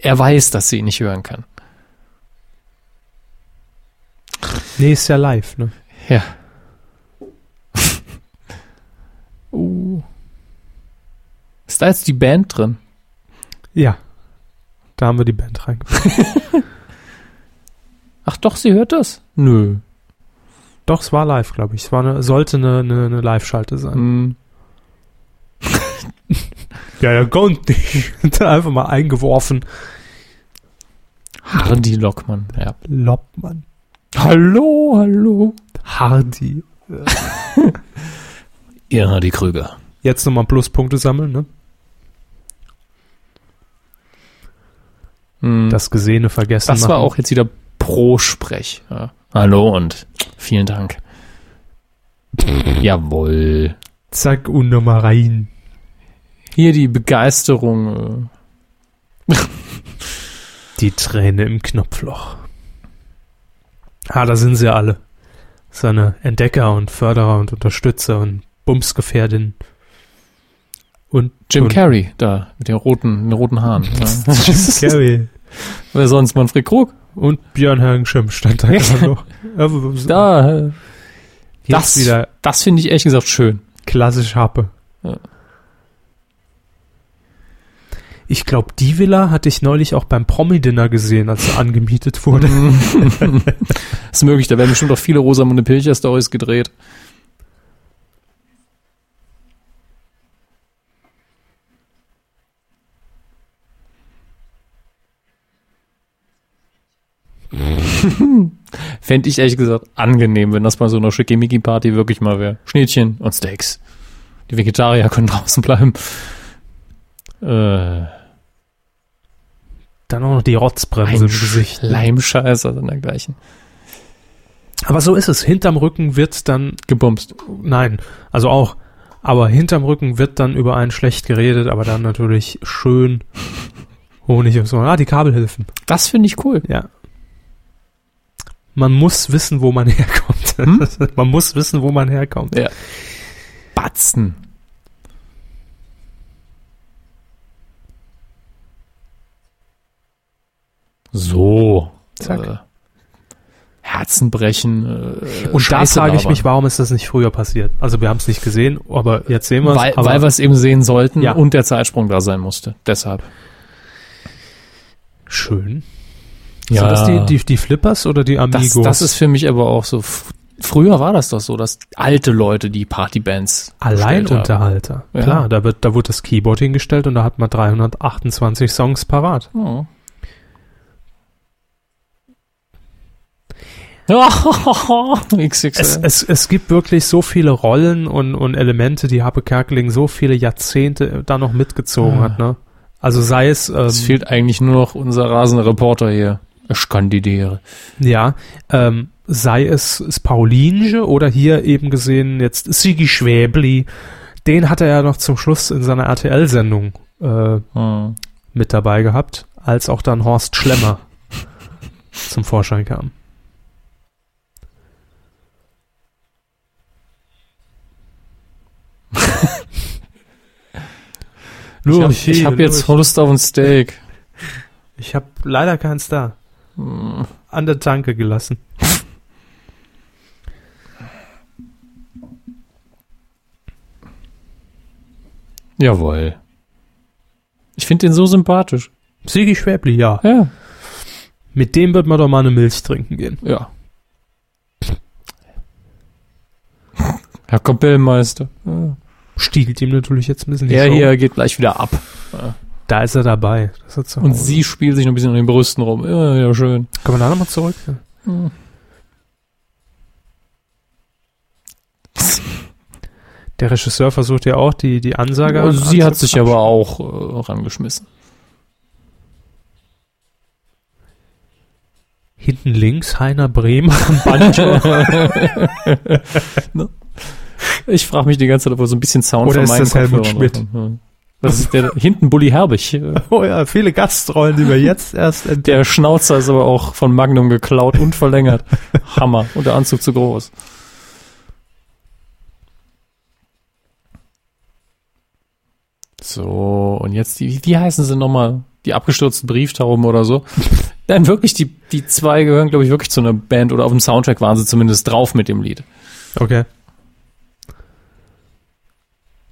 B: er weiß, dass sie ihn nicht hören kann.
A: Nee, ist ja live, ne?
B: Ja. uh. Ist da jetzt die Band drin?
A: Ja. Da haben wir die Band reingebracht.
B: Ach doch, sie hört das? Nö.
A: Doch, es war live, glaube ich. Es war eine, sollte eine, eine, eine Live-Schalte sein.
B: Hm.
A: Ja, ja, kommt [LAUGHS] nicht. Einfach mal eingeworfen.
B: Hardy Lockmann, ja.
A: Loppmann.
B: Hallo, hallo.
A: Hardy.
B: Ihr Hardy Krüger.
A: Jetzt nochmal Pluspunkte sammeln, ne?
B: Hm. Das,
A: Das Gesehene vergessen
B: das war
A: machen.
B: auch jetzt wieder Pro-Sprech. Ja. Hallo und vielen Dank. Jawohl.
A: Zack und nochmal rein.
B: Hier die Begeisterung. äh,
A: Die Träne im Knopfloch. Ah, da sind sie alle. Seine Entdecker und Förderer und Unterstützer und Bumsgefährtin. Und
B: Jim
A: und
B: Carrey da mit den roten, den roten Haaren. ja. [LAUGHS]
A: Jim Carrey.
B: Wer sonst? Manfred Krug?
A: Und Björn Hagen stand
B: [LAUGHS]
A: da gerade noch.
B: Da, äh,
A: das
B: das,
A: wieder
B: das finde ich ehrlich gesagt schön.
A: klassisch Happe.
B: Ja.
A: Ich glaube, die Villa hatte ich neulich auch beim Promi-Dinner gesehen, als sie angemietet wurde.
B: Ist möglich, da werden bestimmt auch viele Rosamunde Pilcher-Stories gedreht. [LAUGHS] Fände ich ehrlich gesagt angenehm, wenn das bei so einer Schickimicki-Party wirklich mal wäre. Schnittchen und Steaks. Die Vegetarier können draußen bleiben. Äh,
A: Dann auch noch die Rotzbremse im Gesicht.
B: Leimscheißer und dergleichen.
A: Aber so ist es. Hinterm Rücken wird dann,
B: Gebumst.
A: nein, also auch, aber hinterm Rücken wird dann über einen schlecht geredet, aber dann natürlich schön Honig und so. Ah, die Kabelhilfen.
B: Das finde ich cool.
A: Ja. Man muss wissen, wo man herkommt. [LAUGHS] man muss wissen, wo man herkommt.
B: Ja. Batzen. So.
A: Zack.
B: Äh, Herzen brechen. Äh,
A: Und
B: Scheiße
A: da frage ich
B: labern.
A: mich, warum ist das nicht früher passiert? Also wir haben es nicht gesehen, aber jetzt sehen wir es.
B: weil,
A: aber
B: weil wir es eben sehen sollten
A: Ja.
B: und der Zeitsprung da sein musste. Deshalb.
A: schön. Sind das die, die, die Flippers oder die
B: das,
A: Amigos?
B: das ist für mich aber auch so. F- Früher war das doch so, dass alte Leute die Partybands gestellt haben.
A: Alleinunterhalter.
B: Ja.
A: Klar, da wird, da wurde das Keyboard hingestellt und da hat man 328 Songs parat.
B: Oh.
A: Es,
B: [LAUGHS] XXL.
A: es, es gibt wirklich so viele Rollen und, und Elemente, die Happe Kerkeling so viele Jahrzehnte da noch mitgezogen
B: Ah.
A: hat, ne? Also sei es, ähm,
B: Es fehlt eigentlich nur noch unser rasender Reporter hier. Ich kandidiere.
A: ja, ähm, sei es, es Paulinge oder hier eben gesehen jetzt Sigi Schwäbli, den hat er ja noch zum Schluss in seiner RTL-Sendung äh,
B: Hm.
A: mit dabei gehabt, als auch dann Horst [LAUGHS] Schlemmer zum Vorschein kam.
B: Ich
A: Nur
B: hab- Ich habe hab jetzt Lust auf ein Steak.
A: ich habe leider keins da. An der Tanke gelassen.
B: Jawohl. Ich finde den so sympathisch.
A: Sigi Schwäbli, ja.
B: Ja.
A: Mit dem wird man doch mal eine Milch trinken gehen.
B: Ja. Herr Kapellmeister. Ja.
A: Stiegelt ihm natürlich jetzt ein bisschen die
B: Er
A: Show.
B: hier geht gleich wieder ab.
A: Da ist er dabei. Das ist er zu
B: Und
A: Hause.
B: sie spielt sich noch ein bisschen an den Brüsten rum. Ja, ja, schön.
A: Können wir da nochmal zurück? Der Regisseur versucht ja auch die, die Ansage.
B: Und sie hat sich
A: anzupassen.
B: aber auch äh, rangeschmissen.
A: Hinten links Heiner Bremer.
B: [LAUGHS] Ne? Ich frage mich die ganze Zeit, ob wir so ein bisschen Sound
A: Oder
B: von
A: ist
B: meinen
A: das Helmut
B: Kopfhörern
A: Schmidt?
B: machen. Das ist der hinten Bulli Herbig. Äh,
A: [LAUGHS] Oh ja, viele Gastrollen, die wir jetzt erst entdecken.
B: Der Schnauzer ist aber auch von Magnum geklaut und verlängert. Hammer. Und der Anzug zu groß. So, und jetzt, die, wie heißen sie nochmal? Die abgestürzten Brieftauben oder so. Nein, wirklich, die, die zwei gehören, glaube ich, wirklich zu einer Band oder auf dem Soundtrack waren sie zumindest drauf mit dem Lied.
A: Okay.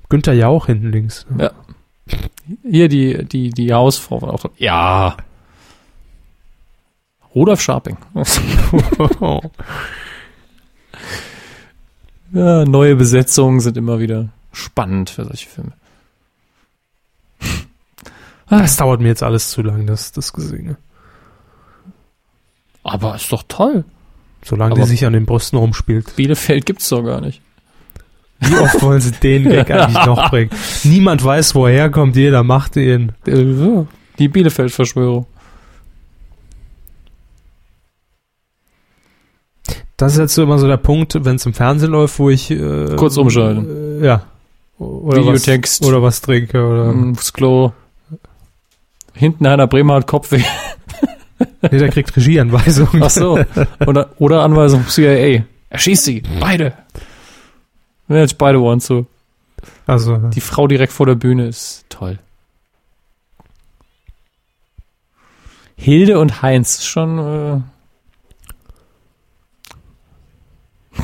A: Günther Jauch hinten [LAUGHS] links.
B: Ja. Hier die, die, die Hausfrau war auch drauf. Ja. Rudolf Scharping. Ja, neue Besetzungen sind immer wieder spannend für solche Filme. [LAUGHS]
A: Das dauert mir jetzt alles zu lang, das, das Gesinge.
B: Aber ist doch toll.
A: Solange
B: Aber-
A: die sich an den Brüsten rumspielt.
B: Bielefeld gibt's doch gar nicht.
A: Wie oft wollen sie den Gag eigentlich noch bringen? Niemand weiß, woher er kommt, jeder macht ihn.
B: Äh, Die Bielefeld-Verschwörung.
A: Das ist jetzt so immer so der Punkt, wenn es im Fernsehen läuft, wo ich äh,
B: Kurz umschalten.
A: Äh, ja. O- Oder
B: Videotext.
A: Was, oder was trinke oder
B: Ähm, Das Klo. Hinten einer Bremer hat Kopfweh.
A: nee, der kriegt
B: [LAUGHS]
A: Regieanweisungen.
B: Ach so. Oder, oder Anweisung vom CIA. Erschieß sie. Beide. Ja, jetzt beide waren so.
A: Also
B: Die Frau direkt vor der Bühne ist toll. Hilde und Heinz schon. Äh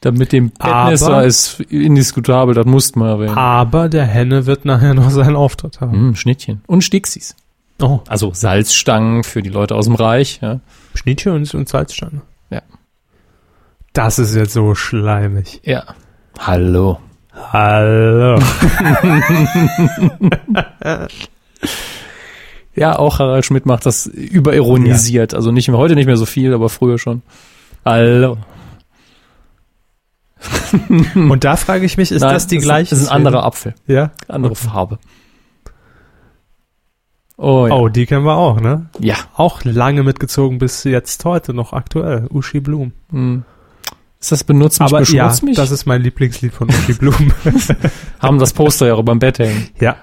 B: Das mit dem Bettmesser
A: Aber- Ah.
B: ist indiskutabel, das musste man erwähnen.
A: Aber der Henne wird nachher noch seinen Auftritt haben.
B: Hm, Schnittchen. Und Stixis.
A: Oh,
B: Also Salzstangen für die Leute aus dem Reich. Ja.
A: Schnittchen und, und Salzsteine.
B: Ja.
A: Das ist jetzt so schleimig.
B: ja. Hallo. [LAUGHS]
A: Hallo.
B: Ja, auch Harald Schmidt macht das überironisiert. Also nicht mehr, heute nicht mehr so viel, aber früher schon. Hallo.
A: Und da frage ich mich, ist
B: Nein,
A: das die
B: ist-
A: gleiche?
B: Das ist ein anderer Apfel,
A: Ja.
B: andere Farbe. Oh, ja.
A: Oh, die kennen wir auch, ne?
B: ja.
A: Auch lange mitgezogen bis jetzt heute noch aktuell. Uschi Blum.
B: Hm. Ist das benutzt mich,
A: Aber ja,
B: beschmutzt mich?
A: das ist mein Lieblingslied von Uschi Blum.
B: [LAUGHS] Haben das Poster ja auch beim Bett hängen.
A: ja.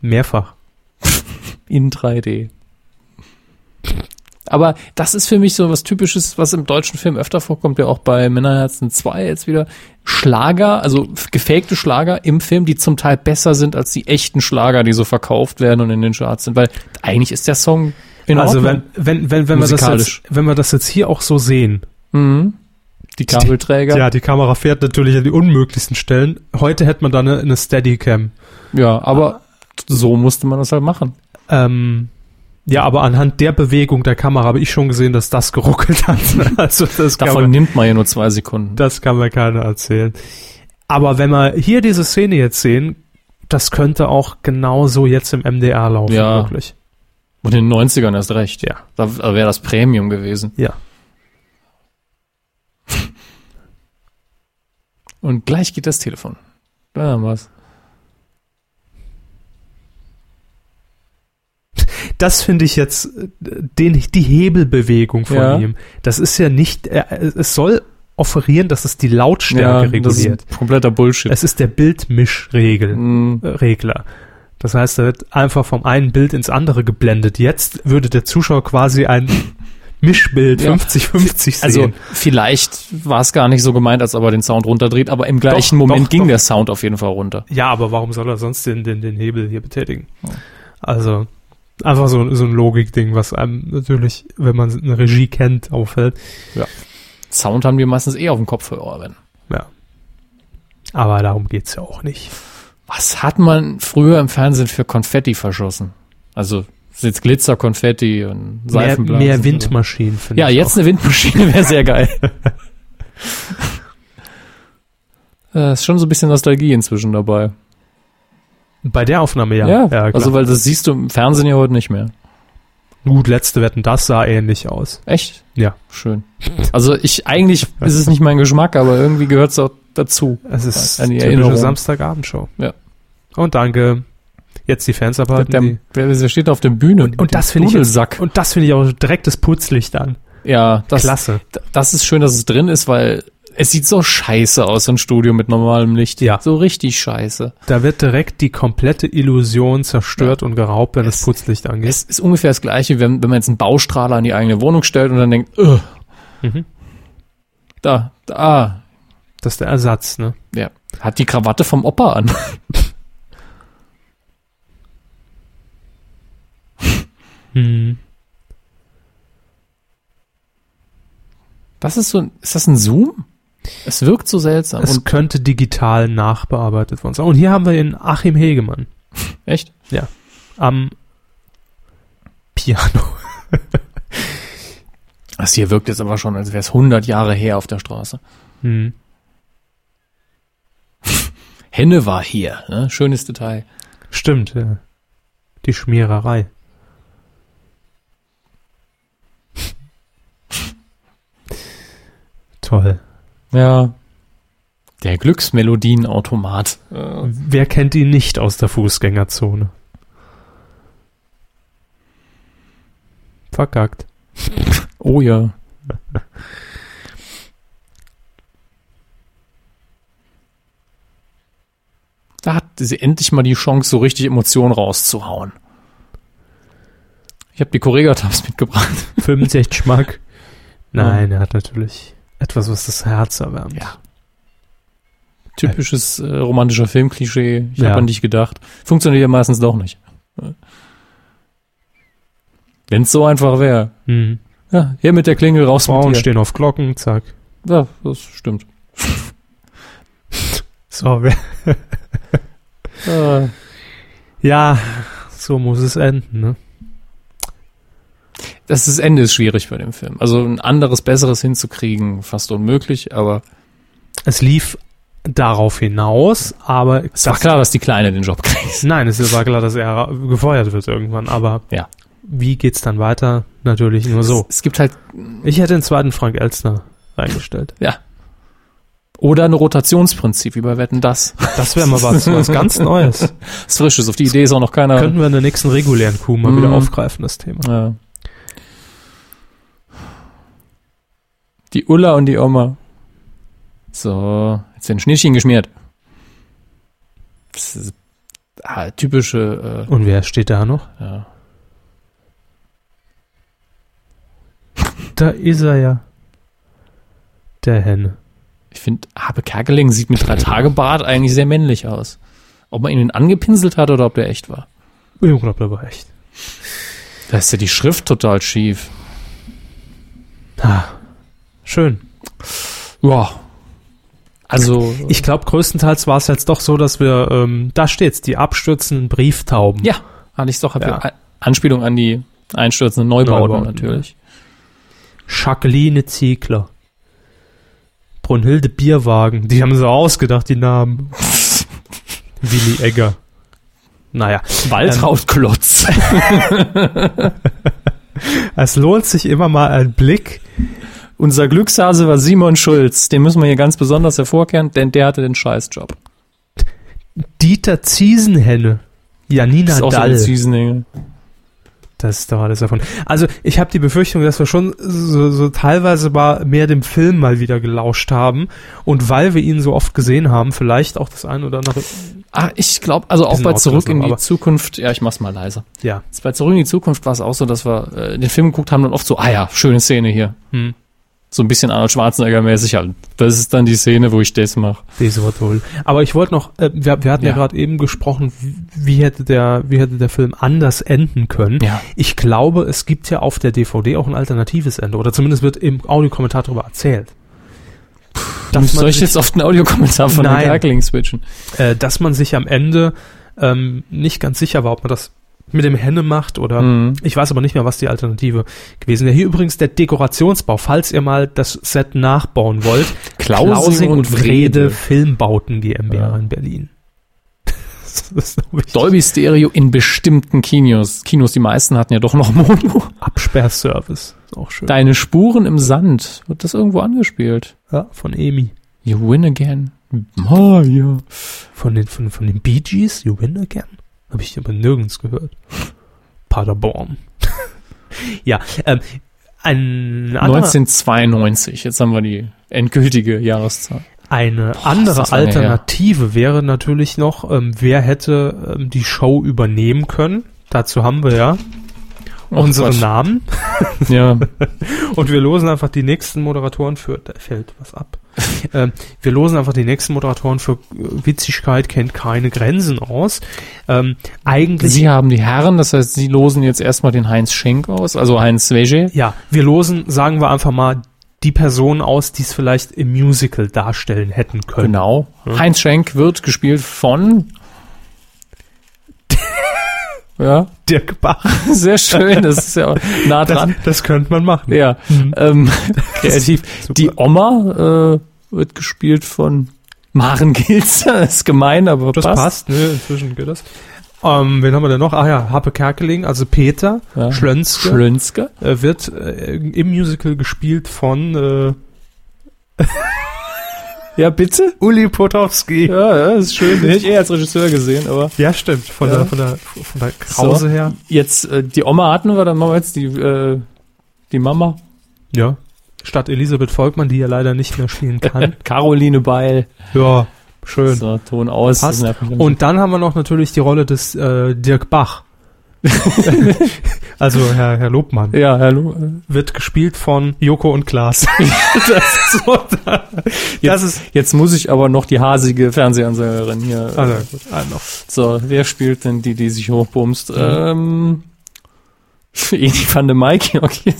A: Mehrfach.
B: in 3D. Aber das ist für mich so was Typisches, was im deutschen Film öfter vorkommt, ja auch bei Männerherzen 2 jetzt wieder. Schlager, also f- gefakte Schlager im Film, die zum Teil besser sind als die echten Schlager, die so verkauft werden und in den Charts sind, weil eigentlich ist der Song in
A: also wenn,
B: Ordnung.
A: wenn, wenn, wenn, wir das
B: Musikalisch.
A: jetzt, wenn wir das jetzt hier auch so sehen.
B: mhm. Die Kabelträger.
A: Ja, die Kamera fährt natürlich an die unmöglichsten Stellen. Heute hätte man da eine, eine Steadicam.
B: ja, aber so musste man das halt machen.
A: Ähm, ja, aber anhand der Bewegung der Kamera habe ich schon gesehen, dass das geruckelt [LAUGHS] hat. Also das kann,
B: Davon
A: mir,
B: nimmt man ja nur zwei Sekunden.
A: das kann mir keiner erzählen. Aber wenn wir hier diese Szene jetzt sehen, das könnte auch genauso jetzt im MDR laufen,
B: Ja.
A: wirklich.
B: Und in den 90ern erst recht.
A: Ja.
B: Da wäre das Premium gewesen.
A: Ja.
B: Und gleich geht das Telefon. Da haben wir's.
A: Das finde ich jetzt äh, den, die Hebelbewegung von
B: Ja.
A: ihm. Das ist ja nicht, er- es soll offerieren, dass es die Lautstärke
B: das
A: reguliert.
B: ist kompletter Bullshit.
A: Es ist der Bildmischregel.
B: Mm,
A: äh, Regler. Das heißt, er wird einfach vom einen Bild ins andere geblendet. Jetzt würde der Zuschauer quasi ein Mischbild
B: Ja.
A: 50-50
B: also
A: sehen.
B: vielleicht war es gar nicht so gemeint, als ob er den Sound runterdreht, aber im gleichen
A: Doch,
B: Moment
A: doch,
B: ging
A: doch.
B: der Sound auf jeden Fall runter.
A: Ja, aber warum soll er sonst den, den, den Hebel hier betätigen? Also einfach so, so ein Logikding, was einem natürlich, wenn man eine Regie kennt, auffällt.
B: Sound haben wir meistens eh auf dem Kopfhörer, wenn.
A: Aber darum geht's ja auch nicht.
B: Was hat man früher im Fernsehen für Konfetti verschossen? Also ist jetzt Glitzerkonfetti und
A: Mehr,
B: Seifenblasen.
A: mehr Windmaschinen finde
B: Ja,
A: ich
B: jetzt eine Windmaschine wäre
A: [LAUGHS]
B: sehr geil. Äh, ist schon so ein bisschen Nostalgie inzwischen dabei.
A: Auch. Bei der Aufnahme ja. klar.
B: also weil das siehst du im Fernsehen ja heute nicht mehr.
A: Gut, letzte Wetten, das sah ähnlich aus.
B: Echt?
A: Ja. [LAUGHS]
B: Schön. Also ich eigentlich ist es nicht mein Geschmack, aber irgendwie gehört es auch dazu.
A: Es ist
B: An die
A: eine
B: Erinnerung.
A: typische Samstagabendshow.
B: Ja.
A: Und danke. Jetzt die Fans
B: Der,
A: abhalten.
B: der,
A: die-
B: wer wer steht auf der Bühne?
A: Und, und das finde ich jetzt,
B: Dudelsack.
A: und das finde ich auch direkt das Putzlicht an.
B: Ja, das,
A: Klasse.
B: das ist schön, dass es drin ist, weil es sieht so scheiße aus, so ein Studio mit normalem Licht.
A: Ja.
B: So richtig scheiße.
A: Da wird direkt die komplette Illusion zerstört und geraubt, wenn das Putzlicht angeht.
B: Es ist ungefähr das gleiche, wenn, wenn man jetzt einen Baustrahler an die eigene Wohnung stellt und dann denkt, "Ugh."
A: Mhm.
B: da, ah. da,
A: Das ist der Ersatz, ne?
B: ja, hat die Krawatte vom Opa an. [LAUGHS]
A: Hm.
B: Das ist so, ein- ist das ein Zoom? Es wirkt so seltsam.
A: Es
B: Und,
A: könnte digital nachbearbeitet worden sein. Und hier haben wir den Achim Hegemann
B: echt?
A: am Piano.
B: Das hier wirkt jetzt aber schon, als wäre es 100 Jahre her auf der Straße.
A: Hm.
B: Henne war hier, ne? schönes Detail.
A: Stimmt, ja. Die
B: [LAUGHS]
A: Schmiererei. Toll.
B: Ja. Der Glücksmelodienautomat. Äh,
A: Wer kennt ihn nicht aus der Fußgängerzone?
B: [LAUGHS]
A: Verkackt.
B: oh ja. Da hat sie endlich mal die Chance, so richtig Emotionen rauszuhauen. Ich habe die Correga-Tabs mitgebracht. [LAUGHS]
A: 65 Mark. Nein, er hat natürlich etwas, was das Herz erwärmt.
B: Ja. Typisches äh, romantischer Filmklischee. Ich
A: Ja.
B: habe an dich gedacht. Funktioniert ja meistens doch nicht. Wenn es so einfach wäre.
A: Mhm.
B: Ja, hier mit der Klingel raus
A: Frauen
B: mit dir.
A: stehen auf Glocken, zack.
B: Ja, das stimmt.
A: So, wer-
B: Äh,
A: ja, so muss es enden, ne?
B: das, das Ende ist schwierig bei dem Film. Also ein anderes, besseres hinzukriegen, fast unmöglich, aber
A: Es lief darauf hinaus, aber
B: es war klar, dass die Kleine den Job kriegt.
A: Nein, es war klar, dass er gefeuert wird irgendwann, aber
B: Ja.
A: wie geht's dann weiter? Natürlich nur so.
B: Es, es gibt halt
A: Ich hätte den zweiten Frank Elstner reingestellt.
B: oder ein Rotationsprinzip, wie bei Wetten das. [LAUGHS]
A: Das wäre mal was, was ganz Neues.
B: Das Frisches, auf die Idee ist auch noch keiner.
A: Könnten wir in der nächsten regulären Kuh mal wieder
B: Mhm.
A: aufgreifen, das Thema.
B: Ja. Die Ulla und die Oma. So, jetzt den Schnittchen geschmiert. Das ist, ah, typische.
A: Und wer steht da noch?
B: Äh, ja.
A: Da ist er ja. Der Henne.
B: Ich finde, Habe Kerkeling sieht mit drei Tage Bart eigentlich sehr männlich aus. Ob man ihn denn angepinselt hat oder ob der echt war.
A: Ich glaube, der war echt.
B: Da ist ja die Schrift total schief.
A: Ah, schön.
B: Ja. Also,
A: Ich glaube, größtenteils war es jetzt doch so, dass wir, ähm, da steht's, die abstürzenden Brieftauben.
B: ja, hatte ich doch.
A: Ja.
B: A- Anspielung an die einstürzenden Neubauten,
A: Neubauten,
B: natürlich.
A: Jacqueline Ziegler. Brunhilde Bierwagen. Die haben sie ausgedacht, die
B: [LAUGHS]
A: Namen. Willi Egger. Naja,
B: Waldrautklotz.
A: es lohnt sich immer mal ein Blick.
B: [LAUGHS] Unser Glückshase war Simon Schulz. Den müssen wir hier ganz besonders hervorkehren, denn der hatte den Scheißjob.
A: Dieter Ziesenhenne. Janina
B: so eine
A: Dall.
B: Süßlinge.
A: das ist doch alles davon. Also, ich habe die Befürchtung, dass wir schon so, so teilweise mal mehr dem Film mal wieder gelauscht haben. Und weil wir ihn so oft gesehen haben, vielleicht auch das ein oder andere.
B: Ah, ich glaube, also auch
A: Bisschen
B: bei Zurück in
A: ausgelassen,
B: die
A: aber-
B: Zukunft, ja, ich mach's mal leiser.
A: Ja.
B: Jetzt Bei Zurück in die Zukunft war es auch so, dass wir äh, den Film geguckt haben und oft so, ah ja, schöne Szene hier.
A: Hm.
B: So ein bisschen Arnold Schwarzenegger-mäßig halt. Das ist dann die Szene, wo ich das mache.
A: Das war toll. Aber ich wollte noch, äh, wir, wir hatten ja,
B: Ja.
A: gerade eben gesprochen, wie, wie hätte der, wie hätte der Film anders enden können.
B: Ja.
A: Ich glaube, es gibt ja auf der DVD auch ein alternatives Ende oder zumindest wird im Audiokommentar darüber erzählt. Dass
B: Soll
A: man,
B: ich
A: sich,
B: jetzt auf den Audiokommentar von
A: Nein.
B: den Kerkeling switchen?
A: äh, dass man sich am Ende ähm, nicht ganz sicher war, ob man das mit dem Henne macht oder
B: Mhm.
A: ich weiß aber nicht mehr, was die Alternative gewesen wäre. Hier übrigens der Dekorationsbau, falls ihr mal das Set nachbauen wollt.
B: [LAUGHS] Klausing, und Wrede.
A: Filmbauten GmbH
B: Ja.
A: in Berlin. [LAUGHS] Das ist, glaub ich,
B: Dolby Stereo in bestimmten Kinos. Kinos, die meisten hatten ja doch noch [LAUGHS] Mono.
A: Absperrservice. Ist Auch schön.
B: Deine Spuren im Sand. Wird das irgendwo angespielt?
A: Ja, von Emi.
B: You win again. Mario.
A: Von den, von, von den Bee Gees, You Win Again? Habe ich aber nirgends gehört. Paderborn. [LAUGHS] ja, ähm, ein anderer,
B: 1992. Jetzt haben wir die endgültige Jahreszahl.
A: eine
B: ist
A: andere
B: das lange
A: Alternative wäre natürlich noch, ähm, wer hätte ähm, die Show übernehmen können? Dazu haben wir ja
B: Ach,
A: unsere
B: Quatsch.
A: Namen.
B: Oh
A: [LAUGHS]
B: Ja.
A: Und wir losen einfach die nächsten Moderatoren für. Da fällt was
B: [LAUGHS]
A: ab. ähm, wir losen einfach die nächsten Moderatoren für äh, Witzigkeit kennt keine Grenzen aus. Ähm, eigentlich.
B: Sie haben die Herren, das heißt, Sie losen jetzt erstmal den Heinz Schenk aus, also Heinz Wege.
A: ja, wir losen, sagen wir einfach mal, die Personen aus, die es vielleicht im Musical darstellen hätten können.
B: Genau. Heinz Schenk wird
A: [LAUGHS]
B: gespielt von. ja,
A: Dirk
B: [LAUGHS]
A: Bach.
B: sehr schön, das ist ja nah
A: Das, Mhm.
B: dran.
A: das könnte man machen.
B: Ja, ähm, kreativ.
A: Super.
B: Die Oma äh, wird gespielt von Maren Gilzer. [LAUGHS] Ist gemein, aber
A: das passt. Ne, inzwischen geht das. Ähm, wen haben wir denn noch? Ah ja, Happe Kerkeling, also Peter
B: Ja.
A: Schlönske.
B: Schlönske.
A: äh, wird äh, im Musical gespielt von äh,
B: Ja, bitte?
A: Uli Potowski.
B: Ja, ja, ist schön. Den hätte ich eher als Regisseur gesehen, aber.
A: Ja, stimmt. Von,
B: Ja.
A: Der, von, der, von der Krause
B: So.
A: her.
B: Jetzt, äh, die Oma hatten wir, dann machen wir jetzt die, äh, die Mama.
A: Ja. Statt Elisabeth Volkmann, die ja leider nicht mehr spielen kann.
B: [LAUGHS] Caroline Beil.
A: [LAUGHS] ja, schön.
B: So, Ton aus.
A: Passt.
B: nervt mich ein bisschen.
A: Und dann haben wir noch natürlich die Rolle des äh, Dirk Bach. [LAUGHS] also Herr, Herr Lobmann.
B: Ja, hallo.
A: [LAUGHS] Wird gespielt von Joko und Klaas. das ist [LAUGHS] so,
B: Jetzt, jetzt muss ich aber noch die hasige Fernsehansagerin hier. äh,
A: also, ah, noch.
B: So, wer spielt denn die, die sich hochbumst?
A: Mhm.
B: Ähm, [LAUGHS] Edi van de Mike, [LAUGHS] okay.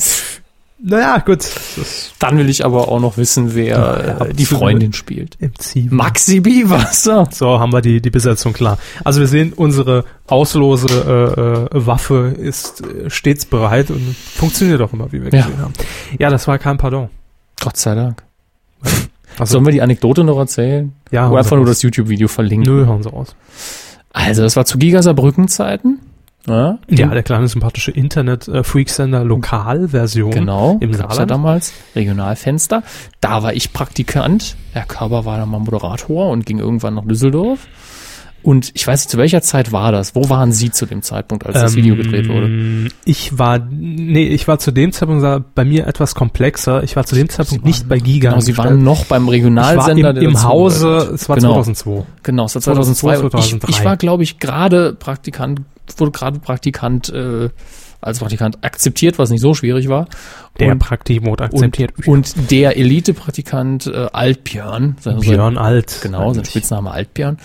A: Naja, gut. Das ist
B: Dann will ich aber auch noch wissen, wer
A: Ja,
B: äh, die
A: absolut.
B: Freundin spielt.
A: im Ziel.
B: Maxi Biewasser.
A: So, haben wir die, die Besetzung klar. Also wir sehen, unsere auslose äh, äh, Waffe ist äh, stets bereit und funktioniert auch immer, wie wir
B: Ja.
A: gesehen haben. Ja, das war kein Pardon.
B: Gott sei Dank.
A: Also-
B: Sollen wir die Anekdote noch erzählen?
A: Ja,
B: Oder
A: hauen
B: einfach
A: sie
B: nur
A: raus.
B: das YouTube-Video verlinken?
A: Nö, hauen sie raus.
B: Also, das war zu Gigasaarbrücken-Zeiten. ne? Ja,
A: Ja, der kleine sympathische Internet-Freaksender Lokalversion.
B: Genau,
A: Im
B: gab's ja
A: Saarland.
B: damals, Regionalfenster. Da war ich Praktikant. Herr Körber war dann mal Moderator und ging irgendwann nach Düsseldorf. Und ich weiß nicht, zu welcher Zeit war das? Wo waren Sie zu dem Zeitpunkt, als das Video gedreht wurde?
A: Ähm, Ich war, nee, ich war zu dem Zeitpunkt sag, bei mir etwas komplexer. Ich war zu dem Zeitpunkt
B: waren-
A: nicht bei Giga.
B: Genau, Sie
A: angestellt.
B: waren noch beim
A: also ich war im,
B: Regionalsender. der
A: im
B: dazu
A: Hause,
B: gehört.
A: es war
B: genau,
A: 2002.
B: Genau, es war 2002.
A: 2003.
B: Ich, ich war, glaube ich, gerade Praktikant, wurde gerade Praktikant, äh, als Praktikant akzeptiert, was nicht so schwierig war.
A: Der
B: und,
A: Praktikmod akzeptiert.
B: und, und der Elite-Praktikant äh, Altbjörn, sein- sein-
A: Björn Alt.
B: Genau, sein
A: Eigentlich.
B: Spitzname Altbjörn,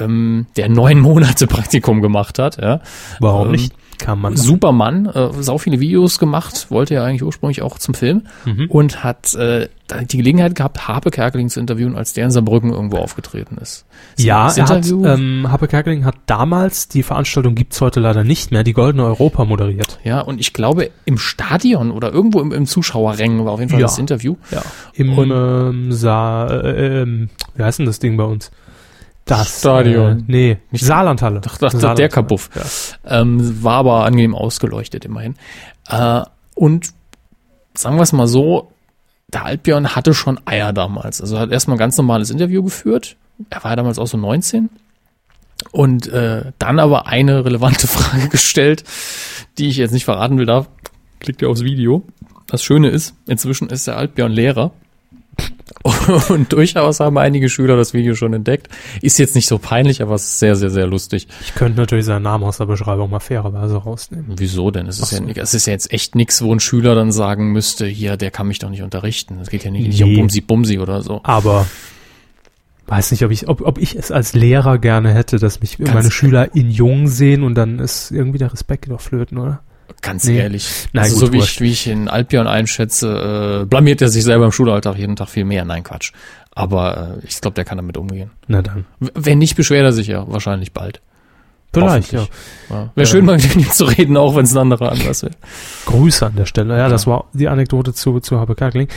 B: ähm, der neun [LAUGHS] Monate Praktikum gemacht hat. Ja.
A: Warum
B: ähm,
A: nicht? Kann man.
B: Supermann, äh, sau viele Videos gemacht, wollte ja eigentlich ursprünglich auch zum Film
A: Mhm.
B: und hat äh, da die Gelegenheit gehabt, Harpe Kerkeling zu interviewen, als der in Saarbrücken irgendwo aufgetreten ist. Ist
A: Ja,
B: das
A: er hat,
B: Interview?
A: ähm, Happe Kerkeling hat damals, die Veranstaltung gibt's heute leider nicht mehr, die Goldene Europa moderiert.
B: ja, und ich glaube, im Stadion oder irgendwo im, im Zuschauerrängen war auf jeden Fall
A: Ja.
B: das Interview.
A: Ja. Im
B: Und-
A: ähm, Sa äh, ähm, wie heißt denn das Ding bei uns? Das
B: Stadion.
A: Äh, nee,
B: Nicht-
A: Saarlandhalle.
B: Ach, ach, ach, der Kabuff. Ähm, war aber angenehm ausgeleuchtet immerhin. Äh, und sagen wir es mal so, der Altbjörn hatte schon Eier damals. Also er hat erstmal ein ganz normales Interview geführt. Er war ja damals auch so 19. Und äh, dann aber eine relevante [LAUGHS] Frage gestellt, die ich jetzt nicht verraten will. Da klickt ihr aufs Video. Das Schöne ist, inzwischen ist der Altbjörn Lehrer. [LAUGHS] Und durchaus haben einige Schüler das Video schon entdeckt. Ist jetzt nicht so peinlich, aber es ist sehr, sehr, sehr lustig.
A: Ich könnte natürlich seinen Namen aus der Beschreibung mal fairerweise rausnehmen.
B: Wieso denn? Es ist,
A: Ach
B: ja,
A: so.
B: nicht- es ist ja jetzt echt nichts, wo ein Schüler dann sagen müsste, hier, der kann mich doch nicht unterrichten. Es geht ja nicht, nicht um
A: Nee.
B: Bumsi Bumsi oder so.
A: Aber weiß nicht, ob ich, ob, ob ich es als Lehrer gerne hätte, dass mich meine
B: genau.
A: Schüler in jung sehen und dann ist irgendwie der Respekt doch flöten, oder?
B: Ganz
A: Nee.
B: ehrlich.
A: Na
B: also
A: gut,
B: so wie ich,
A: wurscht.
B: wie ich in Alpion einschätze, äh, blamiert er sich selber im Schulalltag jeden Tag viel mehr. Nein, Quatsch. Aber äh, ich glaube, der kann damit umgehen.
A: Na dann.
B: W- Wenn nicht, beschwert er sich ja wahrscheinlich bald.
A: Vielleicht, ja.
B: Hoffentlich. Ja. Wäre schön, mal mit ihm zu reden, auch wenn es ein anderer Anlass wäre.
A: Grüße an der Stelle. Ja, das war die Anekdote zu, zu Habe Kerkeling.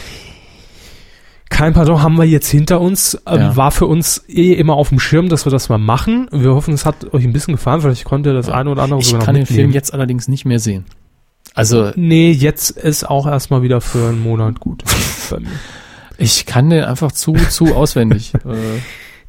A: Kein Pardon haben wir jetzt hinter uns. Ähm,
B: Ja.
A: War für uns eh immer auf dem Schirm, dass wir das mal machen. Wir hoffen, es hat euch ein bisschen gefallen. Vielleicht konnte das eine oder andere
B: Ich
A: sogar noch
B: kann den Film
A: mitnehmen.
B: jetzt allerdings nicht mehr sehen. Also
A: Nee, jetzt ist auch erstmal wieder für einen Monat gut.
B: [LAUGHS]
A: Bei mir.
B: ich kann den einfach zu,
A: [LAUGHS]
B: zu auswendig. äh,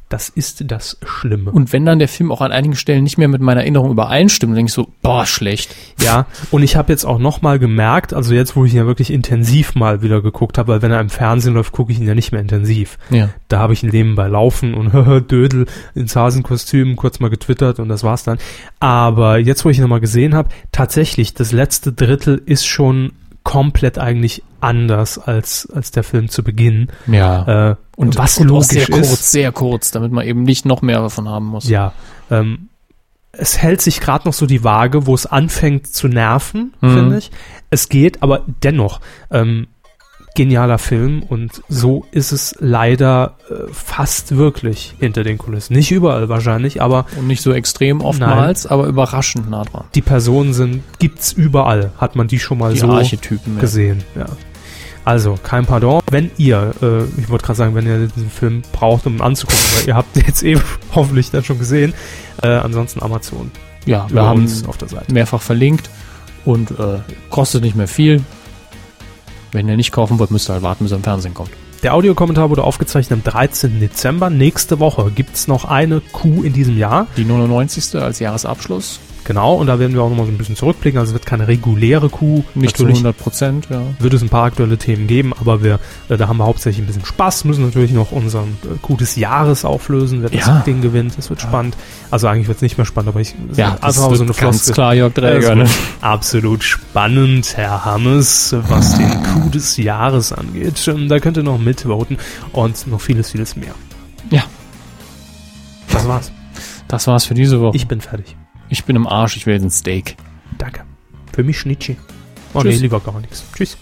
A: Das ist das Schlimme.
B: Und wenn dann der Film auch an einigen Stellen nicht mehr mit meiner Erinnerung übereinstimmt, denke ich so, boah, schlecht.
A: Ja, und ich habe jetzt auch nochmal gemerkt, also jetzt, wo ich ihn ja wirklich intensiv mal wieder geguckt habe, weil wenn er im Fernsehen läuft, gucke ich ihn ja nicht mehr intensiv.
B: Ja.
A: Da habe ich ihn nebenbei laufen und [LAUGHS] Dödel ins Hasenkostüm kurz mal getwittert und das war's dann. Aber jetzt, wo ich ihn nochmal gesehen habe, tatsächlich, das letzte Drittel ist schon komplett eigentlich anders als, als der Film zu Beginn.
B: Ja.
A: Äh,
B: und
A: was
B: was und
A: logisch
B: logisch sehr kurz,
A: ist.
B: sehr kurz, damit man eben nicht noch mehr davon haben muss.
A: Ja, ähm, es hält sich gerade noch so die Waage, wo es anfängt zu nerven,
B: Mhm.
A: finde ich. Es geht, aber dennoch ähm, genialer Film und so ist es leider äh, fast wirklich hinter den Kulissen. Nicht überall wahrscheinlich, aber
B: Und nicht so extrem oftmals, aber überraschend nah dran.
A: die Personen sind gibt's überall. Hat man die schon mal
B: Die
A: so
B: Archetypen. Ja.
A: gesehen? Ja. Also, kein Pardon. Wenn ihr, äh, ich wollte gerade sagen, wenn ihr diesen Film braucht, um ihn anzugucken, weil ihr habt ihn jetzt eben [LAUGHS] hoffentlich dann schon gesehen. Äh, ansonsten Amazon.
B: ja, wir
A: Über
B: haben
A: uns auf der Seite.
B: mehrfach verlinkt und äh, kostet nicht mehr viel. Wenn ihr nicht kaufen wollt, müsst ihr halt warten, bis er im Fernsehen kommt.
A: Der Audiokommentar wurde aufgezeichnet am 13. Dezember. Nächste Woche gibt's noch eine Kuh in diesem Jahr.
B: Die 99. als Jahresabschluss.
A: Genau, und da werden wir auch nochmal so ein bisschen zurückblicken. Also es wird keine reguläre Kuh.
B: Nicht
A: natürlich
B: zu 100 Prozent, ja.
A: wird es ein paar aktuelle Themen geben, aber wir, äh, da haben wir hauptsächlich ein bisschen Spaß, müssen natürlich noch unseren äh, Coup des Jahres auflösen, wer
B: Ja.
A: das Ding gewinnt. Es wird spannend. Also eigentlich wird es nicht mehr spannend, aber ich
B: Ja, das
A: einfach mal
B: wird
A: so eine
B: ganz
A: Floskel.
B: klar Jörg Dräger,
A: Ja,
B: ne?
A: das wird Also, Absolut spannend, Herr Hammes, was den Coup des Jahres angeht. Ähm, Da könnt ihr noch mitvoten und noch vieles, vieles mehr.
B: Ja.
A: Das war's.
B: Das war's für diese Woche. Ich,
A: Ich bin fertig.
B: ich bin im Arsch, ich will jetzt ein Steak.
A: Danke. Für mich Schnitschi. Oh
B: Tschüss.
A: nee, lieber gar nichts. Tschüss.